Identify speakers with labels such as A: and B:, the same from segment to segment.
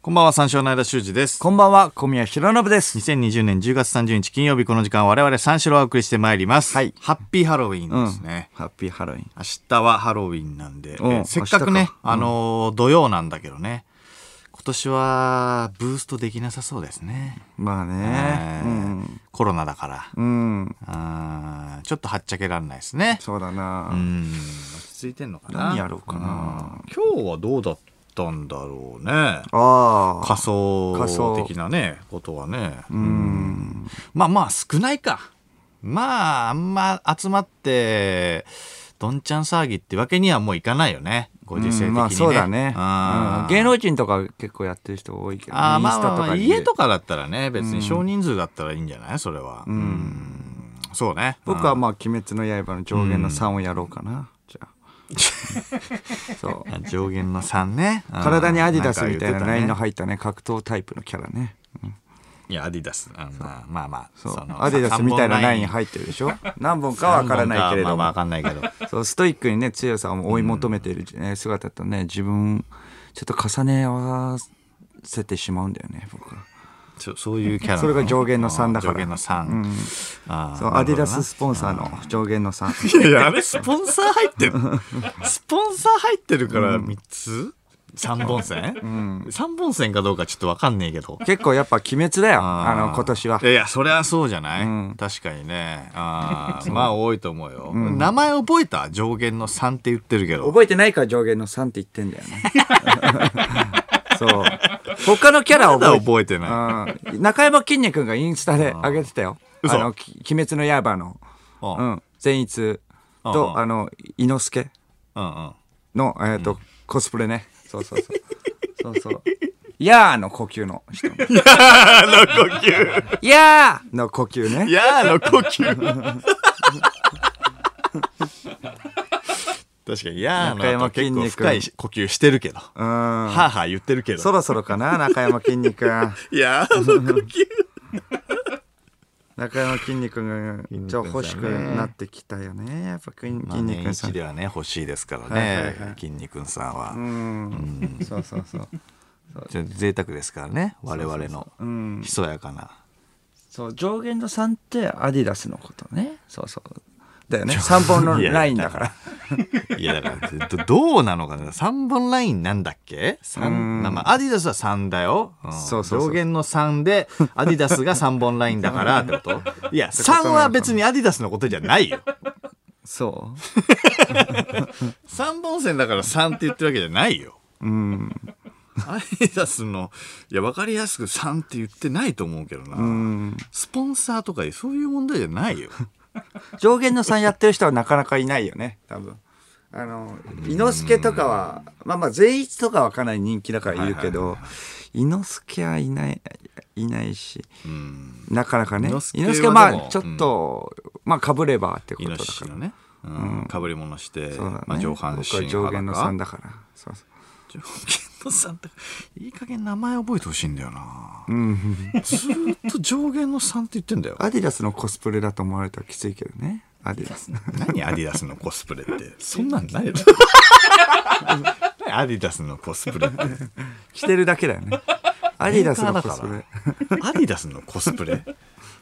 A: こんばんは、三照の間修二です。
B: こんばんは、小宮弘信です。
A: 2020年10月30日金曜日この時間我々三四郎をお送りしてまいります。
B: はい
A: ハッピーハロウィンですね。
B: ハッピーハロウィン。
A: 明日はハロウィンなんで、え
B: おう
A: ーせっかくね
B: 明日か、
A: あのー土曜なんだけどね、今年はブーストできなさそうですね。
B: まあ
A: えー
B: ね。
A: コロナだから、
B: うん。うん。
A: あーちょっとはっちゃけられないですね。
B: そうだ
A: う
B: な。
A: ん、落ち着いてんのかな。
B: 何やろうかな。
A: うん今日はどうだったんだろうね。
B: ああ。
A: 仮
B: 仮
A: 想
B: 想
A: 的なね、ことはね。
B: うん。
A: まあまあ少ないか。まあ、あんま集まって、どんちゃん騒ぎってわけにはもういかないよね。ご時世的にね。
B: うんまあそうだね。
A: あ
B: うん芸能人とか結構やってる人多いけど。
A: あー
B: イン
A: まあ
B: ス
A: ま
B: タ
A: あ
B: と
A: まあ
B: かで
A: 家とかだったらね、別に少人数だったらいいんじゃないそれは。うんそうね。
B: 僕はまあ、鬼滅の刃の上限の3をやろうかな。じゃ あ。そう。
A: うん上限の3ね。うん
B: 体にアディダスみたいなラインの
A: んか言って
B: 入ったね、格闘タイプのキャラね。
A: たねいや、アディダス。あのまあまあまあ。
B: そう。
A: の
B: アディダスみたいなライン
A: 三
B: 入ってるでしょ何本か
A: 本
B: わからないけれ
A: まあ
B: ど
A: まあわ
B: も。
A: かんないけど。
B: そうストイックにね強さを追い求めている、えー姿とね自分ちょっと重ね合わせてしまうんだよね僕は
A: ちょそういうキャラなの。
B: それが上限の3だから
A: 上限の3。あー
B: そう
A: なる
B: ア
A: ほ
B: デ
A: ど
B: ィ
A: な
B: ダススポンサーの上限の3
A: いやいや、あれスポンサー入って る。スポンサー入ってるから3つ、三 ?3 本線、三 ?3 本線かどうかちょっとわかんねえけど。
B: 結構やっぱ鬼滅だよあ
A: ー
B: の今年はい
A: やいや、それはそうじゃない、
B: ん
A: 確かにね。あ ーまあ多いと思うよ。名前覚えた上限の3って言ってるけど。
B: 覚えてないから上限の3って言ってんだ よねそう他のキャラ
A: まだ
B: は覚えて
A: 覚えてない。
B: うん中山きんに君がインスタで上げてたよ「
A: 嘘
B: あのき鬼滅の刃の」
A: うん
B: う
A: うん
B: ん、善逸
A: う
B: と
A: ん
B: あの伊之助
A: うん
B: の、えっ、と、コスプレね。そうそう そう。そうそう。やーの呼吸の人。
A: あの呼吸。
B: やーの呼吸ね。
A: やあの呼吸。 確かに、やあの後結構深い呼吸してるけど。は
B: うん。
A: あはあ言ってるけど。
B: そろそろかな、中山きんに 君。
A: いやー、あの呼吸。
B: 中山きんに君が、ちょ、欲しくなってきたよね。やっぱきん、きんに君さ
A: 年一
B: ん。
A: ではね、欲しいですから
B: はいはいは
A: ね
B: い、
A: 筋肉さんは。
B: うん。そうそうそう。
A: ちょっと贅沢ですからね、我々の
B: うん。
A: ひそやかな。
B: そう、上限の3ってアディダスのことね。そうそう。だよね。3本のラインだから。
A: いや、だから、どどうなのかな、三本ラインなんだっけ。三、まあまあ、アディダスは三だよ。ん
B: そうそうそう
A: 上限の三で、アディダスが三本ラインだ からってこと。いや、三は別にアディダスのことじゃないよ。
B: そ
A: 三本線だから三って言ってるわけじゃないよ。
B: う。うん。
A: アディダスの、いや、わかりやすく三って言ってないと思うけどな。
B: うん。
A: スポンサーとかそういう問題じゃないよ。
B: 上限の3やってる人はなかなかいないよね多分あの伊之助とかはまあまあ善一とかはかなり人気だからいるけど伊之助はいないいないし
A: うん。
B: なかなかね
A: 伊
B: 伊
A: 之
B: 之
A: 助は
B: 助はま
A: で
B: あ
A: も
B: ちょっと、まあかぶればってこ
A: イ
B: と
A: ノ
B: だ
A: シ
B: か
A: シ
B: ら
A: のね、うん、かぶり物して、
B: そうだね、
A: まあ、上半身
B: 僕は上限の3
A: だ
B: だからそうそう
A: 上限の3っていい加減名前覚えてほしいんだよな
B: うん、
A: ずーっと上限の3って言ってんだよ
B: アディダスのコスプレだと思われたらきついけどねアディダスの
A: 何アディダスのコスプレってそんなんないよ何アディダスのコスプレって
B: 着てるだけだよねアディダスのコスプレ
A: メーカーだからアディダスのコスプレ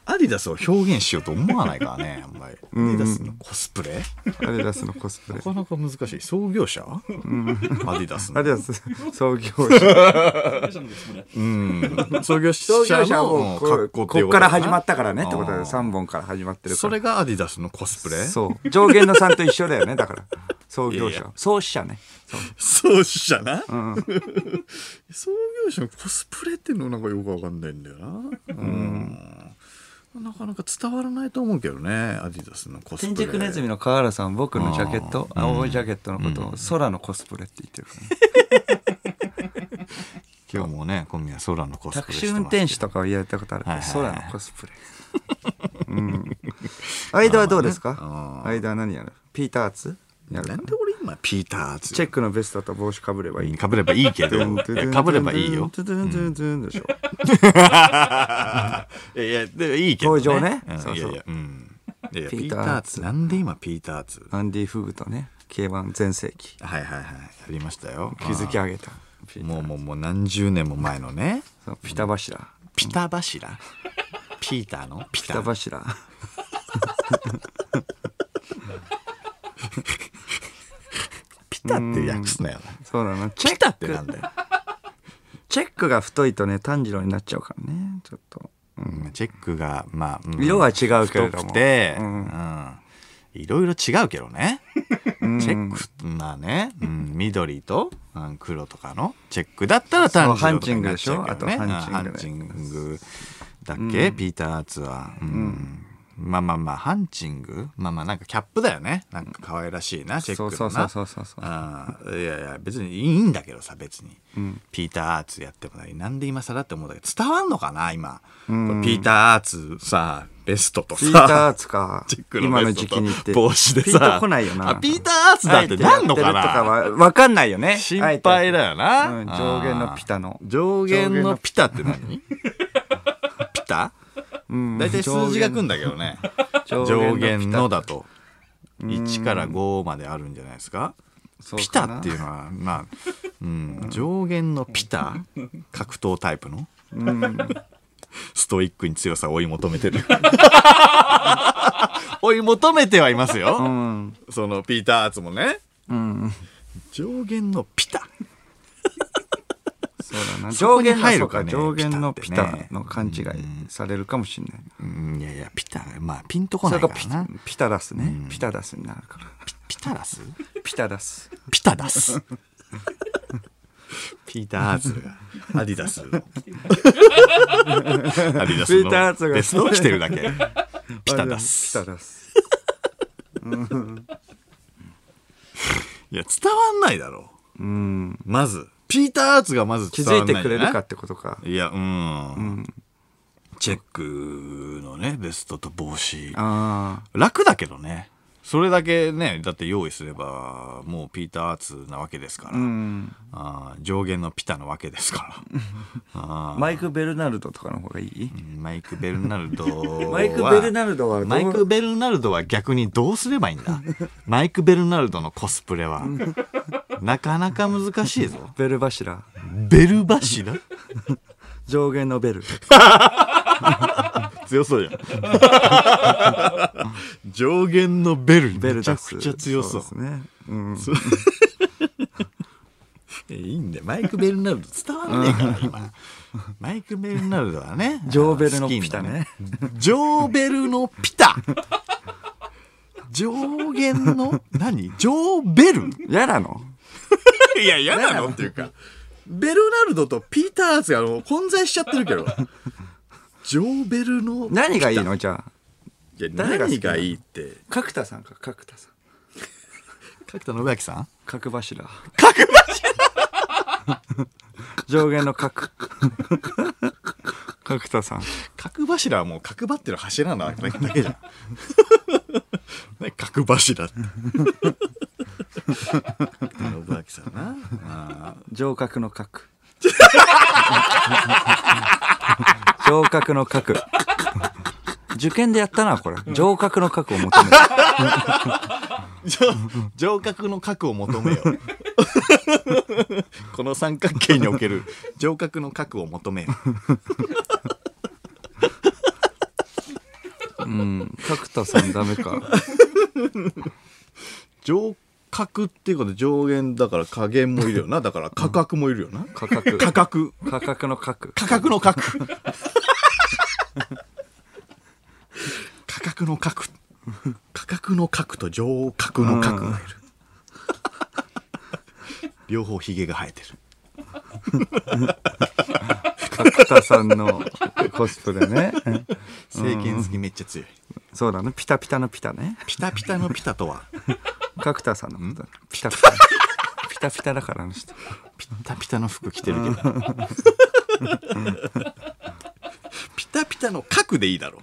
A: アディダスを表現しようと思わないからねあんまりアディダスのコスプレ
B: アディダスのコスプレ
A: なかなか難しい創業者アディダスの
B: アディダス創業者
A: うん創業
B: 創業
A: 者
B: 者は
A: の
B: もうこ
A: 格好
B: こ
A: っていう
B: っ
A: こと
B: から
A: だな
B: 始まったからねってことだ
A: あ
B: よ
A: ー
B: 3本から始まってるか
A: そ
B: ら
A: れがアディダスのコスプレ
B: そう上限の3と一緒だよねだから創業
A: いやい
B: 者
A: や
B: 創始者ねそう
A: 創始者な、
B: ん
A: 創業者のコスプレっていうのなんかよくわかんないんだよなうん、なかなか伝わらないと思うけどねアディダスのコスプレ
B: 新宿ネズミの河原さん僕のジャケット青いジャケットのことを空のコスプレって言ってるからね
A: 今日もね今夜空のコス
B: タ
A: プ
B: ク
A: レ
B: シ
A: して
B: ー
A: ます
B: 運転手とかは言われたことあるけど
A: はいはいはい
B: 空のコスプレうん間はどうです
A: ま
B: か
A: あね
B: 間は何やるピーターアーツやる
A: な
B: か
A: んで俺今ピーターズ
B: チェックのベストと帽子かぶればいい
A: かぶればいいけ どいやかぶればいいよ
B: ドゥドゥンドゥンドゥンでしょ
A: いやいやでもいいけど、
B: 登場ね
A: うん
B: そうそ
A: いや
B: う
A: いやうんいやいやピ
B: ピ
A: ー
B: ー
A: タ
B: タ
A: ー
B: ー
A: アーツなんで今ピーターアーツ
B: アンディ・フグとね K1 全盛期
A: はいはいはいありましたよ
B: 築き上げたピーター
A: もうもうもう何十年も前のね
B: そうピタ柱
A: ピタ柱ピーターのピ
B: ピ
A: タ
B: タ柱
A: ピタって訳すなよ
B: そうなのチェ
A: ピ
B: ッ
A: タってなんだよ
B: チェックが太いとね炭治郎になっちゃうからねちょっと
A: うんチェックがまあ、うん
B: 色は違うけれども
A: 太くて、う
B: うんん
A: いろいろ違うけどねチェックまあね、うん、緑と、うん黒とかのチェックだったら単純
B: そうハンチングでしょあと
A: ハ
B: ハ
A: ン
B: ン
A: チ
B: チ
A: ングだっけ、ピーターアーツは、うんまあまあまあハンチングまあまあなんかキャップだよねなんか可愛らしいなチェック
B: そ
A: の
B: う
A: な
B: そうそうそうそうそう
A: ああいやいや別にいいんだけどさ別に、ピーター・アーツやってもないなんで今更って思うんだけど伝わんのかな今、これピーター・アーツさベストとさ
B: ピーターアーツ か
A: チェックの
B: 今の
A: ベス
B: 時
A: トと
B: 期にって
A: 帽子でさ
B: ピーター来ないよな
A: あピーター・アーツだってなんのか
B: あえてやってるとか
A: な
B: はわかんないよね
A: 心配だよな、
B: うん上限のピタの
A: ああ上限のピタって何ピタ
B: 大
A: 大体数字がくんだけどね上限
B: 上限
A: の
B: の
A: だと1から5まであるんじゃないですかピタっていうのはまあ、うん、上限のピタ格闘タイプのストイックに強さを追い求めてる追い求めてはいますよ、
B: うん
A: そのピーター・アーツもね
B: うん
A: 上限のピタ
B: そうだな
A: そこ
B: 上
A: に
B: 限の
A: 入
B: そ
A: る
B: う
A: か
B: か
A: ね
B: 上限の
A: ピ
B: ピ
A: タってね
B: タの勘違いされるかもしれない
A: うんいやいやピタまあピンとこ
B: そ
A: な
B: れ
A: いか
B: からピ
A: な
B: ピタダスねピタダスになるから
A: ピピタラス
B: ピタダス
A: ピタダス ピーター・アーツがアディダ スのアディダス
B: ピーターアーツ
A: の
B: が
A: ベストを着てるだ けピタダ
B: ピ
A: ス
B: タダス
A: いや伝わんないだろ
B: うん
A: うまずピーター・アーツがまず
B: 気
A: 伝
B: づ
A: わ
B: い
A: ん
B: て
A: ないん
B: く
A: じゃ
B: れ
A: な
B: るかってことか
A: いやうん、
B: ん
A: チェックのねベストと帽子
B: あ
A: 楽だけどねそれだけねだって用意すればもうピーター・アーツなわけですから、
B: あうん
A: あー上限のピタなわけですから あー
B: マイク・ベルナルドとかの方がいい
A: マイク・ベルナルド は
B: マイク・ベルナルドはどう
A: マイク・ベルナルドは逆にどうすればいいん だマイク・ベルナルドのコスプレ はなかなか難しいぞ
B: ベル柱
A: ベル柱
B: 上限のベ ル
A: 強そうじゃん 上限のベル
B: ベ
A: め
B: ル
A: ちゃ
B: ダス
A: くちゃ強そう
B: ですねうん
A: えいいんだよマイク・ベルナルド伝わんねえから今 マイク・ベルナルドはね
B: ジョーベルの
A: あ
B: ピタね
A: スキーのねジョーベルのピ タ上限の何ジョーベル
B: やなの
A: いや、嫌なのっていうか、ベルナルドとピーターズがあの混在しちゃってるけ ど、ジョーベルの、
B: 何がいいのじゃあ
A: いや
B: 誰が好きなの
A: 何がいいって、
B: 角田さんか角田さん
A: 角田信明さん
B: 角柱角柱 上限の角角田さん
A: 角柱はもう角張ってる柱 なわけだけじゃん。ね、角柱って。角田信明さんな。あ
B: 上角の角上角の角受験でやったなこれ上角の角を求める
A: ー上上角の角を求めよ う。この三角形における上角の角を求めよう。
B: うん角田さんダメか
A: 上角っていうこと上限だから下限もいるよ なだから価格もいるよな
B: 価格
A: 価格
B: 価格の角
A: 価格の角 価格の角価格の角と上角の角がいる両方ひげが生えてる
B: 角田さんのコスプレね
A: 政権好きめっちゃ強い
B: そうだねピタピタのピタね
A: ピタピタのピタとは
B: 角田さんのことだピタピタピタピタだからあの人
A: ピタピタの服着てるけどピタピタの角でいいだろう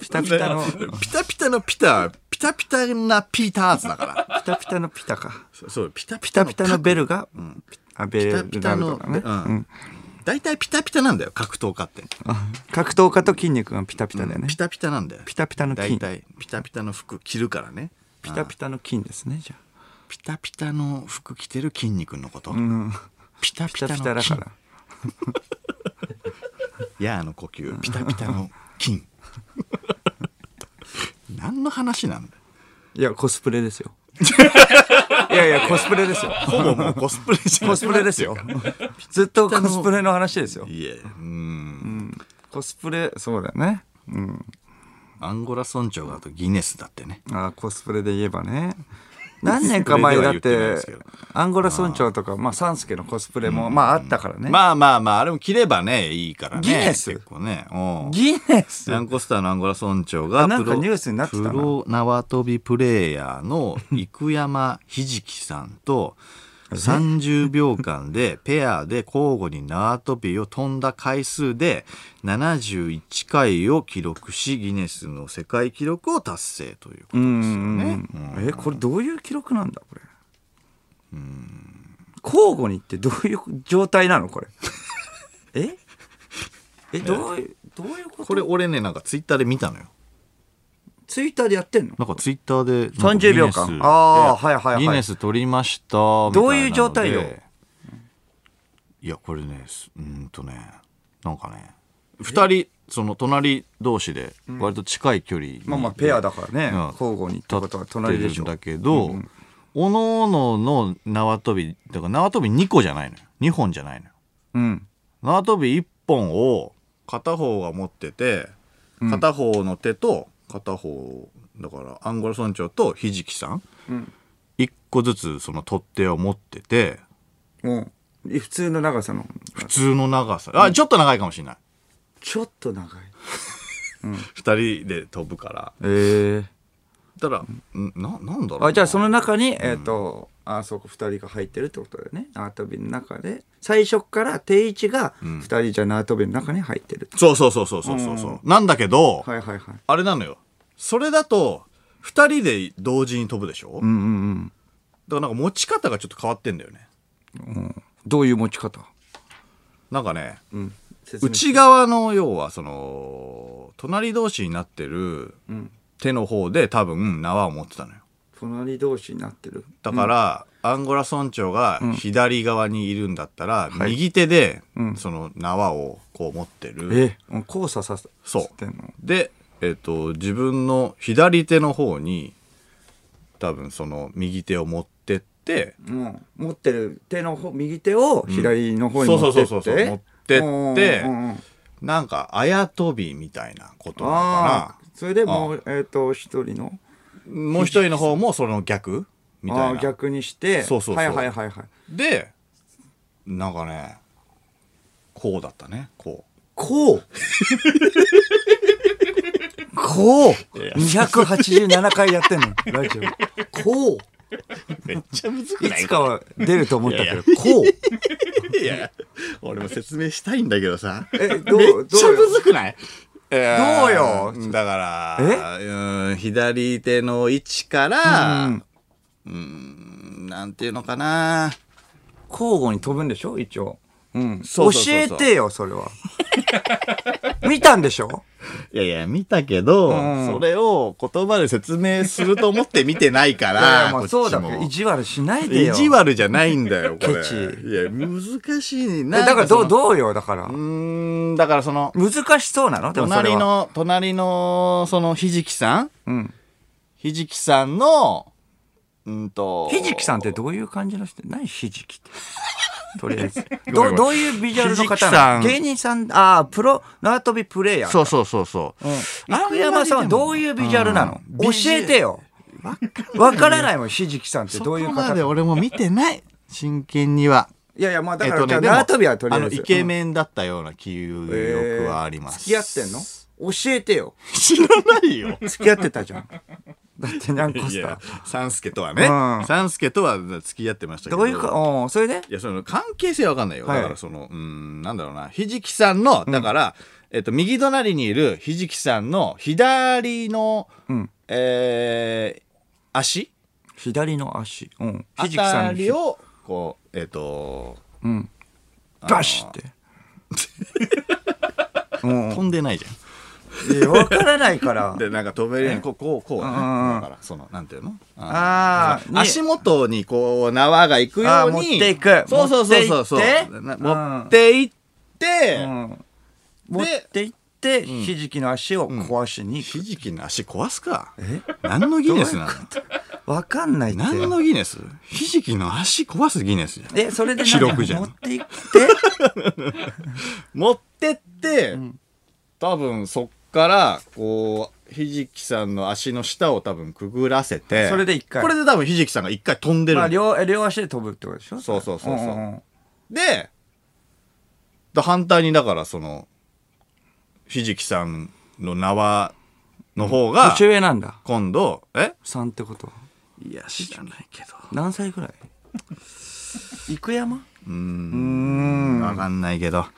B: ピタピタの
A: ピタピタのピタ、ピタピタなピーターズだから。
B: ピタピタのピタか
A: そう、ピタピ
B: ピタピタのベ
A: ル。
B: ルがあベ
A: ピ
B: ル
A: タピタの、
B: だね
A: うん。大体ピタピタなんだよ、格闘家って。
B: 格闘家と筋肉がピタピタだよね
A: ピタピタなんだよ。
B: ピタピタの
A: 大
B: 筋
A: 体、ピタピタの服着るからね。
B: ピタピタの金ですね、じゃあ。
A: ピタピタの服着てる筋肉のこと、
B: うん、
A: ピタピ
B: ピ
A: タ
B: タ
A: の筋
B: ピタだから
A: ヤーの呼吸ピタピタの筋何の話なんだ
B: いやコスプ レですよいやいやコスプレですよ
A: ほぼもうコスプレじゃん
B: コスプレですよずっとコスプレの話ですよ
A: いえうん
B: コスプレそうだねうん
A: アンゴラ村長があとギネスだってね
B: あーコスプレで言えばね何年か前だっ
A: コスプレでは言ってない
B: て
A: ですけど
B: アンゴラ村長とかまあ三助のコスプレもまああったからね、
A: まあまあまああれも着ればねいいからね
B: ギネス
A: 結構ねうん
B: ギネス
A: ランコスターのアンゴラ村長が
B: あなん
A: プ
B: か
A: ロ
B: ニュースになってたな
A: プロ縄跳びプレーヤー の生山ひじきさんと30秒間でペアで交互に縄跳びを飛んだ回数で71回を記録しギネスの世界記録を達成ということ
B: うん
A: ですよね。
B: うんうんえこれどういう記録なんだこれ交互にってどういう状態なの これええどういうどういうこと
A: これ俺ねなんかツイッターで見たのよ。
B: ツイッターでやってんの
A: なんかツイッターで
B: 30秒間
A: ギネス
B: あーはいはいはい
A: ギネス取りましたみたいなので
B: どういう状態よ
A: いやこれねすうーんとねなんかね2人その隣同士で割と近い距離に
B: まあまあペアだからね、
A: うん
B: 交互にってこと
A: 立っ
B: は
A: て
B: 隣でし
A: る
B: ょ
A: んだけど、おのおのの縄跳びだから縄跳び2個じゃないのよ2本じゃないのよ
B: うん
A: 縄跳び1本を片方が持ってて片方の手と片方だからアンゴラ村長とひじきさん
B: うん
A: 1個ずつその取っ手を持ってて
B: うんえ普通の長さの
A: 普通の長さあちょっと長いかもしれない
B: ちょっと長い
A: 2人で飛ぶから
B: ええ
A: たらんななんだろうな
B: あじゃあその中に、えっ、と、あそこ2人が入ってるってことだよね。縄跳びの中で。最初から定位置が2人じゃ縄跳びの中に入ってる。
A: そうそうそうそうそうそうそうなんだけど、
B: はいはいはい。
A: あれなのよそれだと2人で同時に飛ぶでしょ、
B: う
A: だか
B: んうんうん。
A: らなんか持ち方がちょっと変わってんだよね
B: どういう持ち方
A: なんかね
B: うん。説明
A: 内側の要はその隣同士になってる
B: うん。
A: 手の方で多分縄を持ってたのよ
B: 隣同士になってる。
A: だから、アンゴラ村長が左側にいるんだったら、
B: い
A: 右手で
B: うん
A: その縄をこう持ってる
B: え、うん交差させ
A: そう
B: てんの
A: で、えっと自分の左手の方に多分その右手を持ってって
B: うん、持ってる手の方右手を左の方に
A: うん
B: 持ってって、
A: そうそうそうそう持ってって
B: うんうんうん
A: なんかあやとびみたいなことなの
B: ああ
A: か
B: それでもうえっ、と一人の
A: なもう一人の方もその逆みたい
B: あー
A: な
B: 逆にして
A: そうそうそう
B: はいはいはいはい
A: でなんかねこうだったねこう
B: こうこう
A: いや
B: !287 回やって んの、ラジオ。こう
A: めっちゃむず
B: いつかは出ると思ったけ
A: い
B: ど、こう
A: いや、俺も説明したいんだけどさ。
B: えどう
A: めっちゃ
B: どうよ
A: むずくないどう
B: よ
A: だから、うん左手の位置から、
B: う
A: うんん、なんていうのかな。
B: 交互に飛ぶんでしょ一応。うん。
A: そうそうそうそう
B: 教えてよ、それは。 見たんでしょ
A: いやいや、見たけど、
B: うん
A: それを言葉で説明すると思って見てないか
B: いやい
A: ら、
B: やま
A: こ
B: あ
A: っちも
B: そうだけど、意地悪しないで
A: 意
B: よ。
A: 地悪じゃないんだよ、これ。
B: ケチ
A: いや、難しい
B: え
A: な。
B: だからどう、
A: う
B: どうよ、だから
A: う。ーん、だからその、
B: 難しそうなのでもそれは。
A: 隣。の、隣の、その、ひじきさん
B: うん。
A: ひじきさんの、うんと。
B: ひじきさんってどういう感じの人何ひじきって。 とりあえず。
A: ごめんごめ
B: ど
A: ん
B: どういうビジュアルの
A: ひじ
B: 方
A: き
B: な
A: さ
B: の
A: ん
B: 芸人さん、ああ、プロ縄跳びプレイヤー。
A: そうそうそうそう。
B: 生山さんはどういうビジュアルなの、
A: うん
B: 教えてよ。わからないもん、ひじきさんってどういう
A: そこ
B: 方
A: まで俺も見てない。真剣には。
B: いやいや、まあだから、じゃあ
A: でも
B: 縄跳びはとりあえ
A: の
B: ず。
A: イケ
B: ン
A: メンだったような記憶はあります。
B: 付き合ってんの教えてよ。
A: 知らないよ。
B: 付き合ってたじゃん。 だって、なんこ
A: い
B: した
A: や。、サンスケとはね。
B: うん
A: サンスケとは付き合ってましたけど。
B: どういうか、おそれで
A: いや、その関係性はわかんないよ。
B: はい
A: だからその、うーん、なんだろうな。ひじきさんの、だから、えっと、右隣にいるひじきさんの左の、
B: うん
A: えー足
B: 左の足。うん。
A: あ
B: ひじきさ
A: た
B: んの
A: り
B: ひ。
A: を、こう、えっ、と、
B: うん。バシって。うん
A: 飛んでないじゃん。
B: いやわからないから。
A: でなんか飛べるようにこうこうこう、ね、だ
B: ん
A: からそのなんていうの
B: あ
A: そ
B: あ、
A: の足元にこう縄が行くように
B: あー持っていく
A: そうそうそうそうそう
B: 持っていって
A: な
B: うん
A: 持っていって、
B: うん持って行って、ひじきの足を壊しに行
A: ひ
B: く。
A: じきの足壊すか
B: え
A: 何のギネスなの
B: わかんないって。
A: 何のギネスひじきの足壊すギネスじゃん
B: え、それで
A: 記録じゃん
B: 持って行って、
A: 持ってって、多分そっからこうひじきさんの足の下を多分くぐらせて
B: それで一回
A: これで多分ひじきさんが一回飛んでる
B: まあ
A: んだよ、
B: 両、え両足で飛ぶってことでしょ
A: そうそうそうそうん
B: んん
A: でだ反対にだからそのひじきさんの縄の方が
B: 年上なんだ。
A: 今度え
B: さんってことは。
A: いや知らないけど
B: 何歳ぐらい 幾山
A: わかんないけど、
B: いはい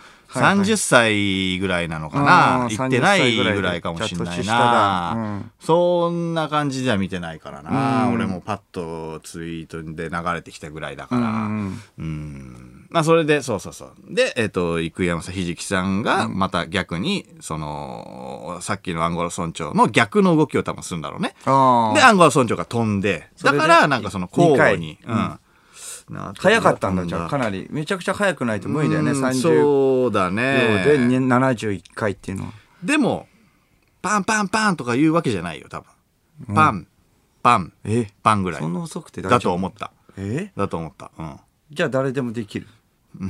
A: 30歳ぐらいなのか
B: あ
A: な
B: ー
A: 行ってな
B: 30
A: い
B: 歳ぐらいで
A: ぐらいかもしれない
B: じゃ
A: な
B: あ年下だうん
A: そんな感じじゃ見てないからな、
B: うん
A: 俺もパッとツイートで流れてきたぐらいだか
B: う
A: らうん
B: ん。
A: まあそれでそうそうそうでえっ、と生山さんひじきさんがまた逆にそのさっきのアンゴラ村長の逆の動きを多分するんだろうね
B: あ
A: で、
B: あ。
A: アンゴラ村長が飛んで、
B: そ
A: だ
B: れで
A: から、なんかその交互に。
B: 二
A: う
B: 回
A: ん。な
B: 早かったんだ、じゃあ、かなり。めちゃくちゃ早くないと無理だよね、
A: うん
B: 30秒
A: そうだ
B: で
A: ね。
B: ね71回っていうのは。
A: でも、パンパンパンとか言うわけじゃないよ、多分。パン、パン、
B: え
A: パンぐらい
B: そん。な遅くて大丈夫
A: だと思った。
B: え
A: だと思った。うん。
B: じゃあ誰でもできる。
A: い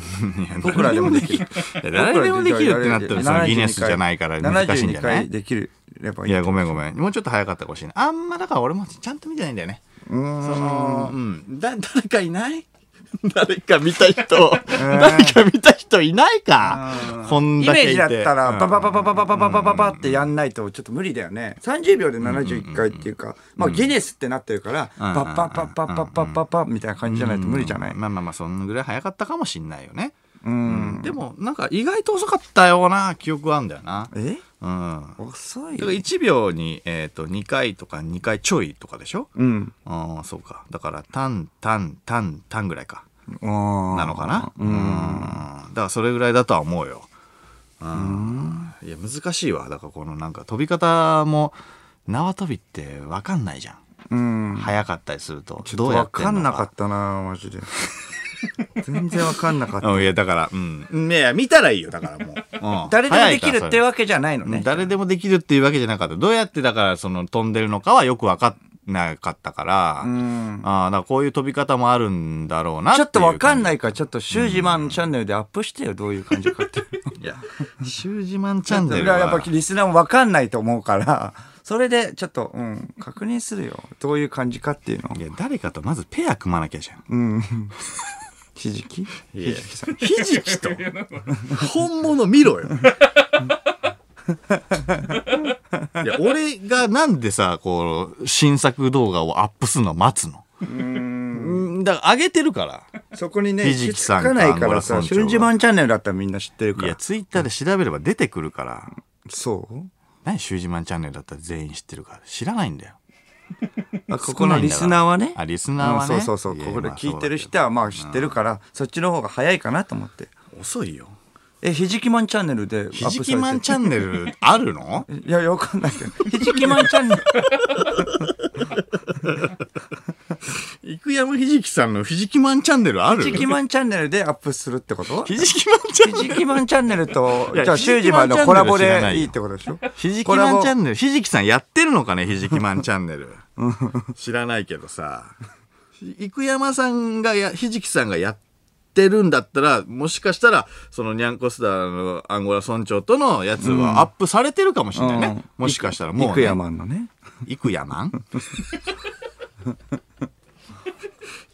A: や
B: 僕らでもできる。
A: 誰でもできるってなったら、そのギネスじゃないから難しいんじゃな
B: 72
A: い
B: 回できるればい
A: い
B: い。
A: や、ごめんごめん。もうちょっと早かったかもしれない。あんま、だから俺もちゃんと見てないんだよね。
B: うーん
A: その、うん。だ、誰かいない 誰か見 た人、誰か見た人いないか
B: うん。
A: こん
B: イ
A: だ
B: メー
A: けい
B: ジ
A: て。
B: だったら、
A: うん
B: パパパパパパパパパパパってやんないとちょっと無理だよね。30秒で71回っていうか、まあギネスってなってるから、パ
A: ん
B: ッパッパッパッパッパッパッパッみたいな感じじゃないと無理じゃない
A: うん。まあまあまあ、そんぐらい早かったかもしんないよね。
B: うん。
A: でも、なんか意外と遅かったような記憶はあんだよな。
B: え
A: うん。
B: 遅い
A: だから1秒に、えっ、と、2回とか2回ちょいとかでしょ
B: うん。
A: ああ、そうか。だから、タン、タン、タン、タンぐらいか。な
B: な
A: のかなうんだからそれぐらいだとは思うようんいや難しいわだからこのなんか飛び方も縄跳びって分かんないじゃん
B: うん。
A: 早かったりすると
B: ちょ
A: ど
B: っ
A: う
B: と
A: や
B: わ
A: って
B: か
A: の
B: んなかったな、マジで。全然わかんなかった。
A: うんいやだからうんいや見たらいいよだからもう、うん
B: 誰でもできる
A: 早
B: って
A: いから
B: わけじゃないの
A: それ
B: ね。
A: 誰でもできるっていうわけじゃなかったどうやってだからその飛んでるのかはよく分かんなかったから、
B: うん。
A: ああだからこういう飛び方もあるんだろうな
B: ちょっとわかん
A: い
B: ないから、ちょっとシュージマンチャンネルでアップしてよ、どういう感じかって。
A: う感 じいや 「シュージマンチャンネルは」
B: やっぱリスナーもわかんないと思うから、それでちょっと、うん、確認するよ。どういう感じかっていうのを
A: い。や誰かとまずペア組まなきゃじゃん
B: うん。ひじき
A: いや
B: ひじきさん。
A: ひじ きと本物見ろよ。いや俺がなんでさこう新作動画をアップするのを待つのうんだから上げてるから
B: そこにね、
A: ひじきさんか
B: 気づかないから
A: アンゴラ村
B: さ、
A: 長
B: シュージマンチャンネルだったらみんな知ってるか
A: いや
B: ら。
A: ツイッターで調べれば出てくるから
B: そう
A: 何「シュージマンチャンネル」だったら全員知ってるから知らないんだよ
B: あここのリスナーはね。
A: あリスナーはね
B: うんそうそう
A: い
B: そ
A: や
B: う。ここで
A: まあ
B: 聞いてる人はまあ知ってるから、そっちの方が早いかなと思って。
A: 遅いよ
B: え、ひじきマンチャンネルでアップさ
A: ひ
B: れて
A: じき
B: る。
A: マンチャンネルある の
B: いや、いやわかんない けど。ひじきマンチャンネル。
A: 生山ひじきさんのひじきマンチャンネルある
B: ひじきマンチャンネルでアップするってことひ
A: ひじきマンチャンネル
B: じきマンチャンネルと
A: い、や
B: じゃあ、
A: ひ
B: シ
A: じ
B: ュー
A: き
B: ジ
A: マ
B: マ
A: ン
B: ン
A: チャンネル
B: のコラボ
A: 知らな
B: で
A: いよ
B: いいってことでしょ
A: ひじき
B: コラ
A: マン
B: ボ
A: チャンネル、ひじきさんやってるのかね、ひじきマンチャンネル。 知らないけどさ。生山さんがや、ひじきさんがやってるんだったら、もしかしたら、そのニャンコスターのアンゴラ村長とのやつはアップされてるかもしれないね。
B: うん
A: もしかしたらもう、ね。
B: イクヤマンのね。
A: イクヤマ ン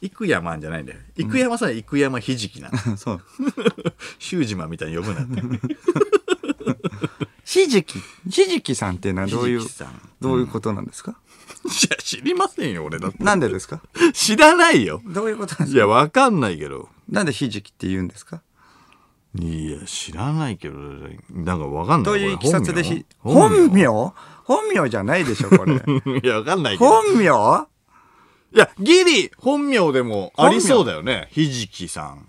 A: イクヤマンじゃないんだよ。イクヤマさん、イクヤマひじき なんだ。
B: そう。
A: シュージマンみたいに呼ぶなって。
B: ひじき。ひじきさんっていうのはどういう
A: ひじきさん、
B: どういうことなんですか
A: いや、知りませんよ、俺だって。
B: なんでですか
A: 知らないよ。
B: どう いうことなんです
A: い
B: か
A: や、わかんないけど。
B: なんでひじきって言うんですか
A: いや、知らないけど、なんかわかんない。
B: どういういきさつでひ、
A: 本
B: 本
A: 名
B: 名本名じゃないでしょ、こ れ。
A: 本名いや、わかんないけど。
B: 本名
A: いや、ギリ、本名でもありそうだよね。ひじきさん。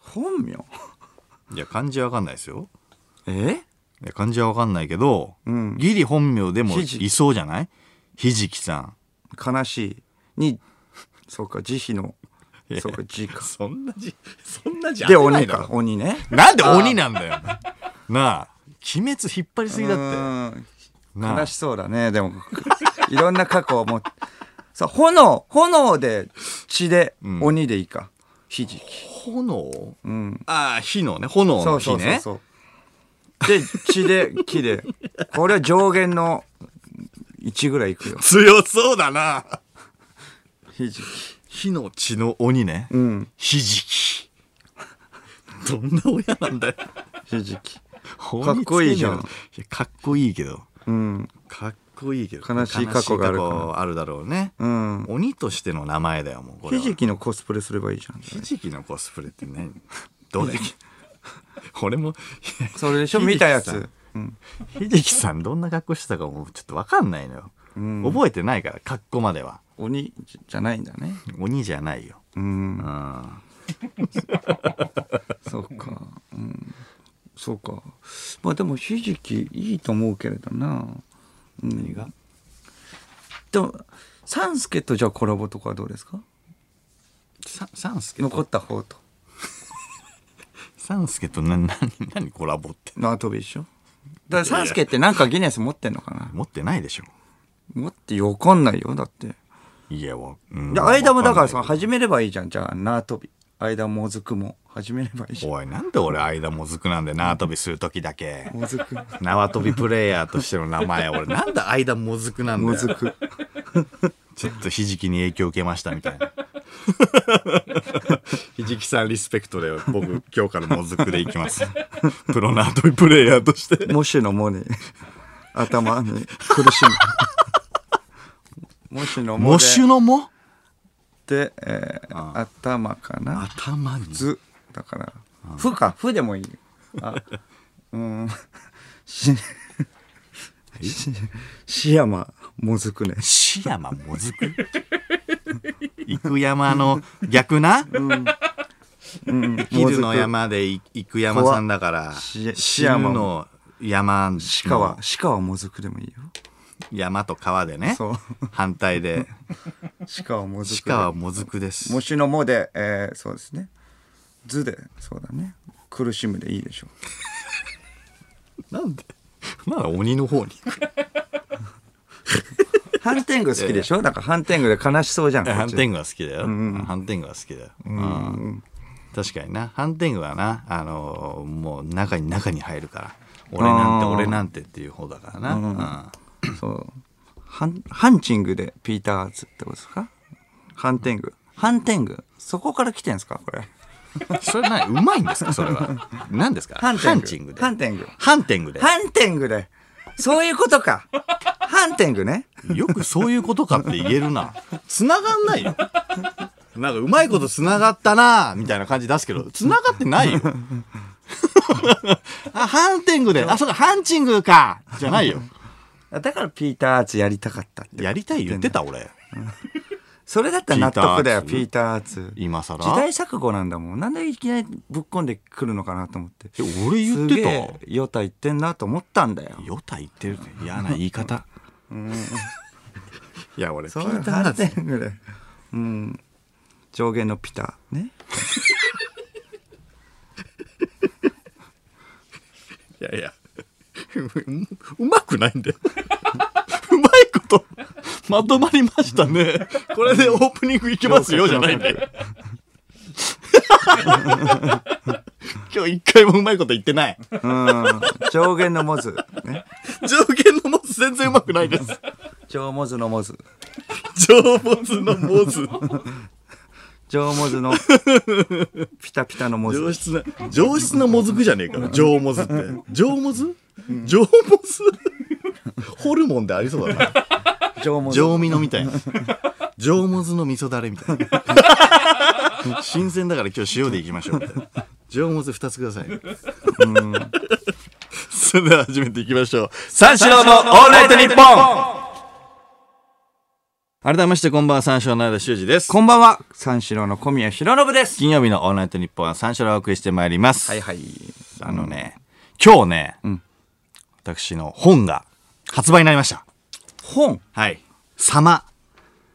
B: 本名
A: いや、漢字わかんないですよ。
B: え
A: いや漢字は分かんないけど、
B: うん
A: ギリ本名でも
B: ひじ
A: いそうじゃないひじきさん
B: 悲しいにそうか慈悲の
A: いや
B: そうか慈か
A: そんな字そんな字
B: で
A: 合ってない
B: 鬼
A: だろ
B: か鬼ね
A: なんで鬼なんだよなあ鬼滅引っ張りすぎだ
B: う
A: って
B: ーん
A: なあ
B: 悲しそうだねでも いろんな過去をもさ炎炎で血で
A: うん
B: 鬼でいいか、ひじき
A: 炎
B: うん
A: ああ火のね炎
B: そ
A: の
B: う
A: 火
B: そうそう
A: ね
B: そうで血で木でこれは上限の1ぐらいいくよ
A: 強そうだな
B: ひじき
A: 火の血の鬼ね
B: うん
A: ひじきどんな親なんだよ
B: ひじき
A: か
B: っこいいじゃん
A: かっこいいけど
B: うん
A: かっこいいけど
B: 悲しい過去がある
A: 悲
B: か
A: しい
B: ら
A: 過去あるだろうね、
B: うん
A: 鬼としての名前だよもうこれ
B: ひ
A: は
B: じきのコスプレすればいいじゃん
A: ひじきのコスプレって何どれ俺もいや
B: それでしょ
A: ひじき
B: 見
A: さん
B: たやつ、うん、
A: ひじきさんどんな格好してたかもうちょっと分かんないのよ、
B: ん
A: 覚えてないから格好までは
B: 鬼じゃないんだね
A: 鬼じゃないよ
B: うん
A: うん
B: そうか、うん、そうか。まあでもひじきいいと思うけれどな。うん、何がでもサンスケとじゃあコラボとかはどうですか
A: さサンスケ
B: 残
A: と
B: った方と
A: サンスケとな な何コラボって
B: 縄跳び一緒だからサンスケってなんかギネス持ってんのかな
A: 持ってないでしょ
B: 持ってよわかんないよだって。
A: いやわ、うん
B: で間もだからさ
A: わんないけ
B: 始めればいいじゃんじゃあ縄跳び間もずくも始めればいいじ
A: ど
B: ゃん。
A: おいなんで俺間もずくなんで縄跳びする時だけ
B: もず く
A: 縄跳びプレイヤーとしての名前俺なんで間もずくなんだ
B: も
A: よ
B: ずく。
A: ちょっとひじきに影響受けましたみたいな ひじきさんリスペクトで僕今日からもずくでいきます プロ縄跳びプレイヤーとして
B: モシュのモ に頭に苦し む。モシュのモ
A: モシュ
B: で
A: のも
B: で、えー頭かな。
A: 頭に
B: ずだから。ふか、ふでもいい。あ、 うーん。し、し、しやま、もずくね。
A: シヤマもずく 行く山の逆な、
B: うん、
A: 昼の
B: も
A: 山でい行く山さんだから
B: し
A: 死
B: シ
A: ぬ
B: ヤマ
A: の山の
B: ずく。鹿は、鹿はもずくでもいいよ。
A: 山と川でね
B: そう。
A: 反対で
B: 鹿はもずくで。
A: 鹿はもずくです
B: もしのもで、えー、そうですね。ずで、そうだね。苦しむでいい でしょう。
A: なんでまだ鬼の方に
B: ハンテング好きでしょだからハンテングで悲しそうじゃん。
A: ハンテ
B: ン
A: ングは好きだよ、ハンテングは好きだよ、うん確かになハンテングはなあのーもう中に中に入るから俺なんて
B: あー
A: 俺なんてっていう方だからな、うん
B: グ。そう。ハン、ハンチングでピーターズってことですかハンテング。ハンテング。そこから来てんすかこれ。
A: それ何うまいんですかそれは何ですか
B: ハンテング。
A: チングで
B: ハンテング。
A: ハンティングで
B: ハンテングで。そういうことか。ハンテングね。
A: よくそういうことかって言えるな繋がんないよなんかうまいこと繋がったなみたいな感じ出すけど繋がってない よあハンティングであそうかハンチングかじゃないよ
B: だからピーターズやりたかったって。
A: やりたい言ってた俺
B: それだったら納得だよ、
A: ピ
B: ピ
A: ー
B: ーターズ。
A: 今更
B: 時代錯誤なんだもん。なんでいきなりぶっこんでくるのかなと思って。
A: え俺言って
B: すげ
A: た
B: えヨタ言ってんなと思ったんだよ。
A: ヨタ言ってるって嫌な言い方いや俺ピ
B: そう
A: ーターだぜ
B: 8点ぐらい。うん。上限のピタね。
A: いやい や、ううまくないんだよ。うまいこと、まとまりましたね。これでオープニングいきますよ、じゃないんだよ。今日一回もうまいこと言ってない。
B: うん。上限のモズ。ね。
A: 上限のモズ全然うまくないです。
B: 上モズのモズ。
A: 上モズのモズ。
B: 上モズのピタピタのモ
A: 上
B: ズ。
A: 質な、上質なモズくじゃねえから、上モズって。上モズ上モズホルモンでありそうだな。
B: 上モズ。
A: 上ミノみたい な上もずの味噌だれみたいな新鮮だから今日塩でいきましょうみたいな上もず2つください、それでは始めていきましょう三四郎のオールナイトニッポン改めましてこんばんは三四郎の間修二です
B: こんばんは。三四郎の小宮弘信です。
A: 金曜日のオールナイトニッポンは三四郎をお送りしてまいります、
B: はいはい。
A: あのね今日ね、私の本が発売になりました。
B: 本
A: はい。サマ。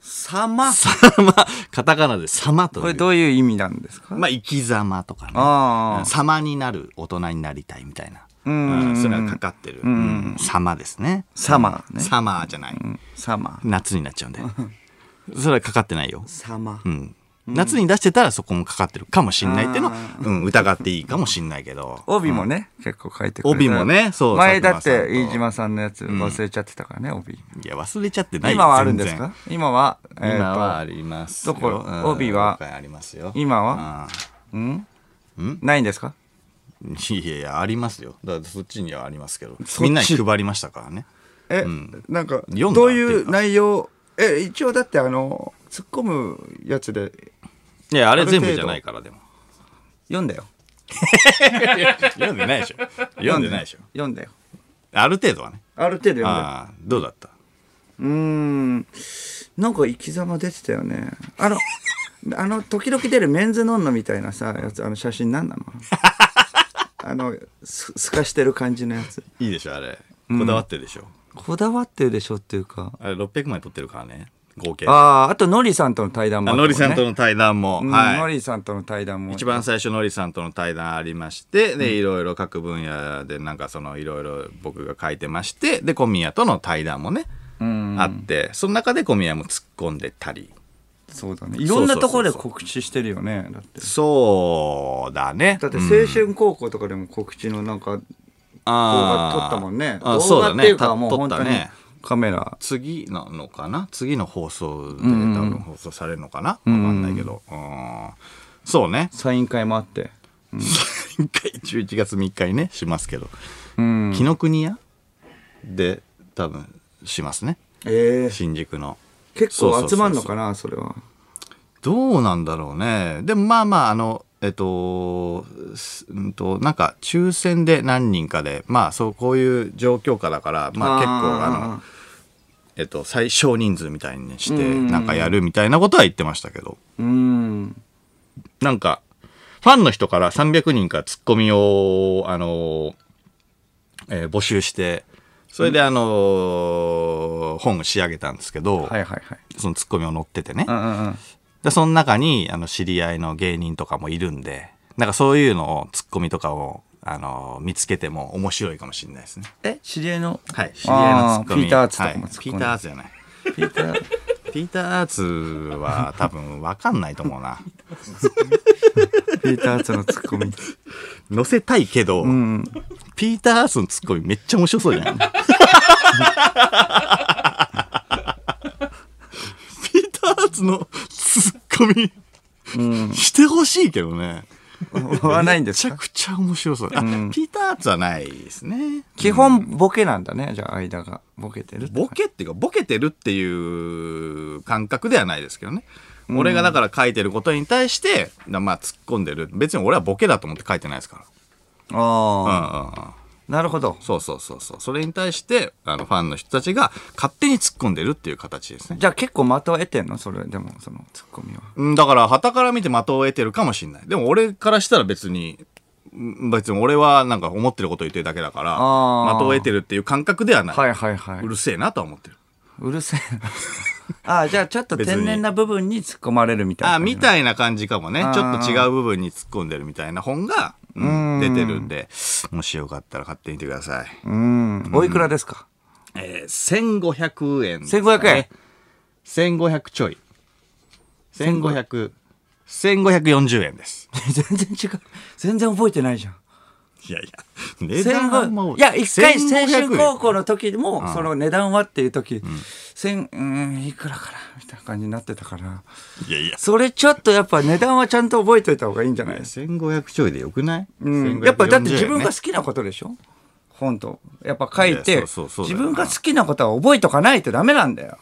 B: 様
A: サマ。カタカナでサマという。
B: これどういう意味なんですか、
A: まあ、生き様とかね。
B: ああ
A: 様になる大人になりたいみたいな。
B: うん
A: それがかかってる。うん様ですね。
B: 様ね
A: サマーじゃない。
B: 様
A: 夏になっちゃうんで。 それはかかってないよ。
B: 様
A: うん。夏に出してたらそこもかかってるかもしんないっていうのは
B: あ、
A: うん、疑っていいかもしんないけど。
B: 帯もね、結構書いてくれた
A: 帯もねそう
B: 前だっ
A: 佐久間さんと
B: て飯島さんのやつ忘れちゃってたからね、帯
A: いや、忘れちゃってないよ
B: 今はあるんです
A: 全然
B: か今は、えーと
A: 今はありますよ。
B: どこ
A: うん
B: 帯は
A: どっかにありますよ。
B: 今はうんないんですか
A: うんいやいや、ありますよ。だからそっちにはありますけど
B: そっ。ち
A: みんなに配りましたからね。
B: え、なんか
A: 読んだ
B: どうい
A: っていううか
B: 内容え一応だってあの突っ込むやつで
A: いや、あれ全
B: あ
A: 部
B: る程度
A: じゃないから、でも。
B: 読んだよ
A: 読んでないでしょ。読んでないでしょ。
B: 読んだよ
A: ある程度はね。
B: ある程度読んだよ
A: ああ、どうだった
B: うーんなんか生き様出てたよねあの あの時々出るメンズノンノみたいなさやつあの写真なん なのあのすすかしてる感じのやつ
A: いいでしょ、あれ。こだわってるでしょ。
B: こだわってるでしょっていうか
A: あれ、600枚撮ってるからね。合計。
B: あ
A: あ
B: ああとノリさんとの対談もあったも
A: の
B: んね
A: りさんとの対談も。
B: うん
A: はい
B: ノリさんとの対談も
A: 一番最初のりさんとの対談ありましてでいろいろ各分野でなんかそのいろいろ僕が書いてましてで小宮との対談もね
B: うん
A: あってその中で小宮も突っ込んでたり
B: そうだねいろんなところで告知してるよねだって
A: そうだね
B: だって青春高校とかでも告知のなんか動画
A: あー
B: 撮ったもんね
A: あ
B: 動
A: そう
B: 画
A: だ
B: ってい
A: ね
B: うかもう
A: 撮
B: 本
A: った
B: 当に
A: ね
B: カメラ
A: 次なのかな次の放送で多分放送されるのかなわかんないけどうんそうね
B: サイン会もあって
A: 一回11月3日にねしますけど
B: うん
A: 紀ノ国屋で多分しますね
B: ええ
A: 新宿の。
B: 結構集まんのかなそれは
A: どうなんだろうね。でもまあまあ、あの、えっと、すうんと、なんか抽選で何人かで、まあそう、こういう状況下だから、まあ結構、あの、えっと、最小人数みたいにして、
B: うん
A: なんかやるみたいなことは言ってましたけど、
B: のうん
A: なんか、ファンの人から300人からツッコミを、あの、えー募集して、それであの本を仕上げたんですけど、
B: はいはいはい
A: そのツッコミを載っててね。
B: うんうんうん
A: で、その中に、あの、知り合いの芸人とかもいるんで、なんかそういうのを、ツッコミとかを、あの、見つけても面白いかもしれないですね。
B: え知り合いの
A: はい。知り合いのツッコミ。
B: ピーターアーツとかも
A: はい
B: ツッコ
A: ピ
B: んで
A: ーターアーツじゃない。
B: ピータ ー
A: ピーターアーツは多分わかんないと思うな。
B: ピーターアーツのツッコミ
A: 載せたいけど、
B: うん
A: ピーターアーツのツッコミめっちゃ面白そう じゃん。ピーターアーツのツッコミ
B: うん
A: してほしいけどね。
B: はないんです
A: め
B: か
A: ちゃくちゃ面白そう。あ、ピーターアーツはないですね。
B: 基本ボケなんだねじゃあ間がボケてるって
A: ボケっていうか、ボケてるっていう感覚ではないですけどね。俺がだから書いてることに対して、なまあ突っ込んでる。別に俺はボケだと思って書いてないですか
B: ああ
A: ら。うんうんうん。
B: なるほど
A: そうそうそうそう。それに対して、あの、ファンの人たちが勝手に突っ込んでるっていう形ですね。
B: じゃあ結構的を得てんのそれでもそのツッコミは
A: うんだから、旗から見て的を得てるかもしれない。でも俺からしたら別に、うん別に俺はなんか思ってること言ってるだけだから、
B: あー
A: 的を得てるっていう感覚ではない。
B: はいはいはいう
A: るせえなとは思ってる。
B: うるせえ なああじゃあちょっと天然な部分に突っ込まれるみたいな
A: あ
B: 感じ
A: みたいな感じかもね
B: ん。
A: ちょっと違う部分に突っ込んでるみたいな本が、うん出てるんで、もしよかったら買ってみてください。
B: うんおいくらですか
A: えー、1500円、
B: 1500円。
A: 1500ちょい。1500、1540円です。
B: 全然違う全然覚えてないじゃん
A: いやいや、値
B: 戦
A: 段は
B: 後
A: もう。
B: いや一回
A: 1500
B: 青
A: 円
B: 春高校の時もその値段はっていう時千うんいくらかなみたいな感じになってたから
A: いやいや。
B: それちょっとやっぱ値段はちゃんと覚えといた方がいいんじゃないですか、
A: 1500ちょいでよくない、
B: うん、
A: 1540
B: やっぱだって自分
A: ね
B: が好きなことでしょ本とやっぱ書い
A: いや
B: て
A: そうそうそうだ
B: 自
A: よ
B: 分が好きなことは覚えとかないとダメなんだよ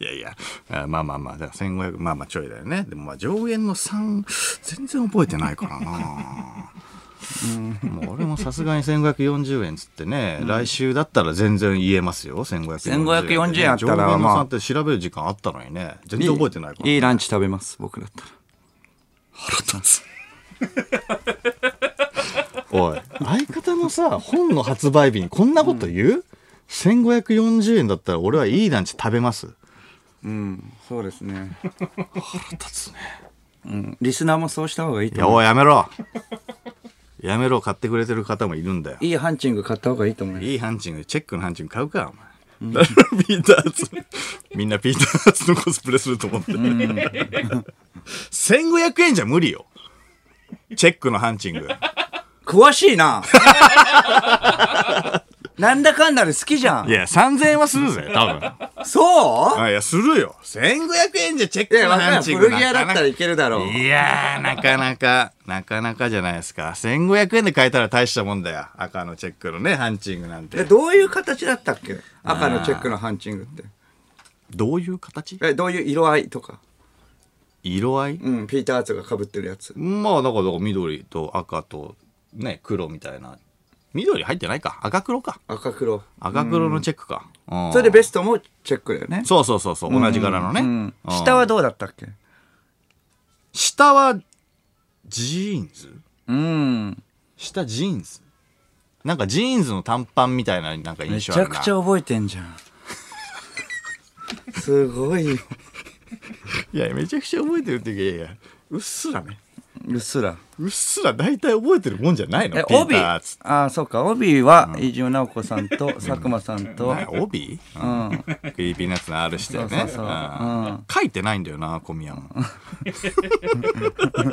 A: いやいや、あまあまあまあ、だから1500、まあまあちょいだよね。でもまあ上限の3、全然覚えてないからな。もう俺もさすがに1540円つってね、来週だったら全然言えますよ、1540円。
B: 1540円あったら
A: 上限
B: ま
A: の3
B: あ
A: って調べる時間あったのにね、全然覚えてないから。
B: いいランチ食べます僕だったら
A: 腹立つ おい相方のさ本の発売日にこんなこと言う、1540円だったら俺はいいランチ食べます
B: うん、そうですね。
A: 立つね
B: うん、リスナーもそうした方がいい
A: い
B: と
A: や
B: 思う。
A: おいやめろやめろ買ってくれてる方もいるんだよ
B: いいハンチング買った方がいいと思うよ。
A: いいハンチングチェックのハンチング買うかお 前、だからピーターズみんなピーターズのコスプレすると思って、1500円じゃ無理よチェックのハンチング
B: 詳し いななんだかんだで好きじゃ
A: い
B: ん。
A: や3000円はするぜ多分
B: そう
A: あいやするよ1500円じゃチェッ
B: い
A: ク
B: や、
A: の
B: わか
A: ハ
B: ら
A: ン
B: ん。
A: チン
B: 古
A: グ
B: 着屋だったら
A: い
B: いけるだろう。
A: やーなかなかなかなかじゃないですか1500円で買えたら大したもんだよ赤のチェックのねハンチングなん
B: え、
A: て
B: どういう形だったっけ赤のチェックのハンチングって。
A: どういう形
B: え、どういう色合いとか。
A: 色合い
B: うん、ピーター・アーツが被ってるやつ。
A: まあだからだから緑と赤とね黒みたいな緑入ってないか赤黒か
B: 赤黒。
A: 赤黒のチェックか、うん
B: それでベストもチェックだよね。
A: そうそうそうそう同じ柄のね、
B: うん
A: うん
B: 下はどうだったっけ
A: 下はジーンズ
B: うん。
A: 下ジーンズなんかジーンズの短パンみたいななんか
B: め
A: 印
B: ち
A: 象ある
B: ゃ
A: な
B: くちゃ覚えてんじゃん。 すごいよ。
A: いやめちゃくちゃ覚えてるっていうかいやいやうっすらね
B: うっすら。
A: うっすら大体覚えてるもんじゃないの
B: え、
A: ピータ
B: 帯
A: ー
B: あ
A: つって
B: あ、そうか。帯は、飯島直子さんと佐久間さんと。
A: なんか帯、
B: うん。
A: クリーピーナッツの R してね
B: そうそうそう
A: うん
B: うん
A: 書いてないんだよな小宮もピ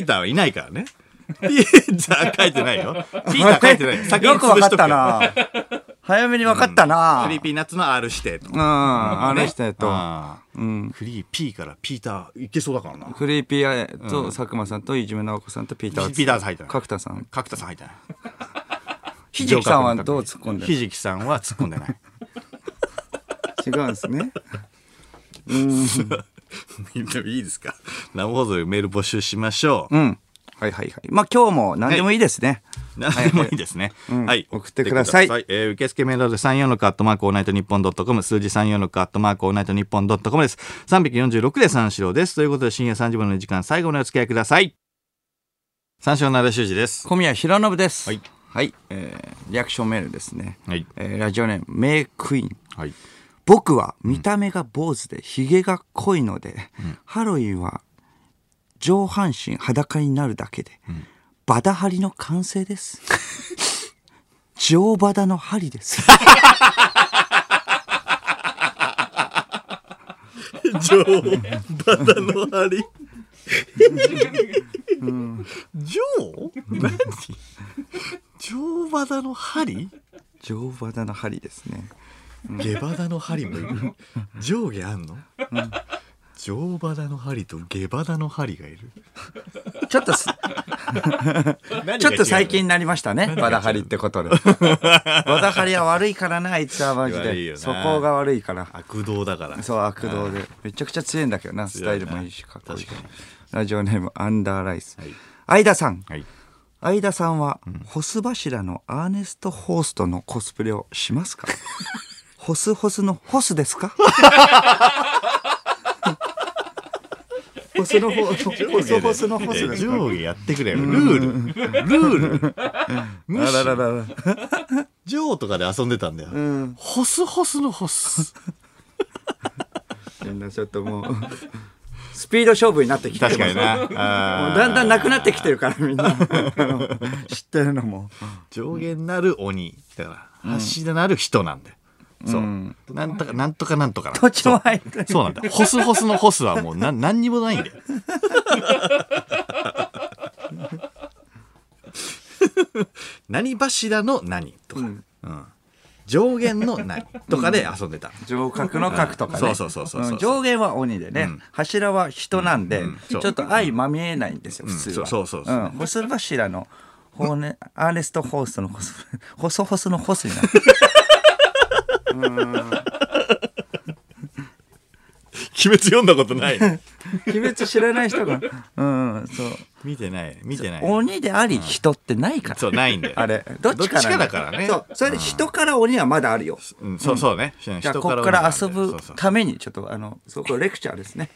A: ーターはいないからねピーター書いてないよピーター書いてないよ先に
B: よくわ
A: 潰
B: か
A: し
B: っ
A: とく
B: たな。早めにわかったな。
A: クリーピーナッツの R してと
B: うん、あれしてと。
A: う
B: うん。
A: クリーピーからピーターいけそうだからな
B: クリーピーアイと佐久間さんといじめ直子さんとピーター・
A: ピーターズ入ってない
B: 角田さん。
A: 角田さん入ってない
B: ひじきさんはどう突っ込んで
A: ひ
B: る
A: じきさんは突っ込んで ない
B: 違うんですね。
A: でもいいですか生放送でメール募集しましょう
B: うん。はいはいはい。まあ今日も何でもいいですね。
A: 何でもいいですね。
B: ん
A: はい。
B: 送ってください
A: えー受付メールアドレス34のカットマークオールナイトニッポンドットコム、数字34のカットマークオールナイトニッポンドットコムです。346で三四郎です。ということで深夜3時までの時間、最後のお付き合いください。三四郎の奈良修二です。
B: 小宮弘信です。
A: はい。
B: はい。えーリアクションメールですね。
A: はい。
B: えーラジオネーム、メイクイン。
A: はい。
B: 僕は見た目が坊主でひげが濃いので、ハロウィンは上半身裸になるだけで、バダハリの完成 です。上バダの針です。
A: 上バタの針。上何上バタの針
B: 上バダの針です ね。
A: 下バダの針もいる上下あんの、上バダの針と下バダの針がいる
B: ちょっとす、ちょっと最近になりましたね。バダハリってことで。バダハリは悪いからな、あいつはマジ
A: 悪いよな
B: で。そこが悪いから。
A: 悪道だから
B: そう、悪道で。めちゃくちゃ強いんだけどな、スタイルもいいし、かっこいいし
A: 確かに
B: ラジオネーム、アンダーライス
A: はい。
B: 相田さん。
A: はい
B: 相田さんは、ホス柱のアーネスト・ホーストのコスプレをします かホスホスのホスですかホスのホホスホスのホスですか
A: 上下やってくれよルールルール無視
B: あらららら。
A: 上とかで遊んでたんだよ、
B: うん。
A: ホスホスのホス
B: みんなちょっともう、スピード勝負になってきて
A: 確かにな
B: もう
A: あー
B: だんだんなくなってきてるから、みんな。あの知ってるのも。
A: 上下なる鬼だから柱なる人なんだよ、そう、なんとかなんとかなんとかなん
B: どっちも入ってる。
A: そうなんだよ。ホスホスのホスはもうな 何にもないんだよ。何柱の何とか、うん上限の何とかで遊んでた。
B: 上角の角とかね。
A: そうそうそうそうそうん
B: 上限は鬼でね、
A: うん
B: 柱は人なんで、
A: うん
B: ち
A: そ
B: ょ
A: う
B: っと相まみえないんですよ、普通は。
A: うんそうそうそうそうん
B: 細柱の、ほうね、アーネスト・ホーストの細、細細の細になる。
A: 鬼滅読んだことない。
B: 鬼滅知らない人が。うん、そう。
A: 見てない、見てない。
B: 鬼であり人ってないから。
A: そうないんだよ。
B: あれ、どっちか
A: どっち
B: な
A: か
B: ん
A: だからね
B: そう、それで人から鬼はまだあるよ。
A: うん、そうそうね。じ
B: じゃあ、こっから 遊 ぶために、ちょっと、あの、そこレクチャーですね。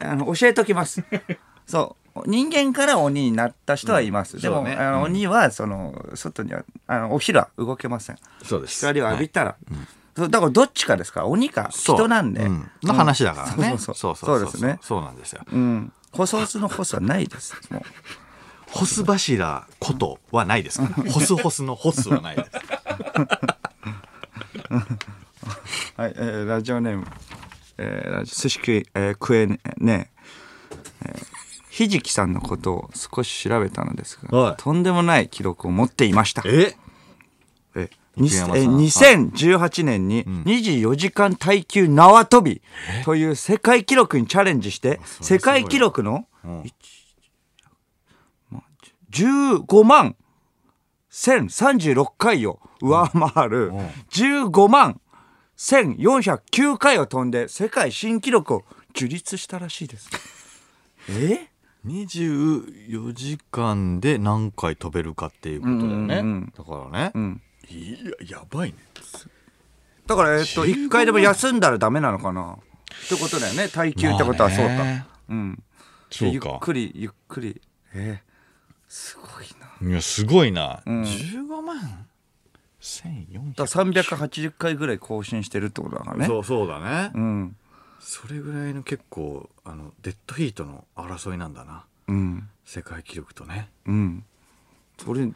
B: あの、教えときます。そう。人間から鬼になった人はいます、
A: うん
B: でも、
A: そうね
B: あの
A: うん
B: 鬼はその外にはあのお昼は動けません
A: そうです
B: 光を浴びたら、そうだからどっちかですから鬼か
A: そう
B: 人なんで、
A: うの話だからね、
B: うん
A: そ
B: そうう
A: そ
B: そうう
A: そ
B: そううそうですね
A: そうなんですよ
B: うん細卒の細はないですもう
A: ホス柱ことはないですからホスホスのホスはない です
B: はい、えーラジオネーム、えーラジ寿司食い、えー食えねねえーひじきさんのことを少し調べたのです
A: はい
B: が、とんでもない記録を持っていました。
A: え
B: えに
A: 池
B: え
A: 山さん
B: ー2018年に24時間耐久縄跳びという世界記録にチャレンジして、
A: それすごい
B: 世
A: な
B: 界記録の
A: うん
B: 15万1036回を上回る
A: ん
B: 15万1409回を飛んで世界新記録を樹立したらし いです。え
A: 24時間で何回飛べるかっていうことだよね、
B: うんうんうん
A: だからね、
B: ん
A: いややばいね
B: だから、えっと、
A: 15万
B: 1回でも休んだらダメなのかなってことだよね。耐久ってことはそうか。
A: まあね
B: うん。
A: そうか
B: ゆっくり、ゆっくり。えーすごいな。
A: いやすごいな、
B: ん
A: 15万1400
B: だから380回ぐらい更新してるってことだからね。
A: うそうだね、
B: うん。
A: それぐらいの結構あのデッドヒートの争いなんだな
B: うん。
A: 世界記録とね
B: うん。それ、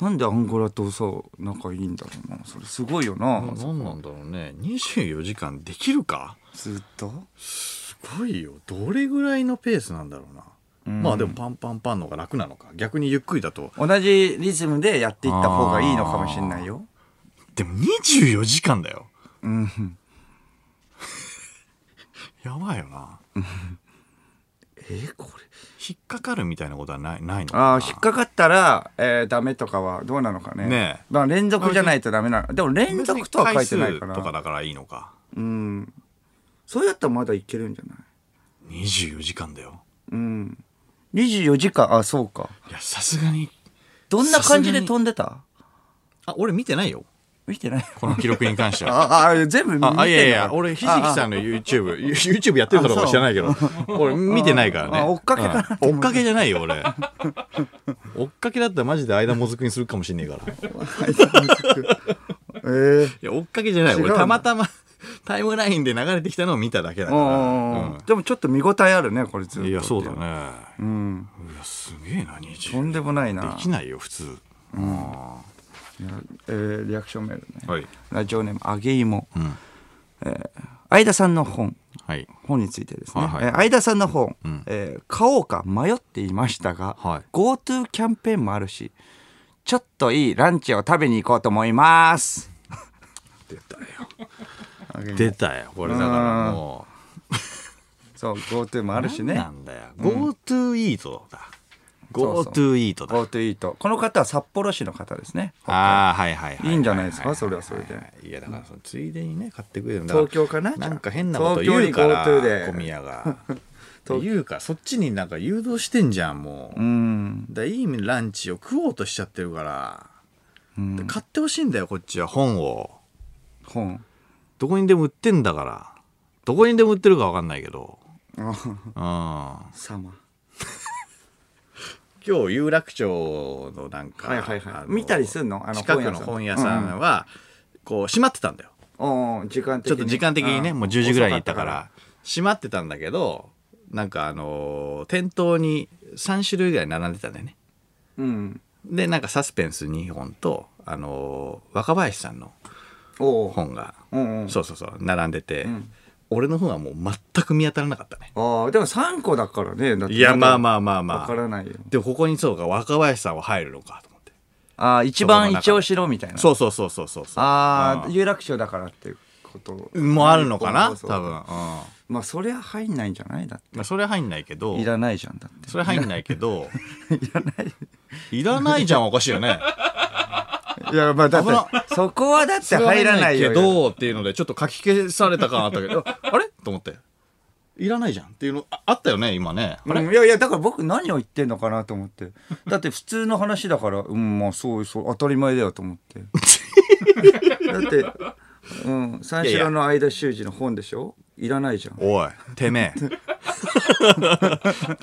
B: なんでアンゴラとさ、仲いいんだろうな。それすごいよな。
A: 何なんだろうね24時間できるか
B: ずっと。
A: すごいよどれぐらいのペースなんだろうな、まあでもパンパンパンの方が楽なのか逆にゆっくりだと
B: 同じリズムでやっていった方がいいのかもしれないよ。
A: でも24時間だよ
B: うん。
A: やばいよな
B: えーこれ。
A: 引っかかるみたいなことはないないのかな
B: ああ、引っかかったら、えー、ダメとかはどうなのかね。
A: ねえ
B: まあ連続じゃないとダメなの。でも連続とは書いてないか。
A: 回数とからだからいいのか
B: うん。そうやったらまだいけるんじゃない
A: 24時間だよ
B: うん。24時間、あ、そうか。
A: いやさすがに
B: どんな感じで飛んでた
A: あ俺見てないよ
B: 見てない
A: この記録に関 しては
B: あ、あ、全部見て
A: ああいやいや俺ひじきさ
B: ん
A: んの YouTube ゆ YouTube やってるかどうか知らないけど俺見てないからね
B: あ追っかけかな
A: うん追っかけじゃないよ俺追っかけだったらマジで間もずくにするかもしんねえからい
B: ええ
A: や追っかけじゃない
B: 違う
A: 俺
B: の
A: たまたまタイムラインで流れてきたのを見ただけだから
B: うんでもちょっと見応えあるねこれずっ
A: うん
B: と
A: いやそうだね
B: ねうん
A: いやすげえな
B: と
A: 20
B: んでもない
A: で
B: な
A: きないよ普通あ
B: いやえーリアクションメールね
A: ーはい
B: ラジオネーム揚げ芋
A: うん
B: 相田さんの本
A: はい
B: 本についてですね、
A: はいはい
B: えー相田さんの本、
A: うん
B: えー買おうか迷っていましたが、
A: はい
B: GoTo キャンペーンもあるしちょっといいランチを食べに行こうと思います
A: 出たよ
B: で
A: 出たよこれだからもう
B: そう GoTo もあるし
A: な
B: ね
A: んだよ GoTo イートだ
B: そうそう
A: GoTo イートだ
B: GoTo イートこの方は札幌市の方ですね
A: ああはいはいはい
B: いんじゃないですかそれはそれで
A: いやだからそのついでにね買ってくれるんだ
B: 東京かな
A: なんか変なこと言うから
B: 東京に GoTo で
A: 小宮 が言うかそっちになんか誘導してんじゃんもう、
B: うん
A: だからいい意味でランチを食おうとしちゃってるから、
B: うん
A: で買ってほしいんだよこっちは本を
B: 本
A: どこにでも売ってんだからどこにでも売ってるか分かんないけど
B: あ
A: うん今
B: 様
A: 日有楽町のなんか、
B: はいはいはい
A: あの
B: 見たりすんのあの
A: 近くの本屋さんは、こう閉まってたんだよ
B: おー時間的
A: ちょ
B: に
A: っと時間的にね、
B: ん
A: もう10時ぐらいに行ったか
B: 遅
A: ら、閉まってたんだけど、なんかあのー店頭に3種類ぐらい並んでたんだよね。
B: うん
A: で、なんかサスペンス2本と、あのー若林さんの
B: おー
A: 本が、
B: うんうん
A: そうそうそう、並んでて、
B: ん
A: 俺の本はもう全く見当たらなかったね。
B: ああでも3個だからねだって
A: いや、まあまあまあま
B: わか
A: あ。
B: らないよ
A: でもここにそうか、若林さんは入るのかと思って。
B: ああ一番一応しろみたいな
A: そうそうそうそうそうそう。
B: ああ
A: うん
B: 有楽町だからっていうこと
A: もうあるのかな
B: そ
A: 多
B: う
A: 分。うんま
B: まあそりゃ入んないんじゃないだって
A: あ、それ入んないけど。
B: いらないじゃんだって
A: それ入んないけど。いらない。いらないじゃん、おかしいよね。
B: いやまあだ
A: 危な
B: ってそこはだって入らないよ
A: けど、っていうので、ちょっと書き消された感あったけど、あれと思って。いらないじゃんっていうの、ああったよね、今ね。あれ、
B: うんいやいやだから僕何を言ってんのかなと思ってだって普通の話だからうんまあそうそう当たり前だよと思って だって、うん、三四郎の間修二の本でしょいらないじゃん
A: おい、てめえ。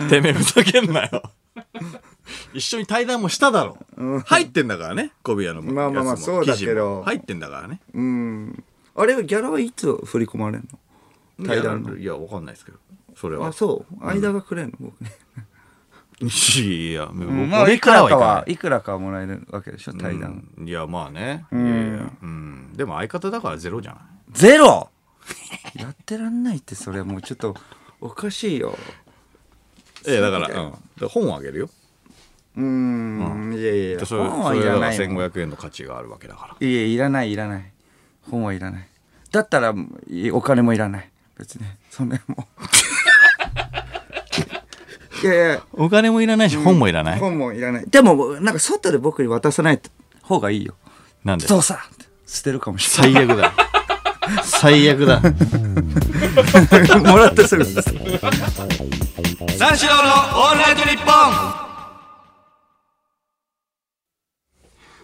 A: てめえふざけんなよ。一緒に対談もしただろ。入ってんだからね、小宮のやつも
B: まあまあまあそうだけ
A: 記
B: ど
A: 事も入ってんだからね。
B: うん。あれはギャラはいつ振り込まれるの対談の。
A: いや、わかんないですけど。それは
B: あ、。そう。間がくれんの、僕ね。
A: いや、もう
B: うん
A: 俺からはいかない。
B: いくらかはもらえるわけでしょ、対談。
A: うんいやまあね、
B: ん
A: いやいやうん、でも相方だからゼロじゃない
B: ゼロ やってらんないって、それはもうちょっと、おかしいよ。
A: ええだから、うん、だから本をあげるよ
B: うーん、いやいやいや、
A: それ
B: 本
A: そ
B: は
A: れ
B: い
A: だ
B: ら
A: から
B: ないもん。
A: 1500円の価値があるわけだから
B: いや、いらない、いらない。本はいらない。だったら、いお金もいらない。別に、そんな もう。いやいや、
A: お金もいらないし、本もいらない
B: 本もいらない。でも、なんか外で僕に渡さない方がいいよ。
A: なんで
B: そうさ捨てるかも し
A: 最悪だ最悪だ
B: れない。もらってすぐ捨てる。
A: 三四郎のオールナイトニッポン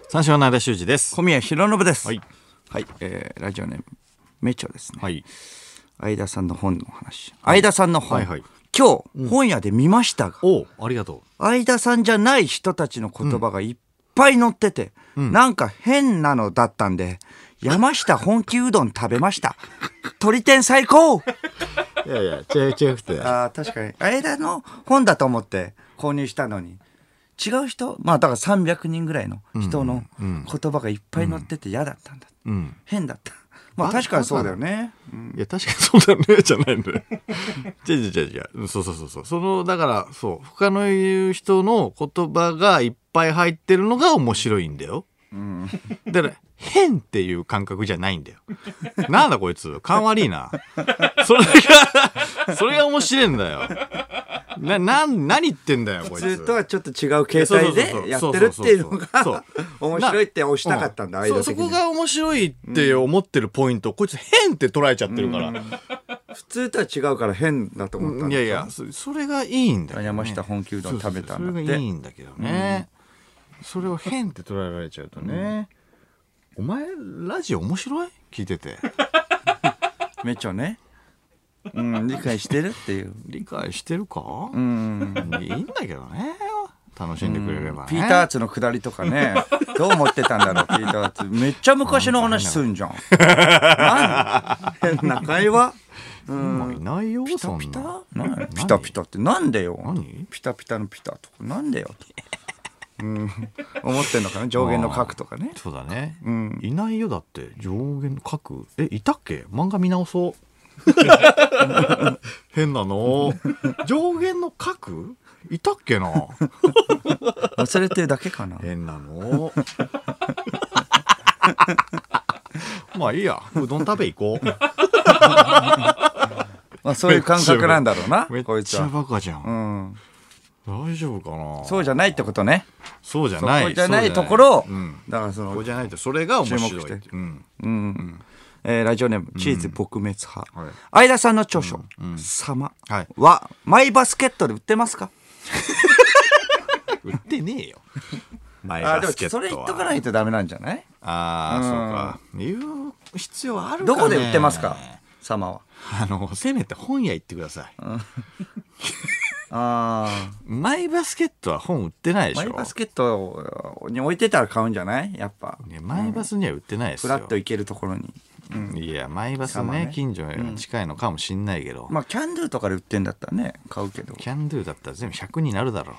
A: 三四郎の間修二です
B: 小宮弘信です。
A: はい。
B: はい。えーラジオネーム、めちょですね。
A: はい
B: 相田さんの本の話。相田さんの本。
A: はいはい
B: 今日、本屋で見ましたが、
A: おうありがと
B: 相田さんじゃない人たちの言葉がいっぱい載ってて、なんか変なのだったんで、山下本気うどん食べました。鳥天最高
A: ういやいや違う違うくて
B: ああ、確かに。相田の本だと思って購入したのに。違う人まあだから300人ぐらいの人の言葉がいっぱい載ってて嫌だったんだ。
A: うん
B: 変だった。まあ確かにそうだよね。うん
A: いや確かにそうだよねじゃないんだよ。違う違う違う違ううんそうそうそうそうそのだからそう他の言う人の言葉がいっぱい入ってるのが面白いんだよ。だから変っていう感覚じゃないんだよ。なんだこいつ勘悪いな。それがそれが面白いんだよ。ななん何言ってんだよこい
B: 普
A: つ。
B: 通とはちょっと違う形態でやってるっていうの
A: そう
B: が面白いって
A: な
B: 押したかったんだ、
A: う
B: 相
A: そ
B: 田
A: うそ
B: 的
A: こ
B: に。
A: が面白いって思ってるポイント、こいつ変って捉えちゃってるから、
B: 普通とは違うから変だと思ったん
A: い
B: だ
A: やいやそそれがいいんだよ、ね、
B: 山下本気うどん食べた
A: そ
B: んだって
A: うそうそれがいいんだけどね、それを変って捉えられちゃうとね、お前ラジオ面白い聞いて て
B: めちゃね。うん、理解してるっていう。
A: 理解してるか、
B: うん。
A: いいんだけどね楽しんでくれれば、ね
B: ピーター・アーツの下りとかね、どう思ってたんだろう、ピーター・アーツ。めっちゃ昔の話すんじゃ ん。なん変な会話
A: まあいないよ
B: ピ
A: そん
B: タ
A: な
B: ピタ何ピタピタってなんでよ
A: 何
B: ピタピタのピタとかなんでよと。 うん、思ってんのかな上限の角とかね。
A: そうだね、いないよだって上限書くえいたっけ漫画見直 そう変なの上限の書くいたっけな
B: 忘れてるだけかな。
A: 変なの まあいいやうどん食べ行こう
B: まあ、そういう感覚なんだろうな
A: め、
B: こ
A: っ
B: いつ
A: ちゃ
B: は。
A: バカじゃん、
B: うん、
A: 大丈夫かな
B: そうじゃないってことね。
A: そうじゃ
B: そ
A: ない
B: こじゃないところを、
A: うん
B: だからそ
A: そこ
B: の、
A: じゃないとそれが面白
B: 注目
A: い
B: して
A: うん
B: うんえーラジオネーム、チーズ撲滅派。
A: はい
B: 相田さんの著書、様
A: はい
B: は、マイバスケットで売ってますか
A: 売ってねえよ前
B: あ
A: バ
B: ーでも
A: スケット
B: そ
A: は
B: れ言っとかないとダメなんじゃない
A: ああ、そうか。言う必要あるか、ね、
B: どこで売ってますか様は。
A: あの、せめて本屋行ってください。
B: ああ。
A: マイバスケットは本売ってないでしょ。
B: マイバスケットに置いてたら買うんじゃないやっぱ。
A: ねマイバスには売ってないです
B: フ
A: よ。
B: ラッと行けるところに。
A: いや、マイバス
B: まあ
A: ね
B: ね、
A: 近所に近いのかもしんないけど、
B: まあ、キャンドゥとかで売ってんだったらね、買うけど。
A: キャンドゥだったら全部100になるだろ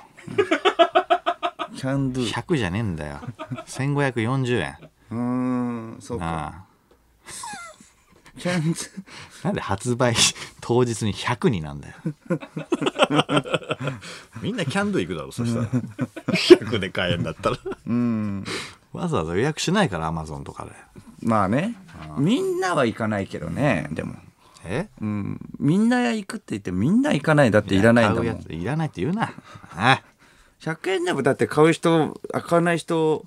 B: キャンド
A: う。
B: ゥ。
A: 100じゃねえん だよ。1540円。
B: うーん、そうか。
A: ああ。
B: キャンドゥ。
A: なんで発売当日に100になんだよ。 みんなキャンドゥ行くだろ、そしたら。100で買えんだったら。
B: うん。
A: わざわざ予約しないから、アマゾンとかで。
B: まあね。みんなは行かないけどね、でも。
A: え
B: うん、みんな行くって言ってみんな行かないだっていらないんだも
A: 買
B: ん
A: うやついらないって言うな。あ
B: 100円でもだって買う人あ買わない人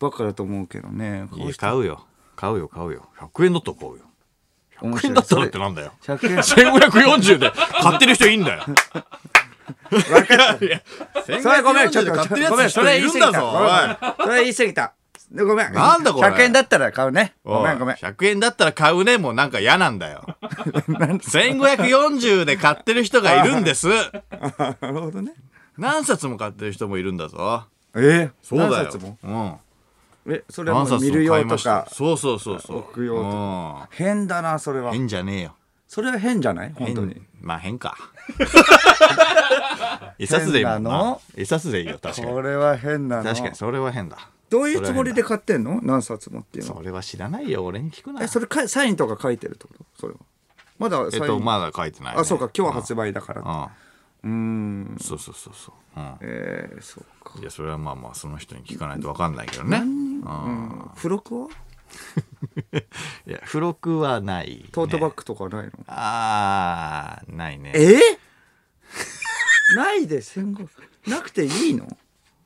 B: ばっかだと思うけどね
A: あ
B: 買
A: いうや
B: 人
A: 買うよ。買うよ、買うよ。100円だったら買うよ。
B: 面
A: 100
B: 白い
A: 円だったらってなんだよ。
B: 100円
A: 1540で買ってる人いいんだよ。いやいや
B: それごめんちょっと
A: 1540で買ってる
B: ごめ
A: や
B: ん
A: つ
B: それ
A: 人いる
B: 言い過
A: ん
B: ぎた
A: だぞ。
B: ごめんそれ言い過ぎたごめん。
A: なんだこれ
B: 100円だったら買うね。ごめんご めん。
A: 100円だったら買うねもうなんか嫌なんだ よ1540で買ってる人がいるんです
B: なるほどね。
A: 何冊も買ってる人もいるんだぞ
B: えー、
A: そうだよ
B: 何冊も
A: うん
B: え、それは
A: 何
B: もう
A: 冊
B: 見る
A: も買
B: 用
A: いま
B: と
A: した
B: か。
A: そうそうそうそう
B: 置く用と
A: か
B: 変だな、それは。
A: 変じゃねえよ
B: それは変じゃない本当に。
A: 変まあ変 か一冊でいいもん
B: 変な
A: な
B: の
A: 一冊でいいよ確かに
B: これは変なの。
A: 確かにそれは変だ
B: どういうつもりで買ってんの何冊もっていうのは
A: それは知らないよ俺に聞くな
B: えそれかサインとか書いてるってことそれはまだ
A: え
B: サイ
A: っ
B: ン、
A: とまだ書いてないね
B: あそうか今日発売だから
A: うん
B: うん
A: そうそうそうそううん
B: えー、そうか
A: いやそれはまあまあその人に聞かないと分かんないけどねうん
B: 付録はい
A: や付録はない、ね、
B: トートバッ
A: グ
B: グとかないの、
A: あーないね
B: えーないで戦後なくていいの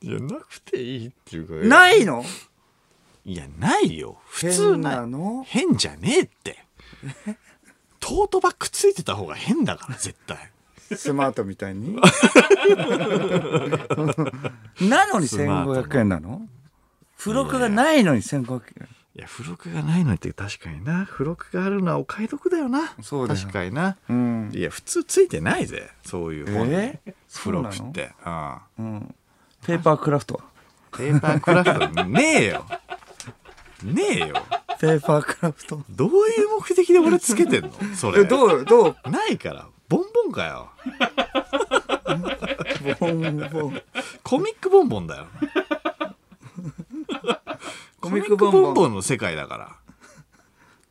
A: いやなくていいっていうかい
B: ないの
A: いやないよ普通ない
B: 変なの
A: 変じゃねえってトートバッグついてた方が変だから絶対
B: スマートみたい になのに1500円なの付録がないのに1500円
A: いや付録がないのって確かにな付録があるのはお買い得だよな
B: そうだよ
A: 確かにな、
B: うん
A: いや普通ついてないぜそういう本に、
B: えー
A: 付録ってうん
B: ペーパークラフトは
A: ペーパークラフトねえよねえよ
B: ペーパークラフト
A: どういう目的で俺つけてんのそれ
B: えどうどう
A: ないからボンボンかよ
B: ボンボン
A: コミックボンボンだ よ
B: コ
A: コ
B: ミ
A: ミ
B: ッ
A: ッ
B: ク
A: ク
B: ボ
A: ボ
B: ン
A: ン
B: ボン
A: ボンの世界だから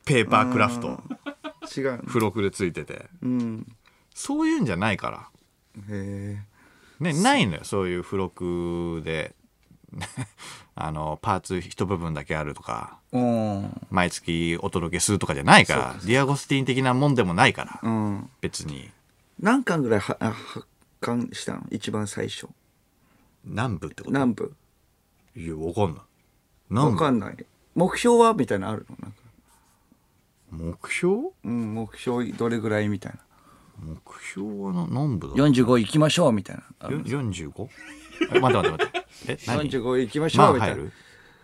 A: ペーパークラフト
B: 違う
A: 付録でついてて
B: うん
A: そういうんじゃないから
B: へ
A: ねないのよそういう付録で あのパーツ一部分だけあるとか
B: えうん
A: 毎月お届けするとかじゃないからディアゴスティーン的なもんでもないから
B: うん
A: 別に
B: 何巻ぐらいはあ発刊したの一番最初
A: 南部ってこと
B: 何部
A: いや、わかんない。なん
B: わ
A: だ
B: かんない目標はみたいなのあるのなんか
A: 目標
B: うん目標どれぐらいみたいな
A: 目標はな何部だよ
B: 45行きましょうみたいなあ
A: ん ?45? え待って待って待って。え何
B: 45行きまし
A: マ
B: ょう
A: ン
B: みた
A: 入
B: いな
A: る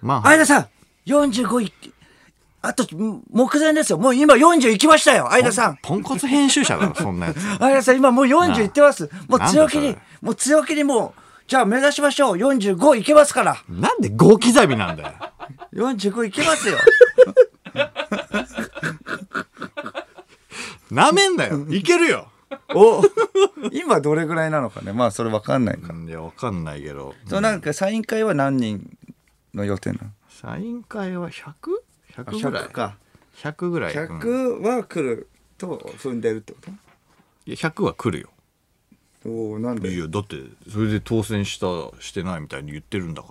A: マン入
B: 相
A: る
B: 田さん45行きあとん目前ですよもう今40行きましたよ相田さん
A: ポンコツ編集者だろ、そんなやつ。
B: 相田さん今もう40いってます
A: な
B: もう
A: んだ
B: 強気
A: そ
B: に
A: れ
B: もう強気にもうじゃあ目指しましょう45いけますから
A: なんで5刻みなんだよ。
B: 45いけます よ
A: なめんなよ。いけるよ。
B: お今どれぐらいなのかねまあそれわかんないから、
A: いや、わかんないけど。
B: そうなんかサイン会は何人の予定なの
A: サイン会は 100?100 ぐらい。
B: か
A: 100ぐらい。うん
B: 100は来ると踏んでるってこ
A: いや100は来るよ。
B: とおおなん
A: い
B: で
A: や、だって、それで当選した、してないみたいに言ってるんだか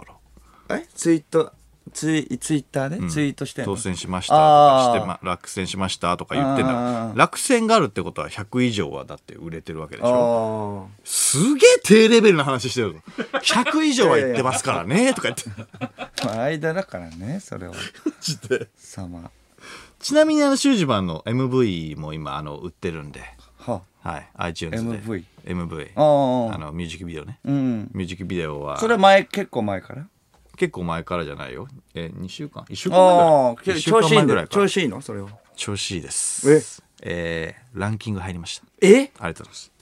A: ら。
B: えツイートツイツイッターで、ツイートしてんの
A: 当選しましたとか
B: あー
A: して、ま、落選しましたとか言ってんだ
B: あ
A: か
B: ー
A: ら落選があるってことは100以上はだって売れてるわけでし
B: あ
A: ょ
B: ー
A: すげえ低レベルな話してるぞ100以上は言ってますからねとか言って
B: まあ間だからねそれは
A: で
B: 様
A: ちなみにあの修二版の MV も今あの売ってるんで、
B: は
A: はい、iTunes で
B: MV
A: MV
B: あー
A: あのミュージックビデオね
B: うん
A: ミュージックビデオは
B: それは前結構前から
A: 結構前からじゃないよえ2週間1週間
B: ああ
A: 前ぐらい一週
B: 調
A: 間
B: 子いい
A: 前
B: ん
A: ぐ
B: だ
A: らい
B: よ
A: か
B: 調子いいのそれは
A: 調子いいですえーランキング入りました
B: え
A: ありがとうございます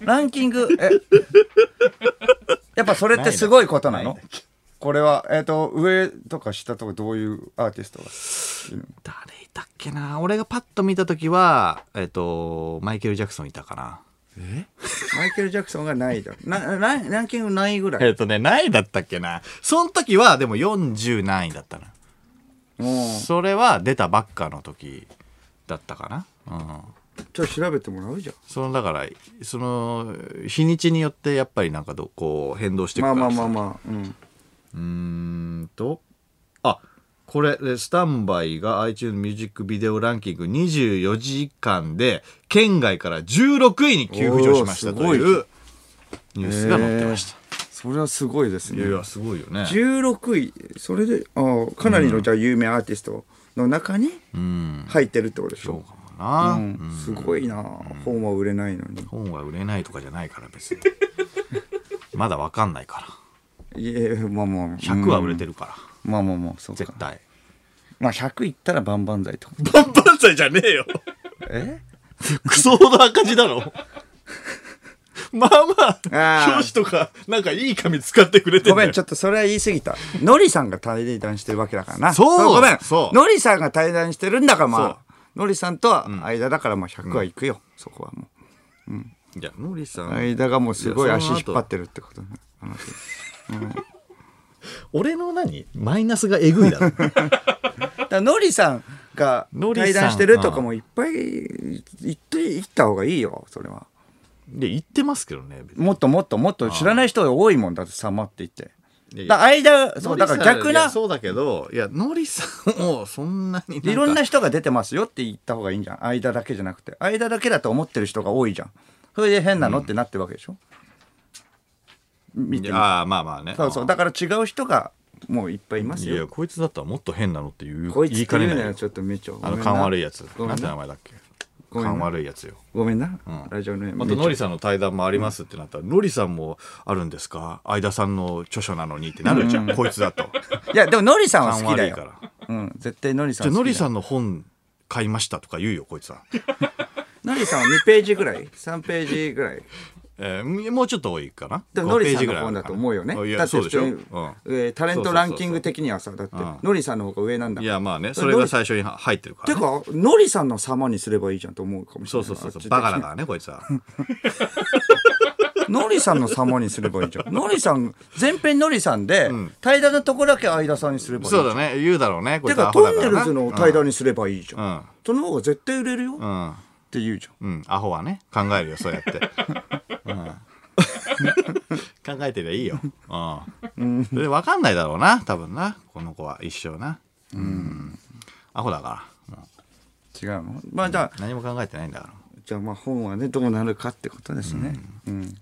B: ランキングえ やっぱそれってすごいことなのこれはえっ、と上とか下とかどういうアーティストが
A: 誰いたっけな俺がパッと見た時はえっ、とマイケル・ジャクソンいたかな
B: マイケル・ジャクソンがないだなランランキングないぐらい
A: っ、とね何位だったっけなその時はでも40何位だったな
B: もう
A: それは出たばっかの時だったかなうん
B: ちょっと調べてもらうじゃん
A: そのだからその日にちによってやっぱりなんかどこう変動していく
B: ま
A: か
B: あ
A: ら
B: まあ
A: さ
B: まあまあ、うん、
A: うーんとあこれでスタンバイが iTunes ミュージックビデオランキング24時間で県外から16位に急浮上しました
B: おー
A: とい
B: すご
A: うニュースが載ってました、
B: それはすごいですね
A: いやいやすごいよね
B: 16位それであーかなりのじゃあ有名アーティストの中に
A: うん
B: 入ってるってことでし
A: そ
B: ょ
A: う、かもな、
B: うんすごいな、本は売れないのに
A: 本は売れないとかじゃないから別にまだわかんないか
B: いえまあまあ
A: 100は売れてるから、
B: うんまあまあまあそうか
A: 絶対
B: まあ100いったら万々歳と
A: バンバン歳じゃねえよ
B: え
A: クソほど赤字だ ろまあま
B: あ
A: あ
B: ー
A: 表紙とかなんかいい紙使ってくれて
B: ご
A: んだ
B: め
A: よ
B: んちょっとそれは言い過ぎたノリさんが対談してるわけだからな
A: そう
B: ごめん
A: そう
B: ノリさんが対談してるんだから
A: そ
B: まあノリさんとは間だからまあ100はいくよ、そこはも
A: いやノリさ、
B: うん間がもうすごい
A: いや
B: 足
A: そ
B: 引
A: の
B: っ
A: 後
B: 張ってるってことね
A: 俺の何マイナスがえぐいだ ろ
B: だからノリさんが
A: ノリさん
B: 対談してるとかもいっぱい言っていった方がいいよそれは
A: で言ってますけどね別に
B: もっともっともっと知らない人が多いもんだってさまっていって
A: いやいや
B: だから間そうだから逆
A: ノリさんい
B: な
A: やそうだけどいやノリさんをそんなになんか
B: いろんな人が出てますよって言った方がいいんじゃん間だけじゃなくて間だけだと思ってる人が多いじゃんそれで変なのってなってるわけでしょ、見てみ
A: ああまあまあね
B: そうそうだから違う人がもういっぱいいます
A: いや
B: よ
A: こいつだったらもっと変なのって言う
B: こいつ
A: 言い
B: って
A: かね
B: いう
A: ない
B: のは
A: よ
B: ちょっとめちゃ
A: あの勘悪い
B: や
A: やつ
B: ごめ
A: な
B: んな
A: んて名前だっけ
B: ごめんな
A: 勘悪いやつよ
B: ごめんな、
A: うん
B: ラジオネーム
A: またノリさんの対談もありますってなったら、ノリさんもあるんですか相田さんの著書なのにってなるじゃん、こいつだと。
B: いやでもノリさんは
A: 勘
B: 好きだ
A: 悪い
B: よ
A: から。
B: うん、絶対ノリさ
A: じ
B: ん
A: ゃあ、ノリ
B: ん
A: さんの本買いましたとか言うよ、こいつは。
B: ノリさんは2ページぐらい3ページぐらい
A: えーもうちょっと多いかな。
B: でも
A: 5
B: ノリ
A: ペー
B: さん
A: ジぐら
B: の
A: いあるか
B: 本だ
A: な
B: と思うよね
A: い
B: だ
A: や、
B: っ
A: そう
B: て
A: でしょ。う
B: 普通にえータレントランキング的にはさだって
A: うん
B: ノリさんの方が上なんだ
A: ん。
B: か
A: い
B: ら
A: や、まあね、それが最初に入ってるか
B: て
A: ら、ね。
B: かノリさんの様にすればいいじゃんと思うかもし
A: そ
B: れ
A: う
B: ない
A: そうそうそ
B: あっ
A: う、
B: ち
A: バカだからね、こいつ は。
B: ノリさんの様にすればいいじゃんノリさん前編ノリさんで
A: ん
B: 対談のとこだけ相田さんにすればいいじゃ
A: そ
B: ん
A: うだね、言うだろうね、こい
B: て
A: つは
B: か
A: アホ
B: ト
A: だ
B: ン
A: か
B: ネ
A: ら
B: ル
A: な。
B: ズの対談にすればいいじゃん、
A: うん
B: その方が絶対売れるよっ
A: うん。
B: て言うじゃん
A: うん、アホはね考えるよそうやって、 うん 考えてりゃいいよ、うん、それで分かんないだろうな多分なこの子は一生なうん、アホだからも
B: 違うのまあじゃあ
A: う何も考えてないんだから
B: じゃあまあ本はねどうなるかってことですねうん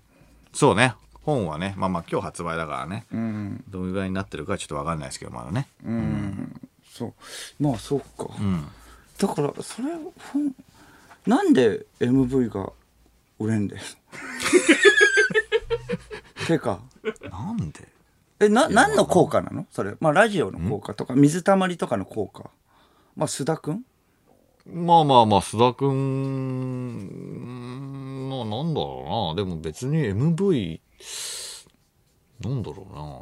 A: そうね本はねまあまあ今日発売だからね、
B: うん、
A: どのぐらいになってるかちょっと分かんないですけどまだね
B: うんそうまあそっか、
A: うん
B: だからそれ本なんで MV が売れんです てか
A: なんで
B: えな何の効果なのそれまあラジオの効果とか水たまりとかの効果まあ須田くん
A: まあまあまあ須田君のなんだろうなでも別に MV なんだろうな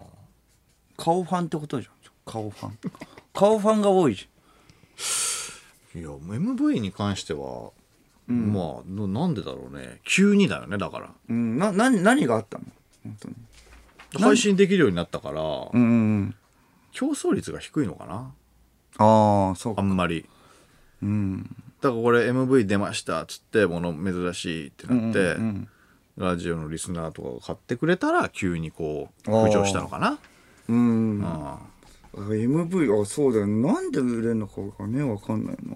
B: 顔ファンってことじゃん顔ファン顔ファンが多いじ
A: いや MV に関しては、まあななんでだろうね急にだよねだから
B: ゃん、うん、なな何があったの本当に
A: 配信できるようになったから、
B: うんうんうん
A: 競争率が低いのかな
B: ああそう
A: あ
B: か
A: んまり
B: うん
A: だからこれ MV 出ましたっつってもの珍しいってなって、
B: うんうん
A: ラジオのリスナーとかが買ってくれたら急にこう
B: あー
A: 浮上したのかな
B: うん
A: うん、
B: あ MV あそうだよなんで売れんのかがねわかんない
A: あ
B: な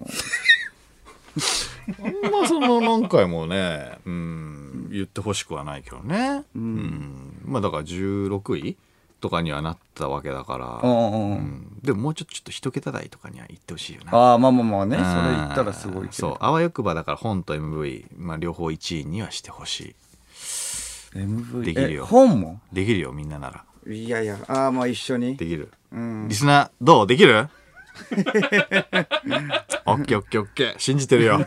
A: んまその何回もね、うん、言ってほしくはないけどね、うんまあだから16位とかにはなったわけだから
B: うんうん
A: でももうちょっとちょっと一桁台とかには行ってほしいよな。
B: ああまあまあまあねそ
A: うん
B: れ言ったらすごいけ
A: そう
B: ど
A: あわよくばだから本と MV、まあ、両方1位にはしてほし
B: MV
A: できるよ
B: え本も
A: いできるよみんななら
B: いやいやああまあ一緒に
A: できる、
B: うん
A: リスナーどうできる オッケーオッケーオッケー信じてるよ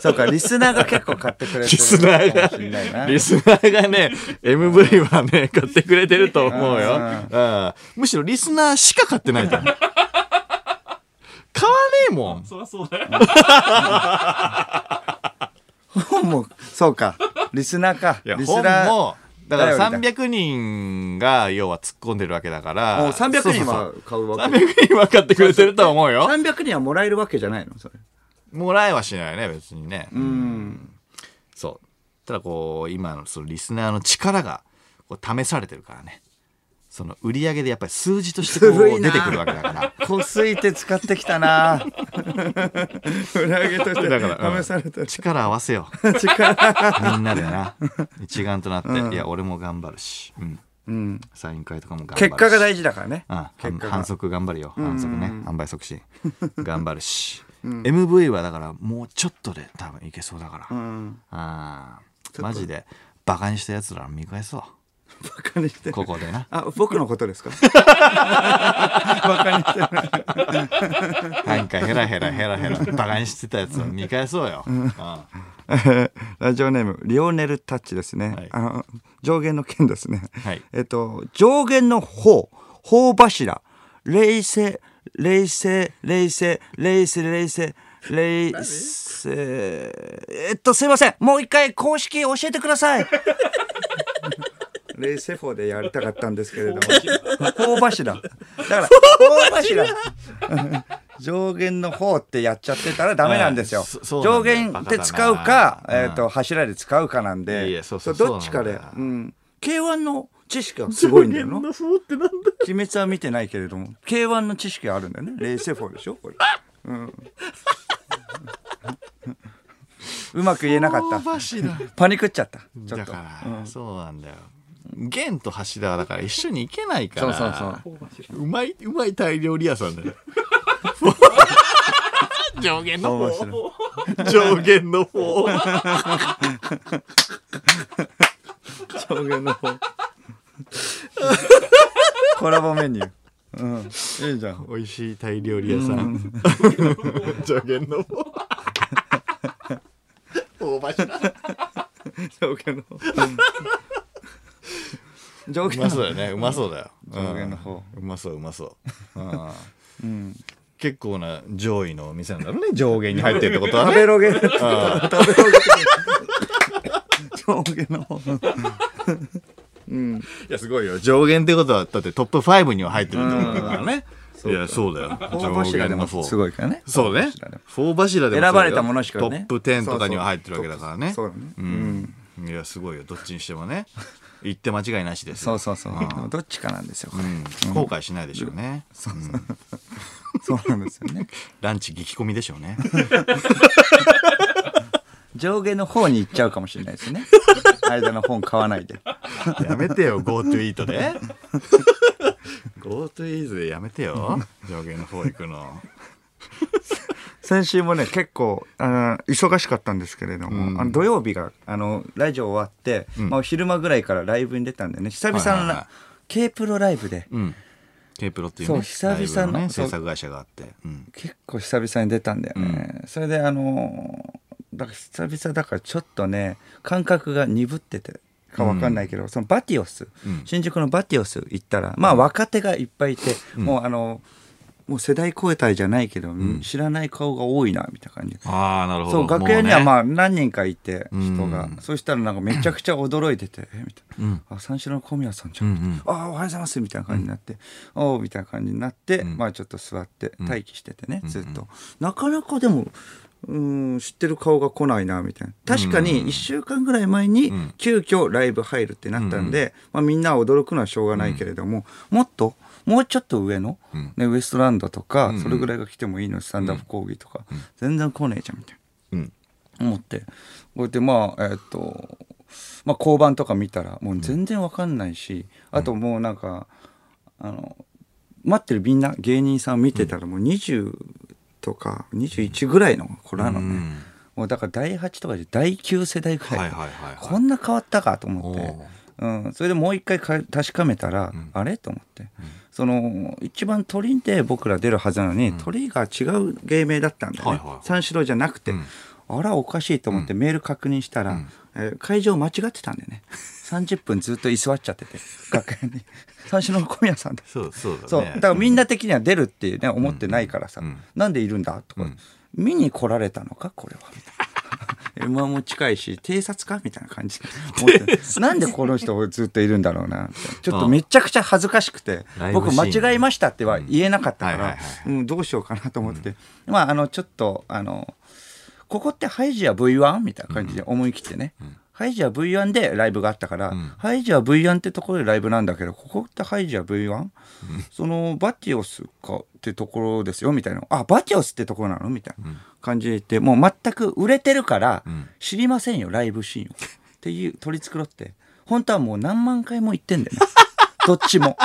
B: そうかリスナーが結構買ってくれ
A: リ
B: てる
A: スナー
B: かもしんない
A: が
B: な
A: リスナーがね MV はね買ってくれてると思うよ、
B: うん
A: うんむしろリスナーしか買ってないじゃん買わねえもん
C: そりゃそうだよ。
B: 本もそうかリスナーか
A: いや
B: リス
A: 本
B: ナー
A: もだから
B: 頼りだ
A: 300人が要は突っ込んでるわけだから
B: もう300
A: そ
B: 人
A: う
B: は
A: そう
B: 買う
A: そう
B: わけ
A: 300人は買ってくれてると思うよ
B: 300人はもらえるわけじゃないのそれ
A: もらえはしないね別にね
B: うん
A: そうただこう今のそのリスナーの力がこう試されてるからねその売り上げでやっぱり数字としてこ
B: ずるいうな
A: 出てくるわけだから
B: こすいて使ってき たな裏上げとし
A: だからうん
B: て試された
A: 力合わ せよう みんなでな一丸となって、いや俺も頑張るし、うん、
B: うん
A: サイン会とかも頑張るし
B: 結果が大事だからね
A: あ
B: 結果が
A: 反則頑張るよ反則ね販売促 進頑張るし、MV はだからもうちょっとで多分いけそうだから、
B: うん
A: ああマジでバカにしたやつら見返そう
B: バカにしてる
A: ここで な
B: あ僕のことですかバカにしてる
A: なんかヘラヘラヘラヘラバカにしてたやつを見返そうよ、うんあ
B: えー ラジオネームリオネルタッチですね、
A: はい
B: あの上限の件ですね、
A: はい
B: えっと上限の方方柱冷静冷静冷静冷静冷静冷静えっとすいませんもう一回公式教えてください冷静法でやりたかったんですけれ ども方柱だから方柱上限の方ってやっちゃってたらダメなんですよ、
A: はいそそうな
B: 上
A: んだよ
B: 限って使うか
A: バカ、だな
B: えっと柱で使うかなんで
A: いやそうそう
B: どっちか
A: そ
B: で
A: うなんだよ
B: うん、K1 の知識はすごいんだよ な
A: の
B: 鬼
A: そうってなんだ
B: 滅は見てないけれども K1 の知識はあるんだよね冷静フォーでしょこれ、 うん、うまく言えなかった
A: 柱
B: パニクっちゃったちょ
A: だ
B: っと
A: から、そうなんだよ弦と柱はだから一緒に行けないか
B: そう
A: ら
B: そうそう
A: うまいうまいタイ料理屋さんだよ上限の
B: 面
A: 方
B: 白
A: 上限の 方
B: 上限の方 コラボメニューうん、いいじゃん
A: 美味しいタイ料理屋さん 上限の方大柱
B: 上限の方上
A: う
B: 限の
A: まそうだよねうまそうだよ
B: 上限の方
A: うんうまそううま そう、うん、結構な上位のお店なんだろうね上限に入ってるってことは
B: 食
A: ね
B: べロゲ食べロゲ上下の方
A: いやすごいよ上限ってことはだってトップ5には入ってるってことだからねいやそうだよ
B: 大
A: 上
B: 柱で
A: 限の
B: も
A: 4
B: すごいからね
A: そうね4柱でもそうだよ
B: 選ばれたものしかね
A: トップ10とかには入ってるわけだからね
B: そうそうそうだね
A: うんいやすごいよどっちにしても ね言って間違いなしです
B: そ
A: よ
B: うそうそうでもどっちかなんですよこれ
A: うん後悔しないでしょうね
B: そうなんですよね
A: ランチ激込みでしょうね
B: 上下の方に行っちゃうかもしれない ですね間の本買わないで
A: やめてよ GoToEat で GoToEat でやめてよ上限の方行くの
B: 先週もね結構あの忙しかったんですけれども、あの土曜日があのラジオ終わって、まあ、昼間ぐらいからライブに出たんでね久々の、
A: はいはいはい
B: K プロライブで
A: うん K プロっていう
B: そう
A: ね
B: 久々の
A: ライブね
B: そう
A: 制作会社があってうん
B: 結構久々に出たんだよね、それであのーだから久々だからちょっとね感覚が鈍っててかわかんないけど、そのバティオス、
A: うん
B: 新宿のバティオス行ったらまあ若手がいっぱいいて、もうあのもう世代超えたじゃないけど、知らない顔が多いなみたいな感じ
A: ああなるほ
B: そ
A: ど
B: う楽屋には
A: あ
B: まあ何人かいて人が、
A: うん
B: そしたらなんかめちゃくちゃ驚いてて「えみたいな、
A: うん
B: あ三四郎の小宮さんじゃん」
A: うんうん
B: ああおはようございます」みたいな感じになって「おう」みたいな感じになって、
A: ん
B: まあちょっと座って待機しててね、ずっと、なかなかでもうーん知ってる顔が来ないなみたいな確かに1週間ぐらい前に
A: ん
B: 急遽ライブ入るってなったんで、まあ、みんなは驚くのはしょうがないけれども、もっともうちょっと上の、
A: うん
B: ね、ウエストランドとか、
A: うん
B: それぐらいが来てもいいのにスタンダップ講義とか、全然来ねえじゃんみたいな。
A: うん
B: 思ってこうやってまあえーっとまあ交番とか見たらもう全然わかんないし、あともうなんかあの待ってるみんな芸人さん見てたらもう20とか21ぐらいの子らのね、
A: うん
B: もうだから第8とかで第9世代ぐらい,、
A: はいはいはいはい
B: こんな変わったかと思って
A: おう。
B: うん、それでもう一回か確かめたら、あれと思って、その一番鳥で僕ら出るはずなのに、鳥が違う芸名だったんだよね、
A: はいはいはい
B: 三四郎じゃなくて、
A: うん
B: あらおかしいと思ってメール確認したら、
A: ん
B: えー会場間違ってたんだよね30分ずっと居座っちゃってて楽屋に三四郎の小宮さんだ
A: そうそうだね
B: そうだからみんな的には出るってね思ってないからさ、
A: うん
B: なんでいるんだとか、見に来られたのかこれは みたいな M1 も近いし偵察かみたいな感じで思ってなんでこの人ずっといるんだろうなみたいなちょっとめちゃくちゃ恥ずかしくて
A: ライブシ
B: 僕
A: ーンね
B: 間違えましたっては言えなかったか
A: うんはいはい
B: ら
A: はい
B: うんどうしようかなと思って、まああのちょっとあのここってハイジア V1 みたいな感じで思い切ってね、ハイジア V1 でライブがあったから、ハイジア V1 ってところでライブなんだけどここってハイジア V1、そのバティオスかってところですよみたいなあバティオスってところなのみたいな感じで言ってもう全く売れてるから知りませんよライブシーンを っていう取り繕って本当はもう何万回も行ってんだよねどっちも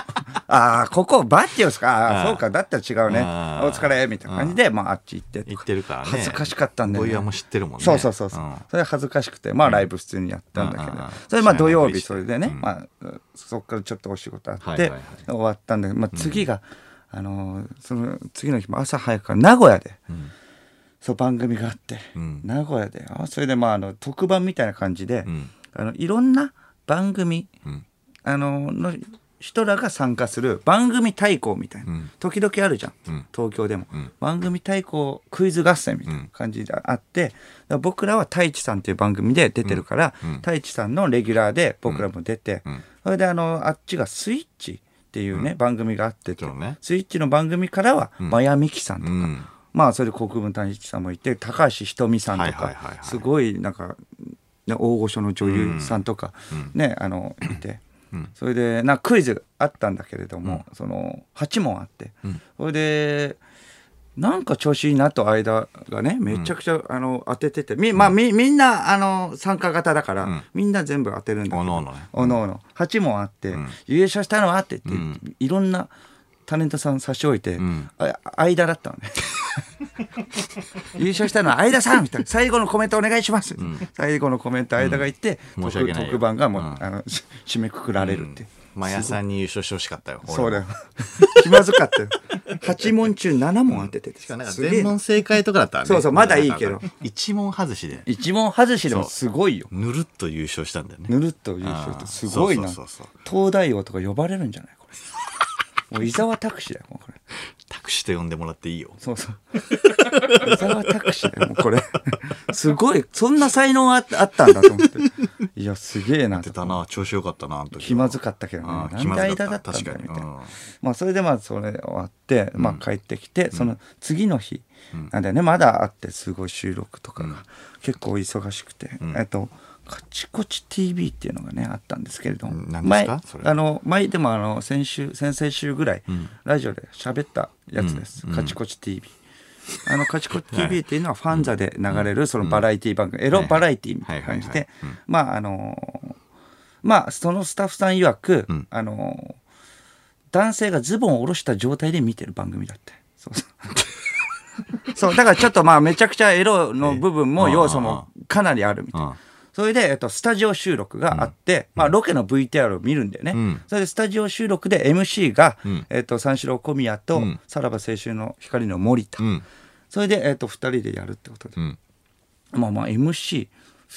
B: ああ、ここバッて押すか。あ
A: あ
B: あ、
A: あ
B: そうか。だったら違うね。お
A: ああ
B: 疲れ。みたいな感じで、まあ、あっち行ってとか。
A: 行ってるからね
B: 恥ずかしかったんだよ
A: 土
B: ね。
A: 曜も知ってるもんね
B: そうそうそうそう、
A: うん
B: それ恥ずかしくてまあライブ普通にやったんだけど、
A: うんうんうん
B: それまあ土
A: 知らない
B: 曜
A: ふり
B: 日
A: して
B: それでね、
A: うん
B: まあ、そこからちょっとお仕事あって、
A: はいはいはい
B: 終わったんだけど、まあ、次が、あのーその次の日も朝早くから名古屋で、
A: ん
B: そう番組があって、
A: うん
B: 名古屋であそれでまああの特番みたいな感じで、
A: うん
B: あのいろんな番組
A: うん
B: あのの人らが参加する番組対抗みたいな、
A: うん
B: 時々あるじゃん、
A: うん
B: 東京でも、
A: うん
B: 番組対抗クイズ合戦みたいな感じであって、だから僕らは太一さんっていう番組で出てるから、
A: うん
B: 太一さんのレギュラーで僕らも出て、
A: うん
B: それであのあっちがスイッチっていうね、番組があってて
A: そうね
B: スイッチの番組からは、マヤミキさんと
A: う
B: か、
A: ん
B: まあそれで国分太一さんもいて高橋ひとみさんと
A: はいはいはいは
B: か
A: い
B: すごいなんか、ね、大御所の女優さんとか、ねあのいて、
A: うん
B: それでなんかクイズあったんだけれども、その8問あって、
A: うん
B: それでなんか調子いいなと間がねめちゃくちゃ、あの当てててみ,、まあ、みみんなあの参加型だから、
A: ん
B: みんな全部当てるんだけど
A: おのおのね
B: おのおの8問あって、
A: ん
B: 優勝したのはって言って、
A: う
B: いろんなタレントさん差し置いて、
A: ん
B: あ間だったのね優勝したのは相田さんみたいな最後のコメントお願いします、最後のコメント間が言って、
A: うん申し
B: 特
A: 訳ないよ
B: 特番がもう、
A: うん
B: あのし締めくくられるって、
A: マヤさんに優勝してほしかったよ
B: そうだ
A: よ
B: よ気まずかったよ8問中7問当ててて、すげえ
A: 全問正解とかだったらね
B: そうそうまだいいけど
A: 一問外しで
B: 一問外しでもすごいよ
A: ぬるっと優勝したんだよね
B: ぬるっと優勝ってすごいな
A: あーそうそうそう
B: 東大王とか呼ばれるんじゃないこれもう伊沢拓司だよもうこれ
A: タクシーと呼んでもらっていいよ
B: そうそう伊沢拓司だよもうこれ すごいそんな才能ああったんだと 思っていやすげえな
A: 出
B: と
A: たな調子よかったなあの時は
B: 気まずかったけどね
A: あー
B: なんで間だったんだ
A: 気まずか
B: みたい
A: 確かに
B: なまあそれでまあそれ終わって、まあ、帰ってきて、その次の日なんだよねまだあってすごい収録とかが結構忙しくて、えっとカチコチ TV っていうのがねあったんですけれども
A: うん何です
B: 前
A: か
B: あ
A: それ
B: の前でもあの先週先々週ぐらいラジオで喋ったやつです、カチコチ TV。あのカチコチ TV っていうのはファンザで流れるそのバラエティ番組、エロバラエティみたいな感じで
A: はいはいはいは
B: まああのーまあそのスタッフさん曰く、
A: ん
B: あのー男性がズボンを下ろした状態で見てる番組だってそう そうそうだからちょっとまあめちゃくちゃエロの部分も
A: ええ
B: 要素もかなりあるみたい
A: うん
B: な。それで、えっと、スタジオ収録があって、まあ、ロケの VTR を見るんだよね、
A: ん
B: それでスタジオ収録で MC が、
A: ん
B: えっと、三四郎小宮と、
A: ん
B: さらば青春の光の森田、
A: うん
B: それで、えっと、2人でやるってことで、
A: うん
B: まあまあ MC2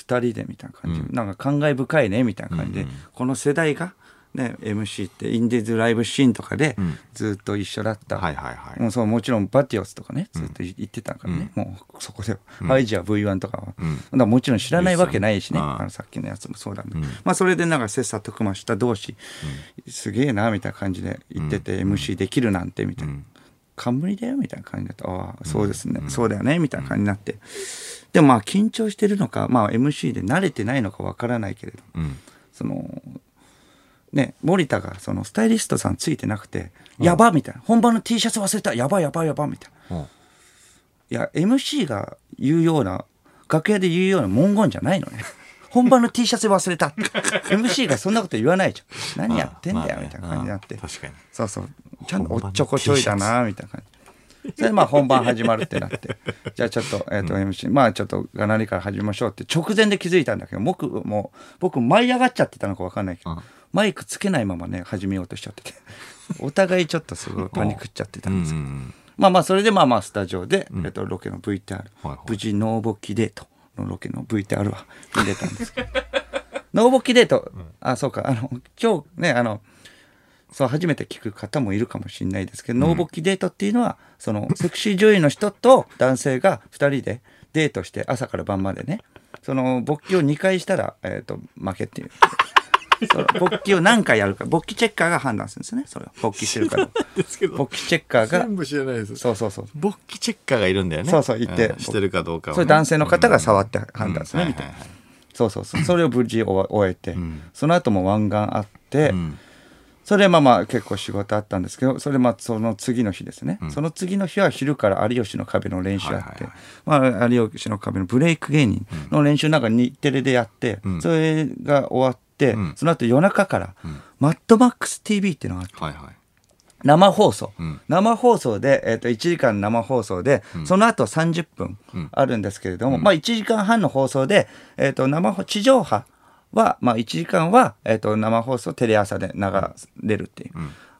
B: 人でみたいな感じ、なんか感慨深いねみたいな感じで、この世代が、ね、MC ってインディーズライブシーンとかでずっと一緒だった、
A: はいはいはい
B: もうそうもちろんバティオスとかねずっとい言ってたからね、もうそこで、ハイジア V1 とかは、だからもちろん知らないわけないしね、
A: ですよね
B: あのさっきのやつもそうだけど、まあ、それでなんか切磋琢磨した同士、すげえなみたいな感じで言ってて、MC できるなんてみたいな。冠だよみたいな感じだとああそうですね、そうだよねみたいな感じになってでもまあ緊張してるのか、まあ、MC で慣れてないのかわからないけれど
A: うん
B: そのね森田がそのスタイリストさんついてなくて「やば」みたいな「本番の T シャツ忘れたやばいやばいやば」みたいな
A: おう
B: いや MC が言うような楽屋で言うような文言じゃないのね本番の T シャツ忘れた MC がそんなこと言わないじゃん何やってんだよ
A: まあ
B: みたいな感じになって、
A: まあねうん確かに
B: そうそうちゃんとおっちょこちょいだなみたいな感じそれでまあ本番始まるってなってじゃあちょっと,、えーと MC、まあちょっとがなりから始めましょうって直前で気づいたんだけど僕もう僕舞い上がっちゃってたのか分かんないけど、
A: うん
B: マイクつけないままね始めようとしちゃっててお互いちょっとすごいパニックっちゃってた
A: うんん
B: で
A: う
B: すけど、
A: ん
B: まあまあそれでまあまあスタジオで、えっと、ロケの VTR、
A: はいはい
B: 無事ノーボッキデートのロケの VTR は見れたんですけどノーボッキデート、あそうかあの今日ねあのそう初めて聞く方もいるかもしれないですけど、ノーボッキデートっていうのはそのセクシー女優の人と男性が2人でデートして朝から晩までねその勃起を2回したら、えっと負 けっていう。その勃起を何回やるか勃起チェッカーが判断するんですねそれを勃起してるから
A: ですけど
B: 勃起チェッカーが
A: 全部知らないです
B: そうそうそう
A: 勃起チェッカーがいるんだよね
B: そうそういて
A: んしてるかどうかをね
B: それ男性の方が触って判断ですね、
A: うん
B: みたいな、
A: はいはいはい
B: そうそうそうそれを無 事終わ終えて、
A: ん
B: その後も湾岸あって、
A: ん
B: それまあまあ結構仕事あったんですけどそれまあその次の日ですね、その次の日は昼から「有吉の壁」の練習あって、まあ、有吉の壁のブレイク芸人の練習なんか日テレでやって、
A: ん
B: それが終わって、
A: ん
B: その後夜中から「マッドマックス TV」っていうのがあって
A: はいはい
B: 生放送、
A: ん
B: 生放送で、えっと1時間生放送で、その後30分あるんですけれども、まあ、1時間半の放送で、えっと生放地上波は、まあ、1時間は、えっと生放送テレ朝で流れるっていう、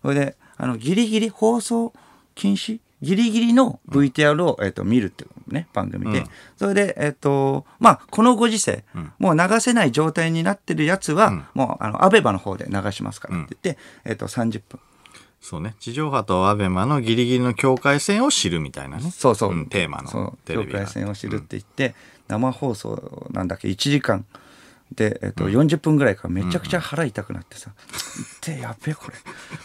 B: それであのギリギリ放送禁止ギリギリの VTR を、えっと見るっていうね番組で、それで、えっとまあ、このご時世、もう流せない状態になってるやつは、もうあのアベバの方で流しますからって言って、えっと30分。
A: そうね地上波とアベマのギリギリの境界線を知るみたいなね
B: そうそう、
A: んテーマのテレビ
B: 境
A: が
B: 界線を知るって言って、生放送なんだっけ1時間で、えっと40分ぐらいからめちゃくちゃ腹痛くなっ てさ「で、やべえこ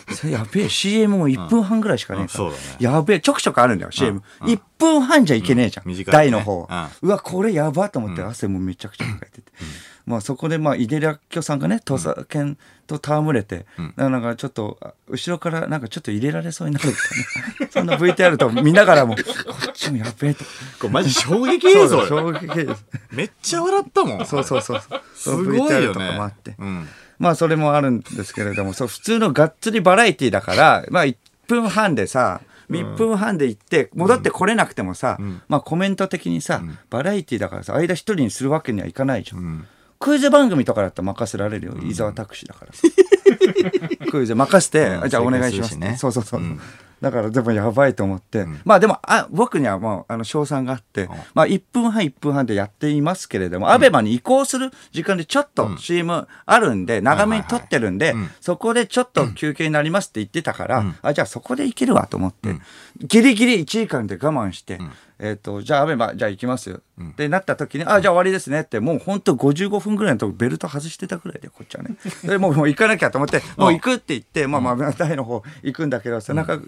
B: れそれやべえ CM も1分半ぐらいしかねえから、
A: うんそうだね
B: やべえちょくちょくあるんだよ CM1、一分半じゃいけねえじゃ
A: う
B: ん、
A: ん短いね
B: 台の方は、
A: う
B: うわこれやばと思って汗もめちゃくちゃかかってて、まあ、そこでまあ井出らっきょさんがね土佐犬と戯れて、なんかちょっとあ後ろからなんかちょっと入れられそうになるみたいな そんな VTR と見な がらもこっちもやべえと
A: これマジ衝撃映像
B: そう
A: よ
B: 衝撃です
A: めっちゃ笑ったもん
B: そうそうそうそう
A: すごい
B: VTR
A: よ
B: とかもあっ
A: ね
B: て、
A: うん
B: まあそれもあるんですけれどもそう普通のがっつりバラエティーだからまあ1分半でさ1分半で行って戻ってこれなくてもさ、まあコメント的にさ、バラエティーだからさ間一人にするわけにはいかないじゃん、クイズ番組とかだったら任せられるよ、伊沢拓司だからクイズ任せて、
A: うん
B: じゃあお願いしま
A: 正解する
B: す
A: しね
B: そうそうそう、
A: うん
B: だからでもやばいと思って、まあでもあ僕にはもうあの賞賛があって、まあ、1分半1分半でやっていますけれども、アベマに移行する時間でちょっと CM あるんで、長めに撮ってるんで、そこでちょっと休憩になりますって言ってたから、あじゃあそこでいけるわと思って、ギリギリ1時間で我慢して、えっとじゃあアベマじゃあ行きますよ、ってなった時にあじゃあ終わりですねってもう本当55分ぐらいのとこベルト外してたぐらいでこっち はねでもうもう行かなきゃと思ってもう行くって言って、まあまあ台の方行くんだけど背中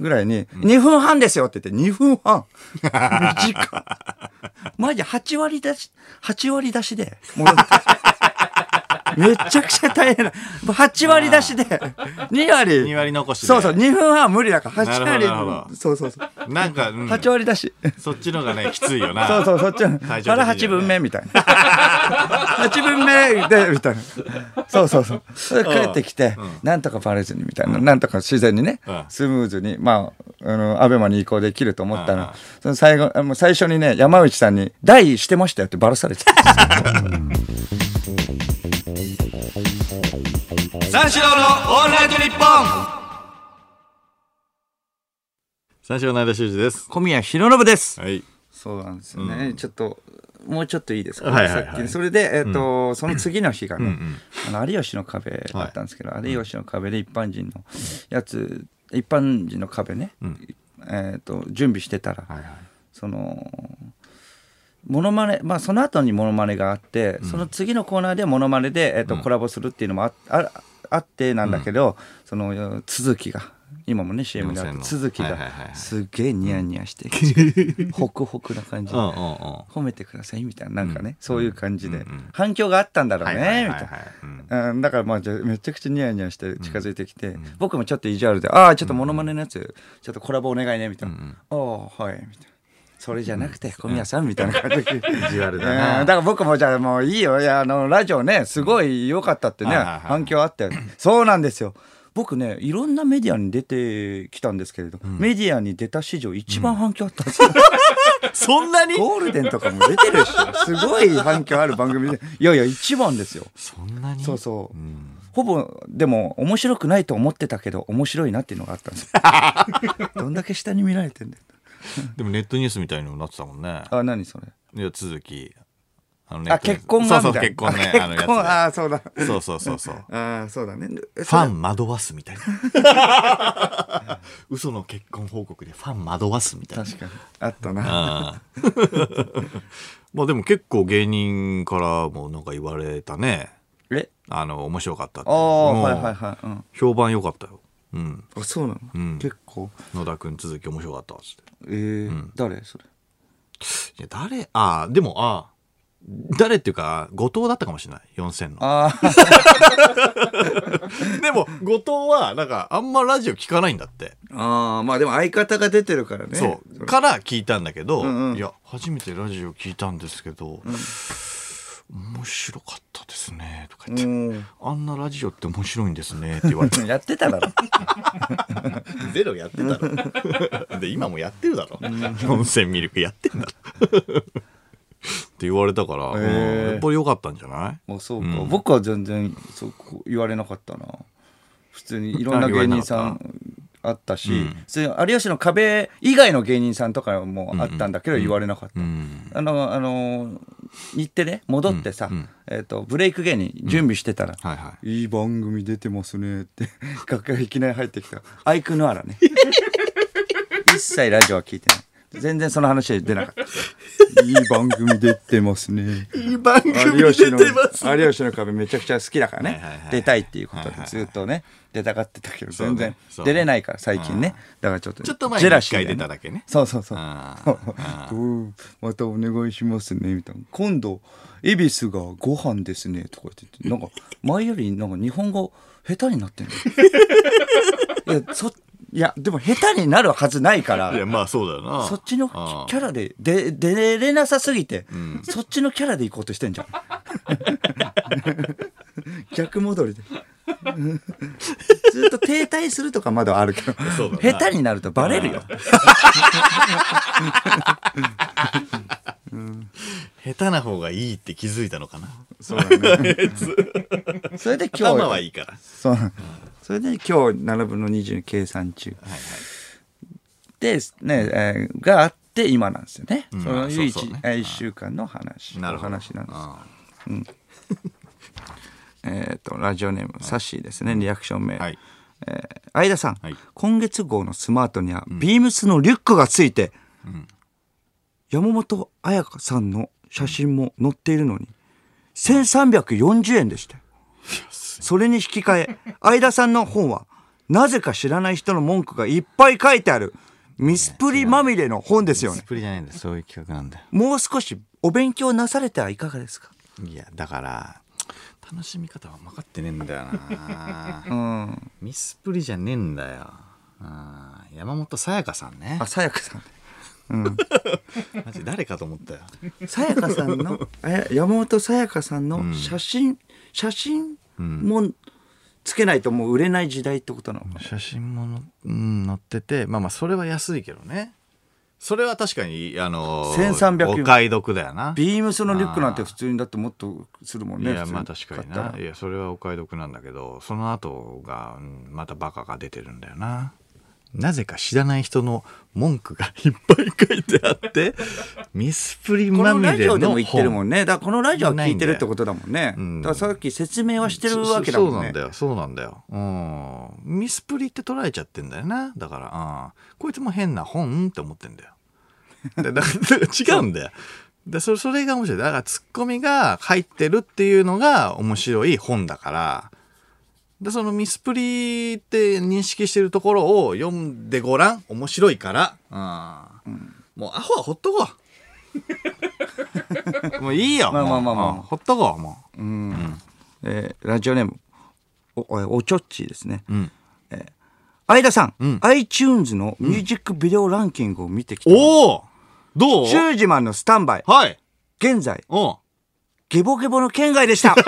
B: ぐらいに「2分半ですよ」って言って2分 半短いマジ8割出し、8割出しで戻ってき た。めちゃくちゃ大変な。8割 出しで、2割。
A: 2割残しで
B: そうそう、2分半無理だから、8
A: なるほどなるほ
B: 割。
A: ど
B: そうそうそう。
A: なんか、うん
B: 8割出し。
A: そっちのがねきついよな
B: そうそう、そっち
A: 体
B: の。
A: 調的に
B: 腹8分目みたいな。8分目で、みたいな。そうそうそう。それで帰ってきて、なんとかバレずにみたいな、なんとか自然にね
A: うん、
B: スムーズに、まあ、あの、アベマに移行できると思った
A: うん
B: ら、その最後、あもう最初にね、山内さんに、台してましたよってバラされてた。
A: 三四郎のオールナイトニッポン三四郎の間修司です
B: 小宮浩信です。
A: はい
B: そうなんですよね。ちょっと、もうちょっといいですか、
A: はいはいはい
B: さっきそれで、えっ、と、その次の日がね、
A: ん
B: あの有吉の壁だったんですけど、有吉の壁で一般人のやつ、一般人の壁ね、えっ、と、準備してたら、
A: はいはい
B: その、モノマネ、まあその後にモノマネがあって、その次のコーナーでモノマネで、えっ、と、コラボするっていうのもあああってなんだけど、その、続きが、今もね CM であって
A: 四千の
B: 続き
A: は
B: が
A: いはいはいはい
B: すっげえニヤニヤして、 ホクホクな感じ
A: う
B: で
A: んうんうん
B: 褒めてくださいみたいななんかね、そういう感じで、
A: うんうん
B: 反響があったんだろうねみたいな、
A: うん
B: うん、だからまあじゃあめちゃくちゃニヤニヤして近づいてきて、僕もちょっと意地悪で「ああちょっとモノマネのやつ、ちょっとコラボお願いね」みたいな「ああはい」みたいな。それじゃなくて小宮さんみたいな 感じで意
A: 地悪だな
B: だから僕もじゃあもういいよいやあのラジオねすごい良かったって
A: は
B: ね、
A: いはいはい
B: 反響あったよねそうなんですよ僕ねいろんなメディアに出てきたんですけれど、メディアに出た史上一番反響あったんで すよ、
A: そんなに
B: ゴールデンとかも出てるし、すごい反響ある番組で。いやいや、一番ですよ。
A: そんなに
B: そうそう。
A: ん
B: ほぼ、でも、面白くないと思ってたけど、面白いなっていうのがあったんですよ。 どんだけ下に見られてんだよ。
A: でもネットニュースみたいにもなってたもんね
B: あ、何それ。
A: いや続きあのネッ
B: あ、
A: トニュース
B: 結婚
A: そう
B: がみ
A: そう
B: たい
A: 結
B: な。
A: 婚ね
B: あ
A: あの
B: 結婚、
A: や
B: あ、そうだ。
A: つねそうそうそうそう
B: あ そうだね。
A: ファン惑わすみたいな 嘘の結婚報告でファン惑わすみたいな
B: 確かに。あったな。
A: まあでも結構芸人からもなんか言われたね
B: え
A: あの面白かったって
B: ああ、
A: もう
B: はいはいはい。うん。
A: 評判良かったよ、うん、
B: あ、そうなの、
A: ん
B: 結構。
A: 野田君続き面白かったっつっ
B: えー誰それ。
A: ていや誰ああでもああ誰っていうか後藤だったかもしれない4000の
B: ああ、
A: でも後藤はなんかあんまラジオ聞かないんだって、
B: ああ、まあでも相方が出てるからね。
A: そうから聞いたんだけど、
B: んうん
A: いや初めてラジオ聞いたんですけど、面白かったですねとか言って、
B: うん
A: あんなラジオって面白いんですねって言われて
B: やってただろ。
A: ゼロやってたろ で今もやってるだろ温泉ミルクやってんだろ って言われたから、
B: へ
A: うん
B: ー
A: やっぱり良かったんじゃない
B: あそうか、
A: うん
B: 僕は全然そうこう言われなかったな普通にいろんな芸人さ
A: あ言われなか
B: んあったし、
A: うん
B: 普通に有吉の壁以外の芸人さんとかもあったんだけど言われなかった、
A: うん
B: あのあの日テレ戻ってさ、
A: うんうん
B: えっとブレイク芸人準備してたら、
A: はいはい
B: いい番組出てますねって楽屋いきなり入ってきたアイクヌアラ ね一切ラジオは聞いてない全然その話は出なかった いい番組出てますね
A: いい番組
B: 有
A: 出
B: 吉
A: て
B: の
A: ます
B: 有吉の壁めちゃくちゃ好きだから
A: はいはいはい
B: ね
A: はい
B: 出たいっていうこと
A: はい
B: で
A: はい
B: ずっとね出たがってたけど
A: そうね
B: 全然
A: そうね
B: 出れないから最近ねだからちょっと
A: ちょっと前
B: ジェ
A: に
B: ラ
A: 一
B: シー
A: 回
B: だ
A: 出
B: よね
A: ただけね
B: そうそうそう
A: あ
B: 「うんまたお願いしますね」みたいな「今度恵比寿がご飯ですね」とか言っててなんか前よりなんか日本語下手になってんのいやそいやでも下手になるはずないから
A: ーいやまあそうだよな
B: そっちのキ
A: あー
B: ャラでで出れなさすぎて、そっちのキャラで行こうとしてん じゃん逆 戻りでずっと停滞するとかまだあるけど
A: そうだな
B: 下手になるとバレるよ
A: 下手な方がいいって気づいたのかな
B: そうだね それで今日
A: 頭はいいから
B: そうそれで今日7分の20計算中
A: はいはい
B: でね、えーがあって今なんですよね、
A: うん
B: そのいう
A: そうそうね
B: 1週間の話
A: なる
B: お
A: ほど
B: 話なんです
A: あ
B: えー、とラジオネーム、サッシーですねリアクション名、
A: ーはい
B: えー相田さん、
A: はい
B: 今月号のスマートには、ビームスのリュックがついて、山本彩香さんの写真も載っているのに1340円でしたよそれに引き換え 相田さんの本はなぜか知らない人の文句がいっぱい書いてあるミスプリまみれの本ですよね
A: スプリじゃないんだよそういう企画なんだよ
B: もう少しお勉強なされてはいかがですか
A: いやだから楽しみ方は分かってねえんだよ な
B: うん
A: ミスプリじゃねえんだよあー山本さやかさんね
B: あさやかさん
A: マジ誰かと思ったよ
B: さやかさ んのえ山本さやかさんの写真、写真もつけないともう売れない時代ってことなのかな、
A: 写真もの、うん、載っててまあまあそれは安いけどねそれは確かにあのー
B: 1300円
A: お買い得だよな
B: ビームスのリュックなんて普通にだってもっとするもんね
A: いや
B: 普通
A: まあ確かに
B: 買った
A: な
B: ら
A: いやそれはお買い得なんだけどその後が、うんまたバカが出てるんだよななぜか知らない人の文句がいっぱい書いてあって ミスプリ
B: こ
A: ま
B: の
A: み
B: ラ
A: れ
B: ジ
A: の
B: オ
A: 本
B: でも言ってるもんねだからこのラジオは聞いてるってことだもんねだ
A: うん
B: からさっき説明はしてるわけだもんね
A: そそうなんだよそうなんだようんミスプリって捉えちゃってんだよなだから、うん、こいつも変な本って思ってんだよでだ から違うんだよでそれそれが面白いだからツッコミが入ってるっていうのが面白い本だからでそのミスプリって認識してるところを読んでごらん面白いから、うんもうアホはほっとこ うもういいよ
B: まあまあ
A: もう
B: まあまあ
A: うんほっとこうもう、
B: えーラジオネームおおおちょっちーですね、
A: うん
B: 相田さん、
A: ん
B: iTunes のミュージックビデオランキングを見てきた、
A: おおどう
B: シュージマンのスタンバイ
A: はい。
B: 現在
A: おう
B: ゲボゲボの県外でした。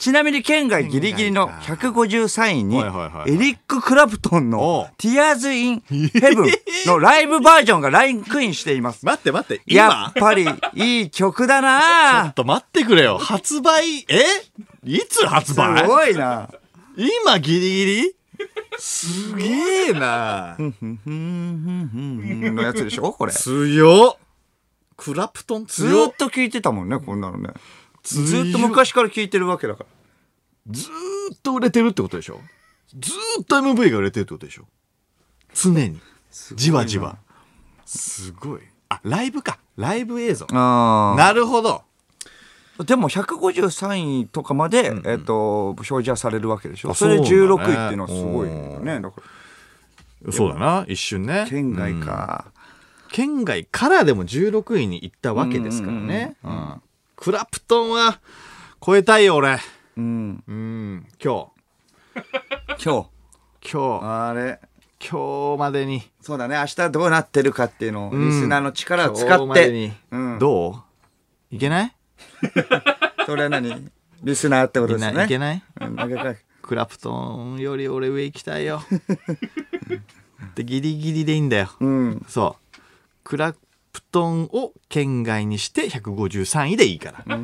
B: ちなみに県外ギリギリの153位に
A: はいはいはいはい
B: エリック・クラプトン
A: おう
B: の「Tears in Heaven」のライブバージョンがラインクインしています。
A: 待って待って、
B: や
A: 今
B: っぱりいい曲だ
A: ちょ
B: な
A: っと待ってくれよ。発売、えいつ発
B: す
A: 売
B: ごいな。
A: 今ギリギリすげえな。
B: のやつでしょこれ。ず
A: 強っクラプトン強
B: ー
A: っ
B: っと聴いてたもんね、こんなのね。ず
A: 強い
B: ーっと昔から聴いてるわけだから。
A: ずーっと売れてるってことでしょずーっと MV が売れてるってことでしょ常に。じわじわ。すごい。あ、ライブか。ライブ映像。
B: あ
A: なるほど。
B: でも153位とかまで、えっと表示はされるわけでしょ
A: あ
B: それで
A: そう
B: 16
A: だね
B: 位っていうのはすごいよねだから
A: そうだな、一瞬ね。
B: 県外か、
A: 県外からでも16位に行ったわけですからね。うんクラプトンは超えたいよ、俺。
B: うん
A: うん、今
B: 今日
A: 日、今
B: あれ
A: 日、今日までに。
B: そうだね明日どうなってるかっていうのを
A: ん
B: リスナーの力を使
A: 今日
B: っ
A: まで
B: て、
A: に
B: うん
A: どういけない
B: それは何リスナーってこ
A: み
B: と
A: ん
B: です
A: な
B: ね
A: いけない
B: うんなんか
A: ク
B: クラプトンより俺上行きたい よでギリギリでいいんだよ、
C: うん。
B: そうクラプトンを県外にして153位でいいから、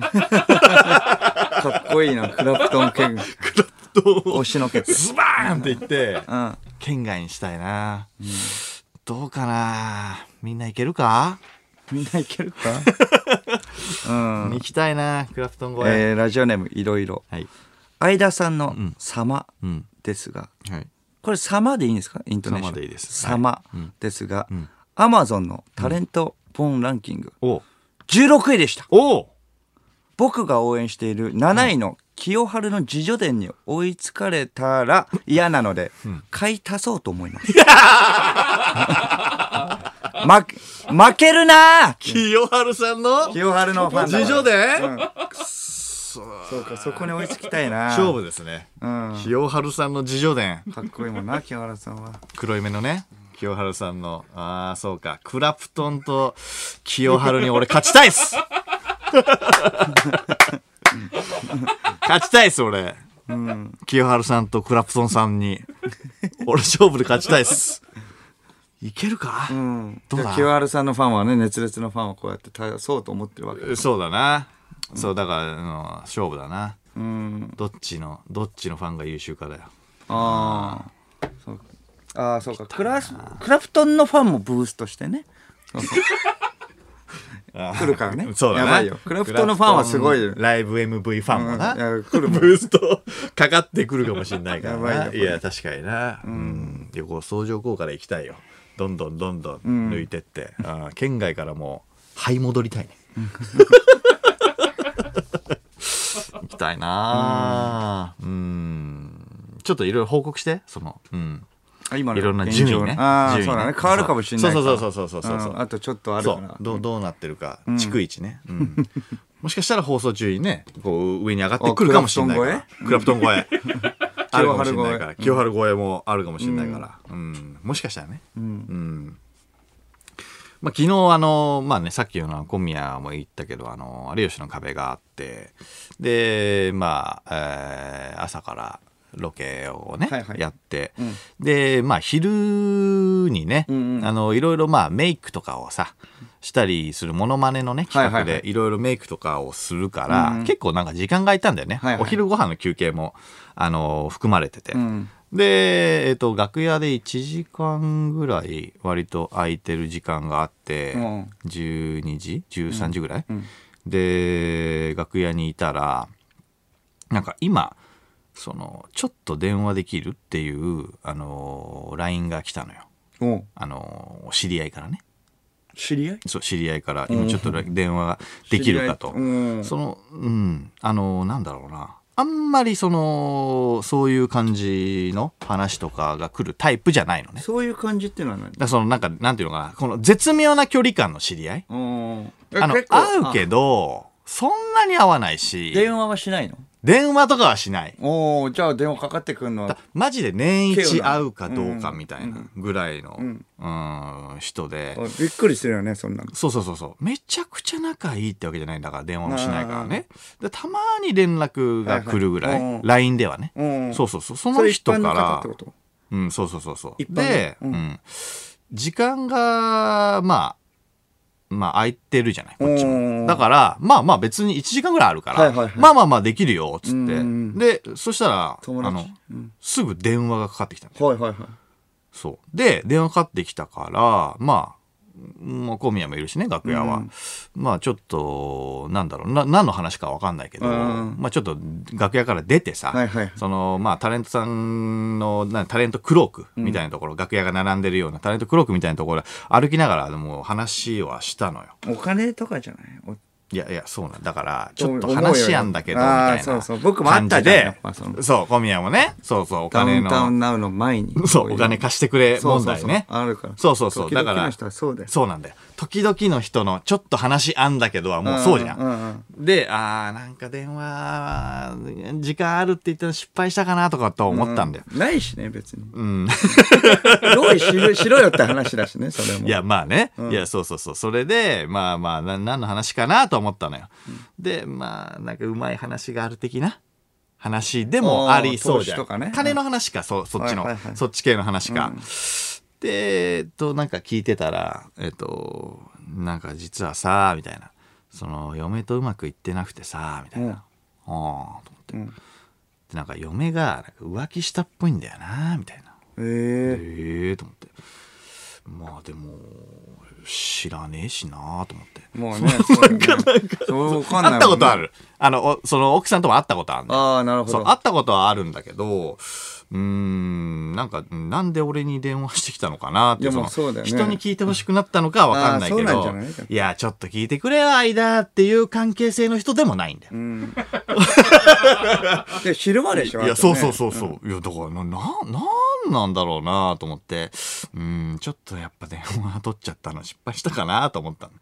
B: かっこいいなクラプトン剣
A: クラプトンを
B: 押しのけて
A: ズバーンって言って
B: うん県外にしたいな、どうかなみんな行けるか、みんないけ るかうん、
A: 行きたいなクラプトン越え
B: えーラジオネームいろいろ
A: はい
B: 相田さんの
A: ん
B: 「様
A: うん」
B: ですが、
A: はい
B: これ「様」でいいんですかイントネーション
A: 様でいいです
B: 様
A: はいうん
B: ですが、
A: うん
B: アマゾンのタレント本ランキング
A: おう
B: 16位でした
A: おう
B: 僕が応援している7位の清春の自叙伝に追いつかれたら嫌なので、買い足そうと思います。 負け負けるなー
A: 清春さんの
B: 清春のファンだ
A: 自叙伝
B: そうか、そこに追いつきたいな。
A: 勝負ですね
B: うん。
A: 清春さんの自叙伝
B: かっこいいもんな、清原さんは。
A: 黒い目のね清春さんのああそうかクラプトンと清春に俺勝ちたいっ す勝ちたいっす俺、清春さんとクラプトンさんに俺勝負で勝ちたいっすいけるか、
B: うん。
A: どうだ
B: 清原さんのファンはね、熱烈のファンはこうやって足そうと思ってるわけ。
A: そうだなそうだから、あの勝負だな
B: うん。
A: どっちのどっちのファンが優秀かだよ。
B: ああ。そうああ、そうか。クラス、クラプトンのファンもブーストしてね。そうそう来るからね
A: そうだな
B: やばいよ。クラフトのファンはすごいよ。
A: ライブ MV ファンもな、
B: うんいや来るもん
A: ブーストかかってくるかもしれないからな
B: やばいよこれ
A: や確かになうん旅行相乗効果で行きたいよどんどんどんどん抜いてって、あー県外からもう這い戻りたい ね行きたいなうんちょっといろいろ報告してそのうん
B: あ今の
A: いろんな
B: 現
A: 順位
B: 状
A: ね
B: あ
A: 順
B: あ、
A: 位
B: そうだね。変わるかもしれないから。
A: そうそうそうそうそうそうそう
B: うんあとちょっとある
A: そ
B: か
A: う
B: な。
A: どうどうなってるか、逐一ね、うん、 もしかしたら放送中にねこう上に上がってくるかもしれないからクラプトン超え あるかもしれないから清春超えもあるかもしれないから、うんもしかしたらね、うんまあ、昨日あの、まあね、さっきの小宮も言ったけどあの有吉の壁があってでまあ、えー朝からロケをね、
B: はいはい
A: やって、でまあ昼にね、
B: んうん
A: あのいろいろまあメイクとかをさしたりするモノマネのね企
B: は
A: 画
B: いはいは
A: でいろいろメイクとかをするから、結構なんか時間が空いたんだよね、
B: はいはい
A: お昼ご飯の休憩もあの含まれてて、
B: うん
A: で、えっと楽屋で1時間ぐらい割と空いてる時間があって、
B: うん
A: 12時13時ぐらい、で楽屋にいたらなんか今そのちょっと電話できるっていう、あの LINE が来たのよ、
B: おう
A: あの知り合いからね
B: 知り合い
A: そう知り合いから今ちょっと電話ができるかと
B: 知り合いうん
A: そのうんあのなんだろうなあんまりそのそういう感じの話とかが来るタイプじゃないのねだか
B: そういう感じっていうのは何
A: らそのなんかなんていうのかなこの絶妙な距離感の知り合い
B: うん。
A: あの
B: 結構
A: 会うけどそんなに会わない
B: あ
A: し
B: 電話はしないの
A: 電話とかはしない
B: おおじゃあ電話かかってくるのは
A: マジで年一
B: 稀有な
A: 会うかどうかみたいなぐらいの、うん
B: ん
A: 人で、
B: おびっくりするよねそんなの
A: そうそうそうそうめちゃくちゃ仲いいってわけじゃないんだから電話もしないからねでたまに連絡が来るぐらい、
B: はいはいうん
A: LIne ではね、
B: うん
A: そうそうそうそ
B: そ
A: の
B: れ一
A: 人
B: 般
A: か
B: の方っ
A: ら
B: てこと
A: うんそうそうそうそう
B: 一般の
A: で、う
B: うんん
A: 時間がまあまあ空いてるじゃないこっち
B: う
A: も
B: ん
A: だからまあまあ別に1時間ぐらいあるから、
B: はいはいはい
A: まあまあまあできるよっつって
B: うん
A: でそしたらあ
B: 友達
A: のすぐ電話がかかってきたんだよ
B: はいはいはい
A: そう。で、電話かかってきたから、まあ、もう小宮もいるしね、楽屋は。
B: うん
A: まあ、ちょっと、なんだろう、な、何の話かわかんないけど、
B: うん
A: まあ、ちょっと、楽屋から出てさ、
B: はいはい
A: その、まあ、タレントさんの、なタレントクロークみたいなところ、楽屋が並んでるようなタレントクロークみたいなところ、歩きながら、もう話はしたのよ。
B: お金とかじゃないお
A: いやいや、そうなんだから、ちょっと
B: 思うよ
A: 話やんだけど、みたい
B: あ
A: な
B: ーそうそう僕もあったじゃんやっ
A: 感
B: ぱ
A: じ
B: その
A: で、そう、小宮もね、そうそう、お
B: ダウ
A: 金
B: ン
A: の。
B: タウンナウの前に
A: そう、お金貸してくれ問題ね。
B: そうそうそうあるから
A: そうそうそう。
B: 時
A: だ
B: 々
A: か
B: の
A: ら
B: 人はそうだ、よ
A: そうなんだよ。時々の人の、ちょっと話あんだけどはもうそうじゃ
B: うんうんうん
A: ん。で、あー、なんか電話、時間あるって言ったの失敗したかなとかと思ったんだよ。
B: ないしね別に 用意しろしろよって話だしねそれも
A: いや、まあね。いや、そうそうそう。それで、まあまあ、な何の話かなと思ったのよ。で、まあ、なんかうまい話がある的な。話でもありそうじゃ
B: あー投資とか
A: ん、
B: ね
A: 金の話かそそっちの、
B: はいはいはい
A: そっち系の話か、でえっとなんか聞いてたらえっとなんか実はさみたいなその嫁とうまくいってなくてさみたいな、ああーと思って、
B: うん
A: でなんか嫁がなんか浮気したっぽいんだよなみたいな
B: え
A: ええと思ってまあでも知らねえし なと思って
B: えもうねそうだよねそうわかんない
A: 会ったことあるあのおその奥さんとも会ったことあるんだよ
B: ああーなるほ
A: そう
B: ど
A: 会ったことはあるんだけどうーんなんかなんで俺に電話してきたのかなって
B: いやもう
A: の
B: そうだよね
A: 人に聞いてほしくなったのかは分かんないけ
B: あーそう
A: ど
B: なんじゃない
A: いやちょっと聞いてくれよ間っていう関係性の人でもないんだよ
B: うん、で昼間でしょ
A: いや、
B: あと
A: そう
B: ね
A: そうそうそう。いや、だから、な、な、なんなんだろうなと思って、うん、ちょっとやっぱ電話取っちゃったの失敗したかなと思ったの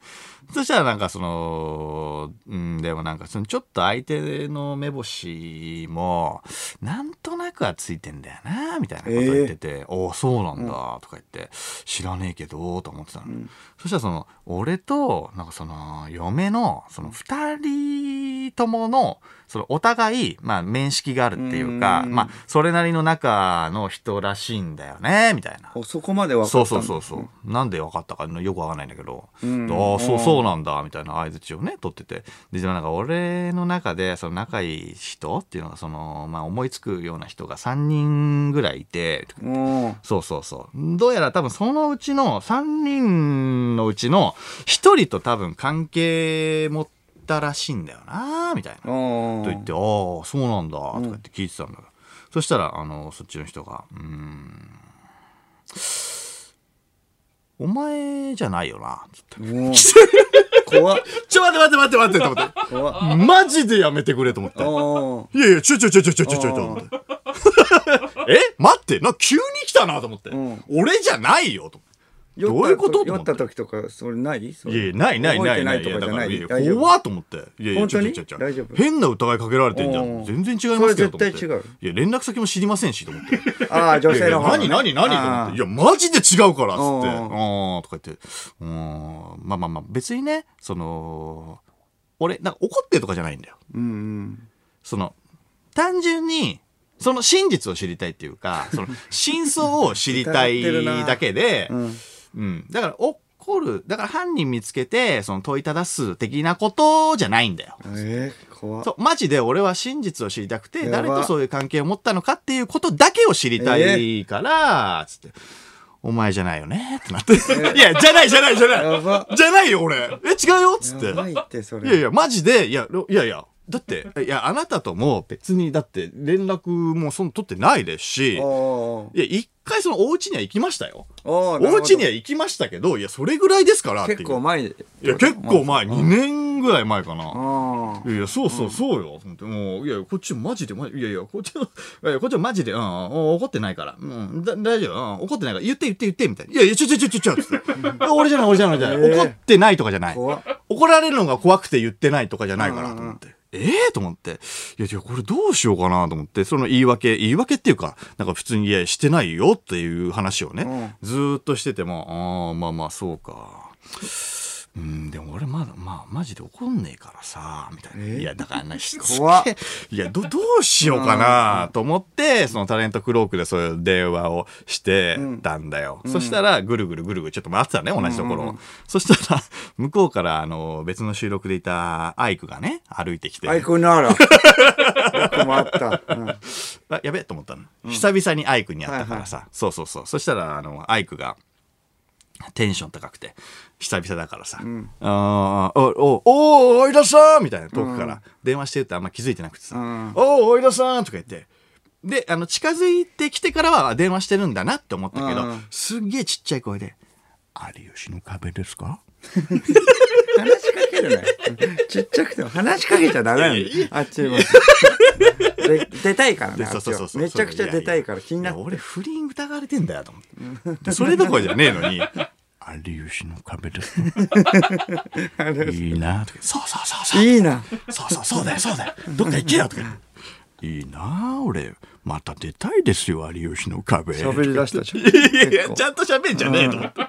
A: そしたらなんかその、うん、でもなんかそのちょっと相手の目星も、なんとなくはついてんだよなみたいなこと言ってて、おお、そうなんだとか言って、知らねえけどと思ってたの、そしたらその、俺と、なんかその、嫁の、その二人ともの、そのお互い、まあ面識があるっていうか、
B: うん
A: まあそれなりの中の人らしいんだよね、みたいな。
B: おそこまで分かった
A: そ
B: ん
A: う
B: だ
A: そうそうそう、なんで分かったかよく分かんないんだけど、
B: うん
A: ああそう
B: うん
A: そうなんだみたいな相槌をね取っててででもなんか俺の中でその仲いい人っていうのがその、まあ、思いつくような人が3人ぐらいいて
B: うん
A: そうそうそうどうやら多分そのうちの3人のうちの1人と多分関係持ったらしいんだよなみたいな。
B: うん
A: と言って「ああそうなんだ」とか言って聞いてたんだから、そしたらあのそっちの人が「うーんお前じゃないよな」つって
B: うん怖っ
A: 「ちょ待って待って待って待って」と
B: 怖っ
A: 思って「マジでやめてくれ」と思って「
B: うん
A: いやいやちょちょちょちょちょちょちょ」と思って「 え待ってな急に来たな」と思って
B: うん
A: 「俺じゃないよ」と思って。
B: 酔
A: どういうこと
B: った酔った時とかそれないそれ
A: いやいやないないない
B: 覚えて
A: や
B: ないとか
A: だ
B: じ
A: か
B: ゃな
A: ら
B: い
A: いや
B: 大丈夫
A: 怖っと思っていやいや
B: 本当
A: ちょ
B: に
A: ちょちょ
B: 大
A: ち
B: 丈
A: ょ
B: 夫
A: 変な疑いかけられてんじゃ
B: うんん
A: 全然違いますけど
B: それ絶対
A: と思って
B: 違
A: いや連絡先も知りませんしと思って
B: ああ女性の方のね
A: いやいや何何何
B: ああ
A: と思って。いや、マジで違うからっつって。
B: うん
A: うん、とか言って。うん、まあまあまあ、別にね、その、俺、なんか怒ってるとかじゃないんだよ。
B: うん
A: その、単純に、その真実を知りたいっていうか、 その、真相を知りたいだけで
B: う、んうん
A: うん。だから怒る、だから犯人見つけて、その問いただす的なことじゃないんだよ。
B: えー怖っ
A: そう、マジで俺は真実を知りたくて、
B: やば
A: 誰とそういう関係を持ったのかっていうことだけを知りたいから、つって、お前じゃないよねってなって。いや、じゃないじゃないじゃな
B: やば
A: いじゃないよ俺え、違うよっつって。
B: やばいってそれ
A: いやいや、マジで、いや、ろいやいや、だって、いや、あなたとも別に、だって連絡もその取ってないですし、いや、
B: お
A: 一回そのお家には行きましたよ。
B: お
A: お家には
B: は
A: 行きましたけど、いや、それぐらいですからっていう。
B: 結構前い
A: いや、結構前、2年ぐらい前かな。
B: あ
A: いやいや、そうそうそうよ。ほんともう、いや、こっちマジで、マジいやいや、こっちは、いやこっちはマジで、うん、うん怒ってないから。うん、だ大丈夫、うん、怒ってないから。言って言って言って、みたいな。いやいや、ちょちょちょちょちょ、つって。 俺じゃない、俺じゃない、俺じゃない。
B: えー
A: 怒ってないとかじゃない。
B: 怖っ
A: 怒られるのが怖くて言ってないとかじゃないから、
B: うん
A: と
B: うんう
A: 思
B: ん
A: って。ええと思って。いや、じゃこれどうしようかなと思って、その言い訳、言い訳っていうか、なんか普通に、いや、してないよっていう話をね、ずーっとしてても、ああ、まあまあ、そうか。うん、でも俺まだ、まあ、マジで怒んねえからさ、みたいな。
B: え
A: いや、だからな、しつ
B: 怖っ
A: け いや、ど、どうしようかなと思って、そのタレントクロークでそういう電話をしてたんだよ。そしたら、ぐるぐるぐるぐるちょっと回ってたね、同じところを。そしたら、向こうから、あの、別の収録でいたアイクがね、歩いてきて、
B: アイクならよくもあったうん
A: あやべえと思ったの、久々にアイクに会ったからさ、そうそうそうそしたらあのアイクがテンション高くて久々だからさ「あーおおおおいらっしゃい!」みたいな遠くから電話してるってあんま気づいてなくてさ「
B: うん
A: おおおいらっしゃい!」とか言ってであの近づいてきてからはあ電話してるんだなって思ったけど、
B: うん
A: すっげえちっちゃい声で「有吉の壁ですか?」
B: 話しかけるなよちっちゃくても話しかけちゃダメなのよあっ ちにもで出たいからねあ
A: そう
B: っ
A: そう
B: ち
A: そう
B: は
A: そう
B: めちゃくちゃ出たいから気にな
A: や
B: っ
A: 俺不倫疑われてんだよと思って でそれどころじゃねえのに「有吉の壁ですか?」いいなとかそうそうそうそう
B: て いいな
A: そうそうそうだよそうだよどっか行けよとか言っていいなあ俺また出たいですよ有吉の壁
B: 喋り出したじゃん
A: いやいやいやちゃんと喋んじゃねえと思って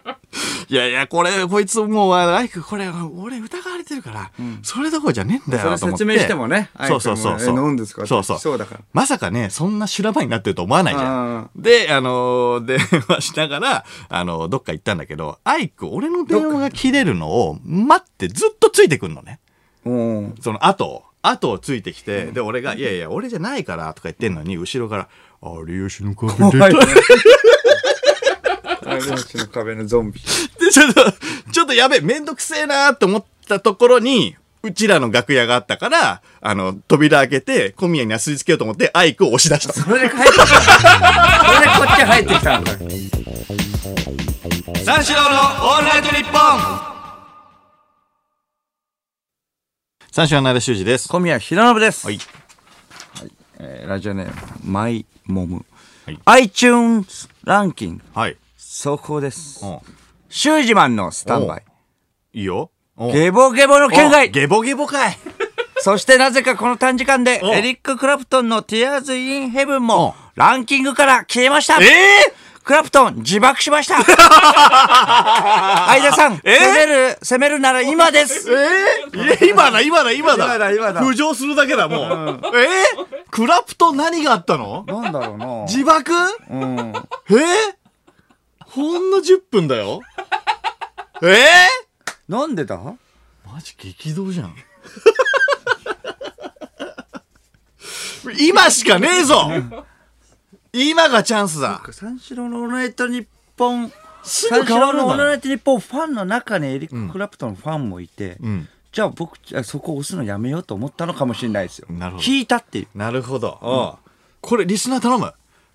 A: いやいやこれこいつもうあアイクこれ俺疑われててるから、それどころじゃねえんだ
B: そ
A: よ
B: れ
A: と思って
B: 説明してもね。
A: そうそうそうそう
B: 相手もねえ何ですか
A: そうそう
B: そうだから。
A: まさかねそんな修羅場になってると思わないじゃんであのー電話しながらあのーどっか行ったんだけどアイク俺の電話が切れるのを待ってずっとついてくんのね
B: うん。
A: その後を後をついてきて、で俺が「いやいや俺じゃないから」とか言ってんのに後ろから「有吉の 壁出た」
B: 怖いね。有吉の壁のゾンビ。
A: で、ちょっと、ちょっとやべえ、めんどくせえなーって思ったところに、うちらの楽屋があったから、あの、扉開けて、小宮になすりつけようと思って、アイクを押し出した。
B: それで帰ってきたんだ。それでこっち入ってきたんだ。
A: 三四郎のオールナイトニッポン三四郎の間修二です。
B: 小宮平信です。
A: はい。
B: えーラジオネーム、マイモム。
A: はい。
B: iTunes ランキング、
A: はい。
B: 速報です
A: う。ん。
B: シュージマンのスタンバイ。
A: いいよ。うん
B: ゲボゲボの県
A: お
B: 外
A: ゲボゲボかい。
B: そしてなぜかこの短時間で
A: お
B: エリック・クラプトンの Tears in Heaven
A: お
B: もランキングから消えました
A: ええ
B: クラプトン自爆し ました相田さん、
A: え
B: 攻める、攻めるなら今です
A: ええいや今だ今だ今だ
B: 今だ今だ
A: 浮上するだけだもう、ええクラプトン何があったの
B: なんだろうな
A: 自爆
B: うん。
A: えー、ほんの10分だよえー、
B: なんでだ
A: マジ激動じゃん。今しかねえぞ今がチャンスだ
B: 三四郎のオールナイトニッポン、
A: すぐ
B: 三四
A: 変わ
B: 郎
A: る
B: の
A: の
B: オール
A: だ
B: ナイトニッポンファンの中にエリック・クラプトンファンもいて、
A: うん。
B: じゃあ僕、あそこ押すのやめようと思ったのかもしれないですよ。
A: なるほど
B: 聞いたっていう。
A: なるほど。うんこれ、リスナー頼む。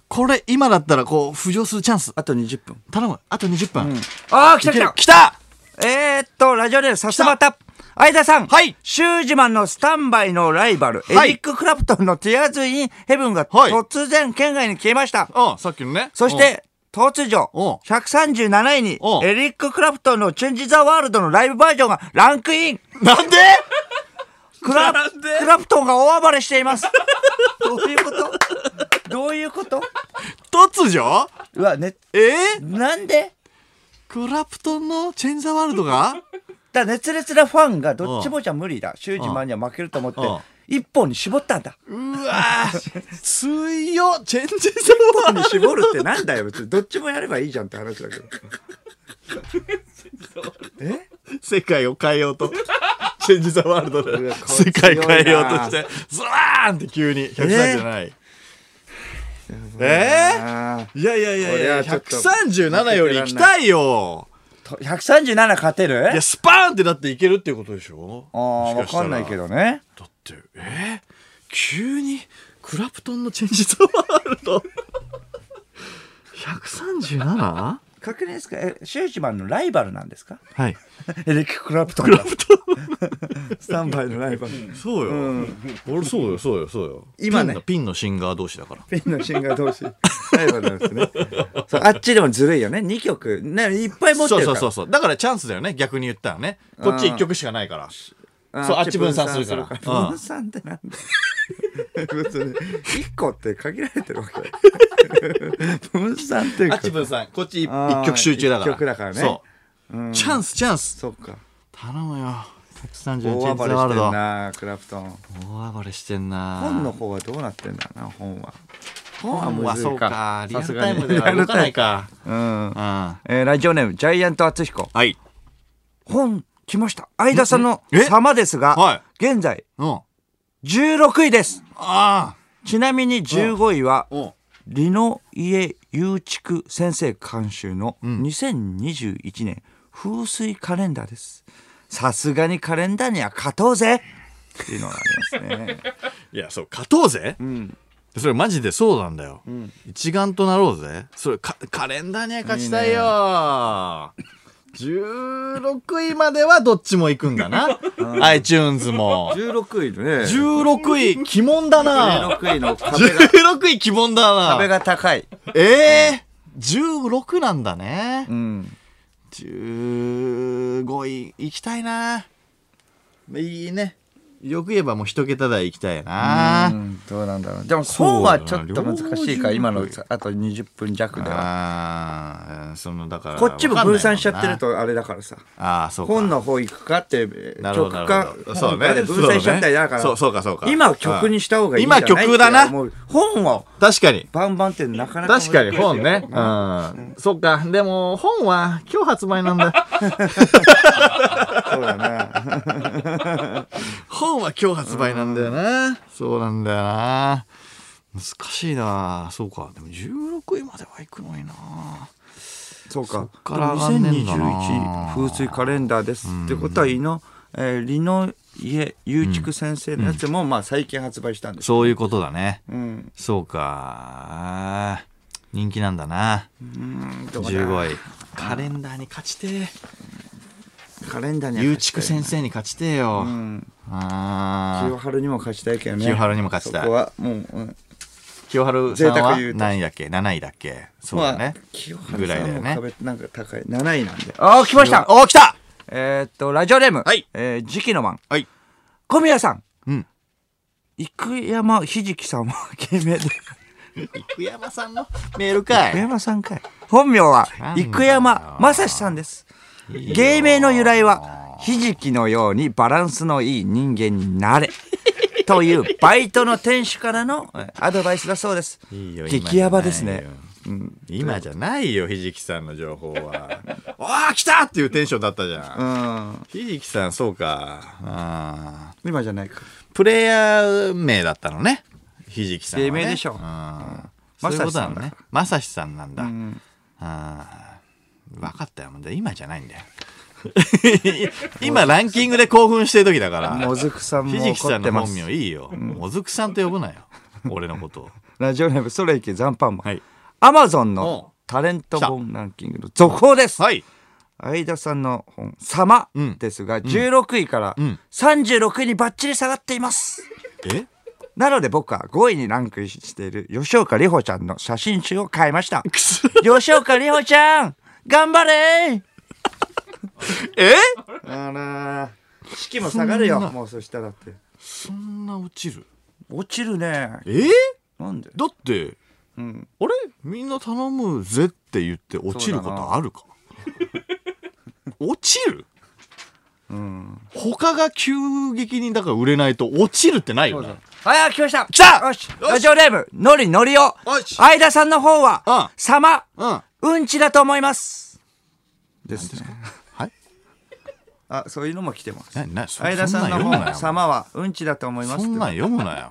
A: これ、今だったら、こう、浮上するチャンス。
B: あと20分。
A: 頼む。あと20分。
B: ああ、来
A: い
B: た
A: け
B: 来
A: る
B: た
A: 来た
B: えー、っと、ラジオネームさすまた。相田さん。
A: はい
B: シュージマンのスタンバイのライバル、
A: はい
B: エリック・クラプトンの Tears in Heaven が
A: はい
B: 突然県外に消えました。
A: うん、さっきのね。
B: そして、突如
A: お、
B: 137位に
A: お、
B: エリック・クラプトンのチェンジ・ザ・ワールドのライブバージョンがランクイン
A: うん、なんで
B: クラ
A: なんで
B: クラプトンが大暴れしていますどういうことどういうこと
A: 突如
B: うわ、ね、
A: えー、
B: なんで
A: クラプトンのチェンザワールドが
B: だから熱烈なファンがどっちもじゃ無理だ。シュージマンには負けると思って
A: うん、
B: 一本に絞ったんだ。
A: うわー水曜チェンジザワール
B: に絞るってなんだよ別にどっちもやればいいじゃんって話だけどえ
A: ド世界を変えようとチェンジザワールド
B: う
A: で
B: わこい
A: 世
B: つ
A: 界
B: 強いな
A: 変えようとしてズワーンって急に137位え
B: あ
A: ー、いやいやいやいや
B: これはちょっと
A: 137より行きたいよ
B: と137勝てる
A: いやスパーンってだっていけるっていうことでしょ
B: あー
A: も
B: わ
A: しした
B: からんないけどね
A: だってえー、急にクラプトンのチェンジザワールド 137?
B: 確認ですかえシュージマンのライバルなんで すか
A: はい
B: エリック・クラプトンがスタンバイのライバル
A: そうよ、俺そうよそうよそうよ
B: 今ね
A: ピンのピンのシンガー同士だから
B: ピンのシンガー同士ライバルなんですねそうあっちでもずるいよね2曲ねいっぱい持って
A: そう
B: る
A: そ
B: か
A: う
B: ら
A: そうそうだからチャンスだよね逆に言ったらねこっち1曲しかないからそうあっち分散するからうん
B: 分散ってなんだ別に1個って限られてるわけ 分散っていう
A: あ
B: か
A: っち分さんこっち
B: あー
A: 1曲集中だから
B: 一曲だからね
A: そう、チャンスチャンス
B: そうか
A: 頼むよ134チェ
B: 大
A: ンジ
B: 暴
A: ザ
B: れし
A: ワール
B: てん
A: ド
B: なクラプトン
A: 大暴れしてんな
B: 本の方はどうなってんだろうな本は本は
A: 本
B: む
A: は
B: ず
A: そう
B: い
A: か
B: か
A: リアルタイムでは
B: さすがに
A: 動かないか
B: うん
A: うん
B: えーラジオネームジャイアント厚彦
A: はい
B: 本来ました相田さんの
A: え
B: 様です
A: は
B: が現在
A: うんあ
B: 16位です
A: あ
B: ちなみに15位は
A: うん
B: リノ家雄畜先生監修の2021年風水カレンダーですさすがにカレンダーには勝とうぜっていうのがありますね
A: いやそう勝とうぜ
B: うん
A: それマジでそうなんだよ、一丸となろうぜそれカカレンダーには勝ちたいよ16位まではどっちも行くんだな iTunes も
B: 16位ね
A: 16位鬼門だな
B: 16位の壁が
A: 16位鬼門だ
B: 壁
A: な
B: が高い、
A: ええー、16なんだね
B: うん、
A: 15位行きたいないいねよく言えばもう一桁台行きたい
B: う
A: な。
B: んどうなんだろうでも
A: そう
B: 本
A: だ
B: は
A: な
B: ちょっと難しいから
A: 両方
B: 今のあと20分弱では
A: ああ、そのだから。
B: こっちも
A: わかんな
B: 分
A: い
B: 散しちゃってる
A: もん
B: とあれだからさ
A: な。ああ、そうか。
B: 本の方行くかって
A: なるほ
B: 曲
A: どな
B: か
A: るほどそ
B: 本
A: うね
B: かで分散しちゃったりだから
A: そうそうかそうか
B: 今は曲にした方がいいんじゃ
A: 今
B: ない
A: 曲だな
B: って思う本を
A: 確かに。
B: バンバンってなかなか
A: 確かに本ね。うん。そっか。でも本は今日発売なんだ。
B: そうだな
A: 本は今日発売なんだよな。そうなんだよな。難しいな。そうか。でも16位までは行くのにな。
B: そうか
A: っから上がんねえんだな
B: 2021風水カレンダーですってことは井の、えー、リノ家雄畜先生のやつもまあ最近発売したんです
A: そういうことだね。
B: うん
A: そうか。人気なんだな。
B: どうだ
A: 15位。カレンダーに勝ちてえ。
B: カレンダーには
A: ゆう
B: 貸
A: ち
B: した
A: く
B: い
A: 先生に勝ちてえよ。
B: うん
A: あ
B: 清
A: あ。
B: 春にも貸したいけどね
A: 清春にも貸したい
B: そこはもう、うん
A: 清春さん
B: 贅沢
A: は
B: 言うと
A: 何位だっけ ?7 位だっけそうだね
B: まあ、。清
A: ぐ
B: 原
A: らいだ
B: さ
A: よ
B: んも
A: ね。
B: 壁なんか高い7位なんで
A: ああ、来ま
B: した
A: おー来た
B: えーっとラジオネーム、
A: はい
B: えー、時期のマン
A: はい。
B: 小宮さん
A: うん。
B: 生山ひじきさんは芸 名で
A: 福山さんのメールか
B: 生
A: い。
B: 山さんかい本名は
A: なんだよ
B: 生山正史さんです芸名の由来はひじきのようにバランスのいい人間に なれというバイトの店主からのえアドバイスだそうです
A: いいよ
B: 激ヤバですね。
A: 今じゃないよ今じゃないよ、ひじきさんの情報は。ああ、来たっていうテンションだったじゃ。
B: うんん
A: ひじきさん、そうか。あー
B: 今じゃないか
A: プレイヤー名だったのね。ひじきさんは、ね。
B: 芸名でしょ
A: うん
B: う
A: そういうことなのね。まさしさんなんだ。
B: ん
A: あー分かったよ。で今じゃないんだよ。 今ランキングで興奮してる時だから。
B: もずくさん
A: ひ
B: も
A: じき
B: 怒
A: さ
B: っ
A: ん
B: て
A: の
B: ま
A: 本
B: す
A: 名いいよ。もずくさんと呼ぶなよ。俺のことを。
B: ラジオネームソレイケザンパンマン、
A: はい
B: アマゾン
A: うん
B: のタレント本ランキングの続報です、
A: はい。
B: 相田さんの本「様
A: うん」
B: ですが、16位から
A: ん
B: 36位にバッチリ下がっています、
A: え
B: なので僕は5位にランクインしている吉岡里帆ちゃんの写真集を買い ました
A: す
B: 吉岡里帆ちゃん頑張れ
A: え
B: あら士気も下がるよもうそしたらって
A: そんな落ちる
B: 落ちるね
A: え
B: なんで
A: だって、あれみんな頼むぜって言って落ちることあるか 落ちる他が急激にだから売れないと落ちるってないよね
B: はい、来ました来
A: た
B: よし
A: よし
B: ラジオネーム、のりのりお
A: よし
B: 相田さんの方は、
A: うん
B: 様、
A: うんは
B: うんちだと思います。ですね。
A: い
B: あ、そういうのも来てます。
A: ななそ
B: 相田さん
A: そ
B: の
A: な
B: 本、
A: 読むなよ
B: 様はうんちだと思いま
A: そ
B: すって。
A: んなん
B: ご
A: 読むなよ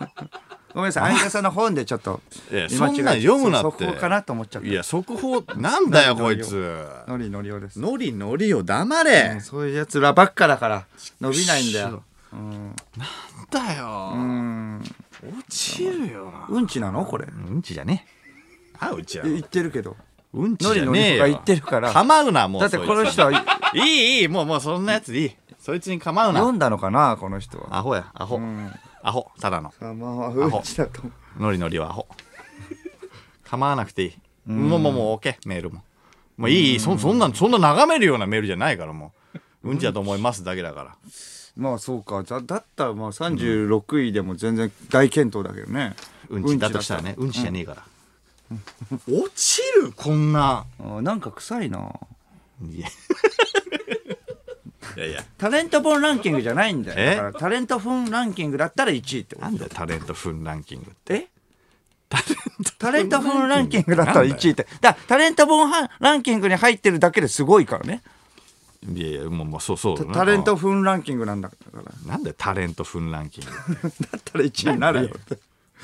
B: めんなさい、相田さんの本でちょっと
A: いや
B: 見
A: そ
B: 間違えた。
A: んなん読むなって
B: そうそこかなと思っちゃっ
A: い
B: た。
A: や速報なんだよこいつ
B: のりのりおです。
A: ノリノリを黙れ、
B: うんそういうやつらばっかだから、伸びないんだよ。
A: だよ、
B: うん。
A: 落ちるよな
B: うんちなのこれ。
A: うんちじゃねえあうちは
B: 言ってるけど。
A: うんち
B: の
A: じ
B: り
A: ゃ
B: の
A: ねえ
B: りが
A: よ
B: 言ってるから。
A: 構うなもう
B: だってこの人は
A: そいつにいいいいもうもうそんなやつでいいそいつに構う
B: 読
A: なん
B: だのかな、この人は。
A: アホやアホ、アホただの
B: 様はうんちだと思う。
A: ノリノリはアホ構わなくていい、もうもうもう OK メールももういい、いいそそんなそんな眺めるようなメールじゃないからもううんちだと思いますだけだから
B: まあそうかだだったらまあ36位でも全然大健闘だけどね、
A: うんちだとしたらねうんちじゃねえから、落ちるこんな
B: あーなんか臭いない
A: やいやいや
B: タレント本ランキングじゃないんだよ
A: え
B: だからタレント本ランキングだったら1位ってこ
A: なんだよタレント分ランキングって
B: えタレント本ランキングだったら1位ってだからタレント本はランキングに入ってるだけですごいからね
A: いやいやもうもうそうそうだな
B: タレント本ランキングなんだからだっ
A: なんでタレント分ランキング
B: たら1位になるよって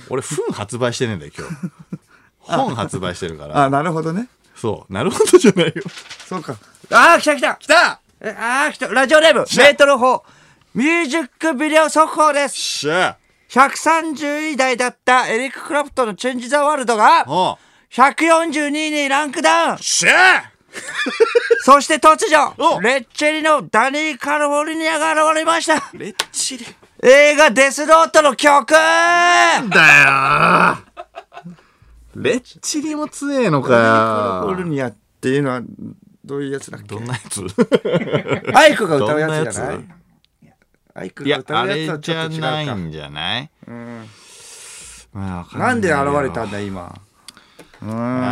A: 俺分発売してねえんだよ今日 本発売してるから
B: あなるほどね
A: そうなるほどじゃないよ
B: そうかああ来た来た来
A: きた
B: えああ来たラジオネームメートル4ミュージックビデオ速報です
A: しゃ
B: 130位台だったエリック・クラプトンのチェンジ・ザ・ワールドが
A: おう
B: 142位にランクダウ ン
A: しゃ
B: そして突
A: お
B: 如レッチェリのダニー・カルフォルニアが現れました
A: レッチリ
B: 映画「デスノート」の曲
A: だよレッチリも強えのか
B: フォル
A: よ
B: ニアっていうのはどういうやつだっ
A: どんなやつ
B: アイクが
A: ど
B: 歌うん
A: な
B: や
A: や
B: つ
A: つ
B: じゃないアイク
A: い
B: が
A: や
B: 歌
A: あ
B: うやつ
A: れ
B: はち
A: じ
B: ょっ
A: ゃ
B: と違う
A: ない
B: か、
A: んじゃない
B: うん、
A: まあわか
B: なんで現れたん
A: だ
B: だ今うーん
A: あ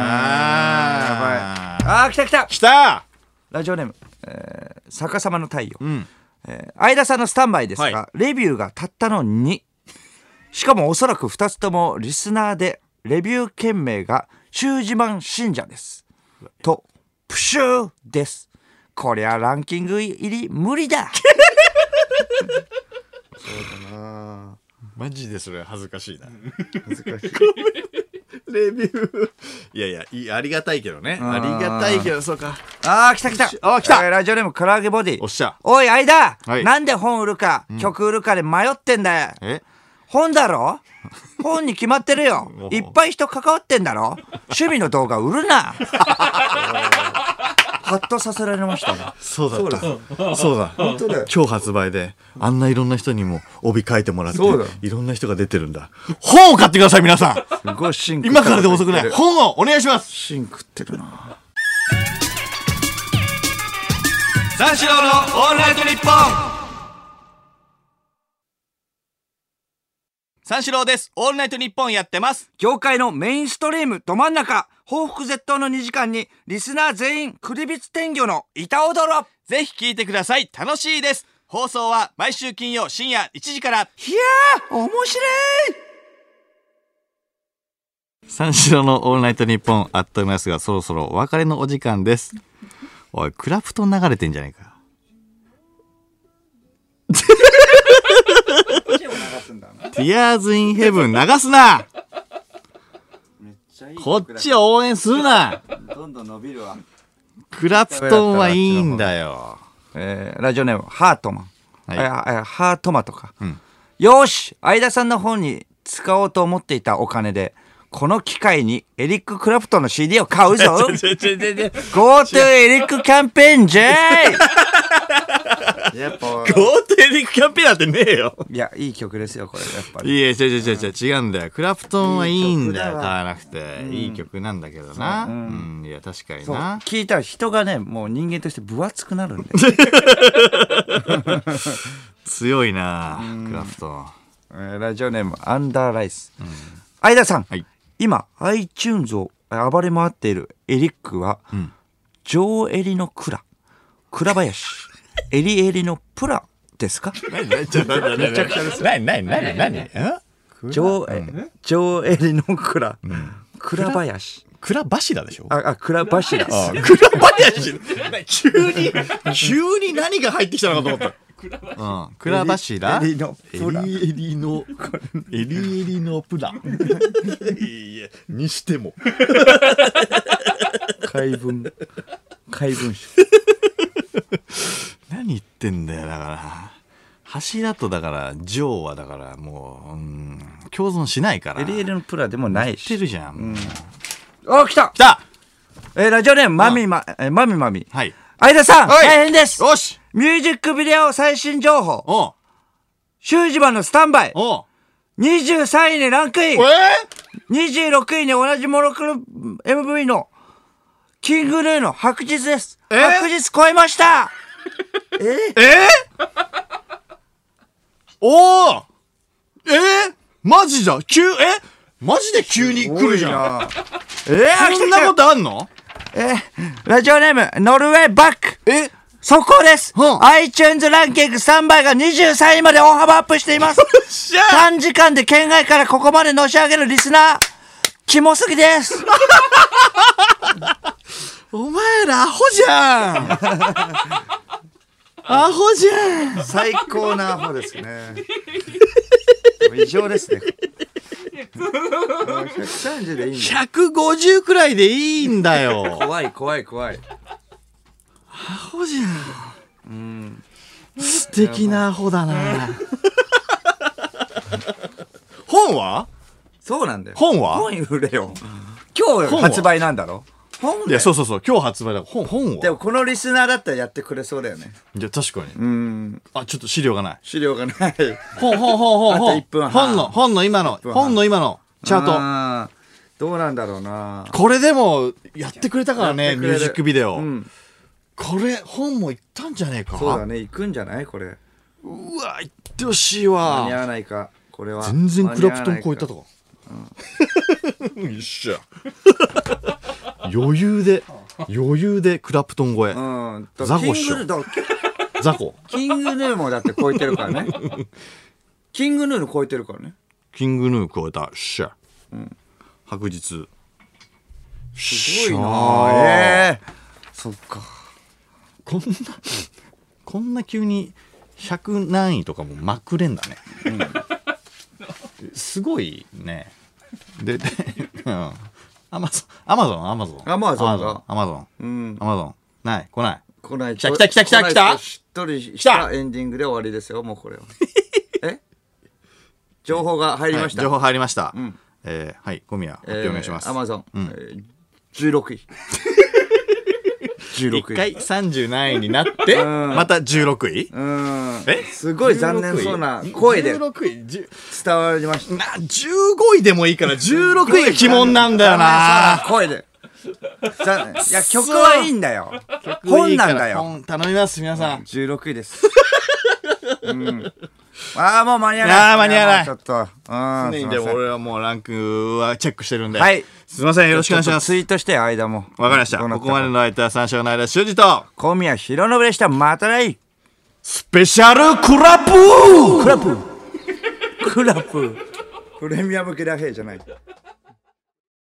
A: ー
B: やばいあー来た来た
A: きた
B: ラジオネーム、えー、逆さまの太陽、
A: うん
B: えー相田さんのスタンバイですが、
A: は
B: レビューがたったの2しかもおそらく2つともリスナーでレビュー件名が「中自慢信者です」と「プシュー」ですこりゃランキング入り無理だそうだな
A: マジでそれ恥ずかしいな
B: 難しい
A: レビューいやいやいいありがたいけどね
B: ん
A: ありがたいけどそうか
B: あー来た来た
A: あー来た
B: えーラジオネーム唐揚げボディ
A: おっしゃ
B: おい間、
A: はい
B: なんで本売るか、曲売るかで迷ってんだよ
A: え
B: 本だろ本に決まってるよ
A: お
B: いっぱい人関わってんだろ趣味の動画売るな ハッとさせられましたね
A: そうだったそうだ本
B: 当だよ
A: 今日発売であんないろんな人にも帯書いてもらって
B: そうだよ
A: いろんな人が出てるんだ本を買ってください皆さん
B: すごいシンク
A: 今からで遅くない本をお願いします
B: シンクってるな
A: 三四郎のオールナイトニッポン三四郎ですオールナイトニッポンやってます
B: 業界のメインストリームど真ん中報復絶倒の2時間にリスナー全員クリビツ天魚の板踊ろ
A: ぜひ聞いてください楽しいです放送は毎週金曜深夜1時から
B: いやー面白い
A: 三四郎のオールナイトニッポンあっという間ですがそろそろお別れのお時間ですおいクラプトン流れてんじゃないかティアーズ・イン・ヘブン流すなこっち応援するな
B: どんどん伸びるわ、
A: クラプトンはいいんだよ。
B: えーラジオネームハートマン、
A: はい
B: えーえーハートマとか、
A: ん
B: よーし相田さんの本に使おうと思っていたお金でこの機会にエリック・クラプトンの CD を買うぞ GoTo エリックキャンペーンじゃい やっぱ
A: 豪邸でキャンペーンなんてねえよ。
B: いやいい曲ですよこれやっぱ
A: い
B: り
A: や、違う違う違う違う、違うんだよ。クラプトンはいいんだよ、
B: いい曲だわ
A: 買わなくて。いい曲なんだけどな。うん、いや、確かに
B: そう
A: な。
B: 聞いたら人がねもう人間として分厚くなるんで
A: 強いな、クラプトン。
B: えーラジオネームアンダーライス、相田さん、
A: はい。
B: 今 iTunes を暴れ回っているエリックは、
A: ん
B: 上エリのクラ 倉林エリエリのプラですか
A: 何何ちょっと待ってめちゃくちゃです。何何何何ん
B: 上エ,、上エリのクラ、倉林
A: クラバシダでしょ
B: ああ倉林だ
A: あクラバヤシ 急に、急に何が入ってきたのかと思った。うん、クラバシラ
B: エリエリの
A: エ
B: プラ
A: リエリのエリエリのプラ いやにしても
B: 怪文怪文書
A: 何言ってんだよだから柱とだから上はだからもう、うん、共存しないから
B: エリエ
A: 知っ
B: リのプラでもない
A: て
B: し
A: るじゃん、もう
B: あ来た
A: 来た
B: えーラジオネームマミマえーマミマミ
A: はい
B: 相田さん
A: はい
B: 大変です
A: よし
B: ミュージックビデオ最新情報
A: おう
B: 修士版のスタンバイ
A: おう
B: 23位にランクイン
A: えー
B: 26位に同じモロクロ MV のキングヌーの白日です。
A: え
B: 白日超えま したえ
A: えー、おおえー、マジだ急えマジで急に来るじゃん
B: ん。えー、飽き
A: そん
B: てき
A: な
B: た
A: ことあんの
B: えーラジオネーム、ノルウェーバック。
A: え
B: そこです、
A: うん
B: !iTunes ランキング3倍が23位まで大幅アップして います
A: しゃー
B: 短時間で県外からここまでのし上げるリスナー、キモすぎです
A: お前らアホじゃん アホじゃん
B: 最高なアホですね。異常ですね。130でいいんだ。
A: !150 くらいでいいんだよ
B: 怖い怖い怖い。
A: アホじゃん素敵なアホだな 本は
B: そうなんだよ。
A: 本は
B: 本売れよ。今日
A: 本は
B: 発売なんだろ本
A: い
B: だ
A: や、
B: よ
A: そうそうそう。今日発売だから。本、本
B: で
A: は
B: もこのリスナーだったらやってくれそうだよね。
A: いや、確かに。
B: うん。
A: あ、ちょっと資料がない。
B: 資料がない。
A: 本、本、本、本、
B: あと
A: 本。
B: 1分半
A: 本の、本の今の、
B: 半
A: 本の今の、チャート。
B: ート。どうなんだろうな。
A: これでも、やってくれたから
B: やっ
A: ね、
B: て
A: ミ
B: くれる
A: ュージックビデオ。
B: うん。
A: これ、本もいったんじゃねえか。
B: そうだね。行くんじゃないこれ。
A: うわいってほしい
B: 間に合
A: わ
B: わないかこれは
A: 全然クラプトン超えた
B: か
A: とか、うん、 よっしゃ余裕で余裕でクラプトン超え、
B: うんと
A: ザコ
B: キ
A: 師
B: ングヌ
A: 匠
B: ーだ
A: 雑魚
B: キングヌーもだって超えてる からねキングヌーの超えてるからね
A: キングヌー超えた。シャ。白日。
B: す
A: す
B: ごいなええそっか
A: こんな、こんな急に100何位とかもまくれんだね。すごいね。で、で、うん。アマゾン、アマゾン、アマゾン。
B: Amazon か
A: アマゾン。
B: うん
A: アマゾン。ない、来ない。
B: 来ないと
A: 来た来た来た来た
B: 来ないとしっとりし
A: 来
B: た
A: た
B: エンディングで終わりですよ もうこれはえ情報が入りまし
A: は
B: た、
A: い情報入りました。
B: ん
A: えーはい、小宮、発表お願いします。
B: アマゾン、
A: うん
B: えー16位 16位
A: 一回30何位になって、
B: ん
A: また16位
B: うーん
A: え
B: すごい残念そうな声で
A: 16位10
B: 伝わりました
A: な15位でもいいから16位が鬼門なんだよ
B: 残
A: な
B: 念そうな声でざいや曲はいいんだよ本なんだよ
A: 本頼みます皆さん、
B: 16位です、うんああもう間に合わない
A: あー間に合わない
B: ちょっとうん
A: 常にで
B: すい
A: も
B: ません
A: 俺はもうランクはチェックしてるんでは
B: はい
A: すいませんよろしくお願いします
B: ちょっとツイートして間も
A: わかりました
B: どうな
A: こ
B: った
A: こまでのライター三章の間修二と
B: 小宮浩信でしたまた来
A: スペシャルクラップ
B: クラップクラッププレミアムゲラヘイじゃない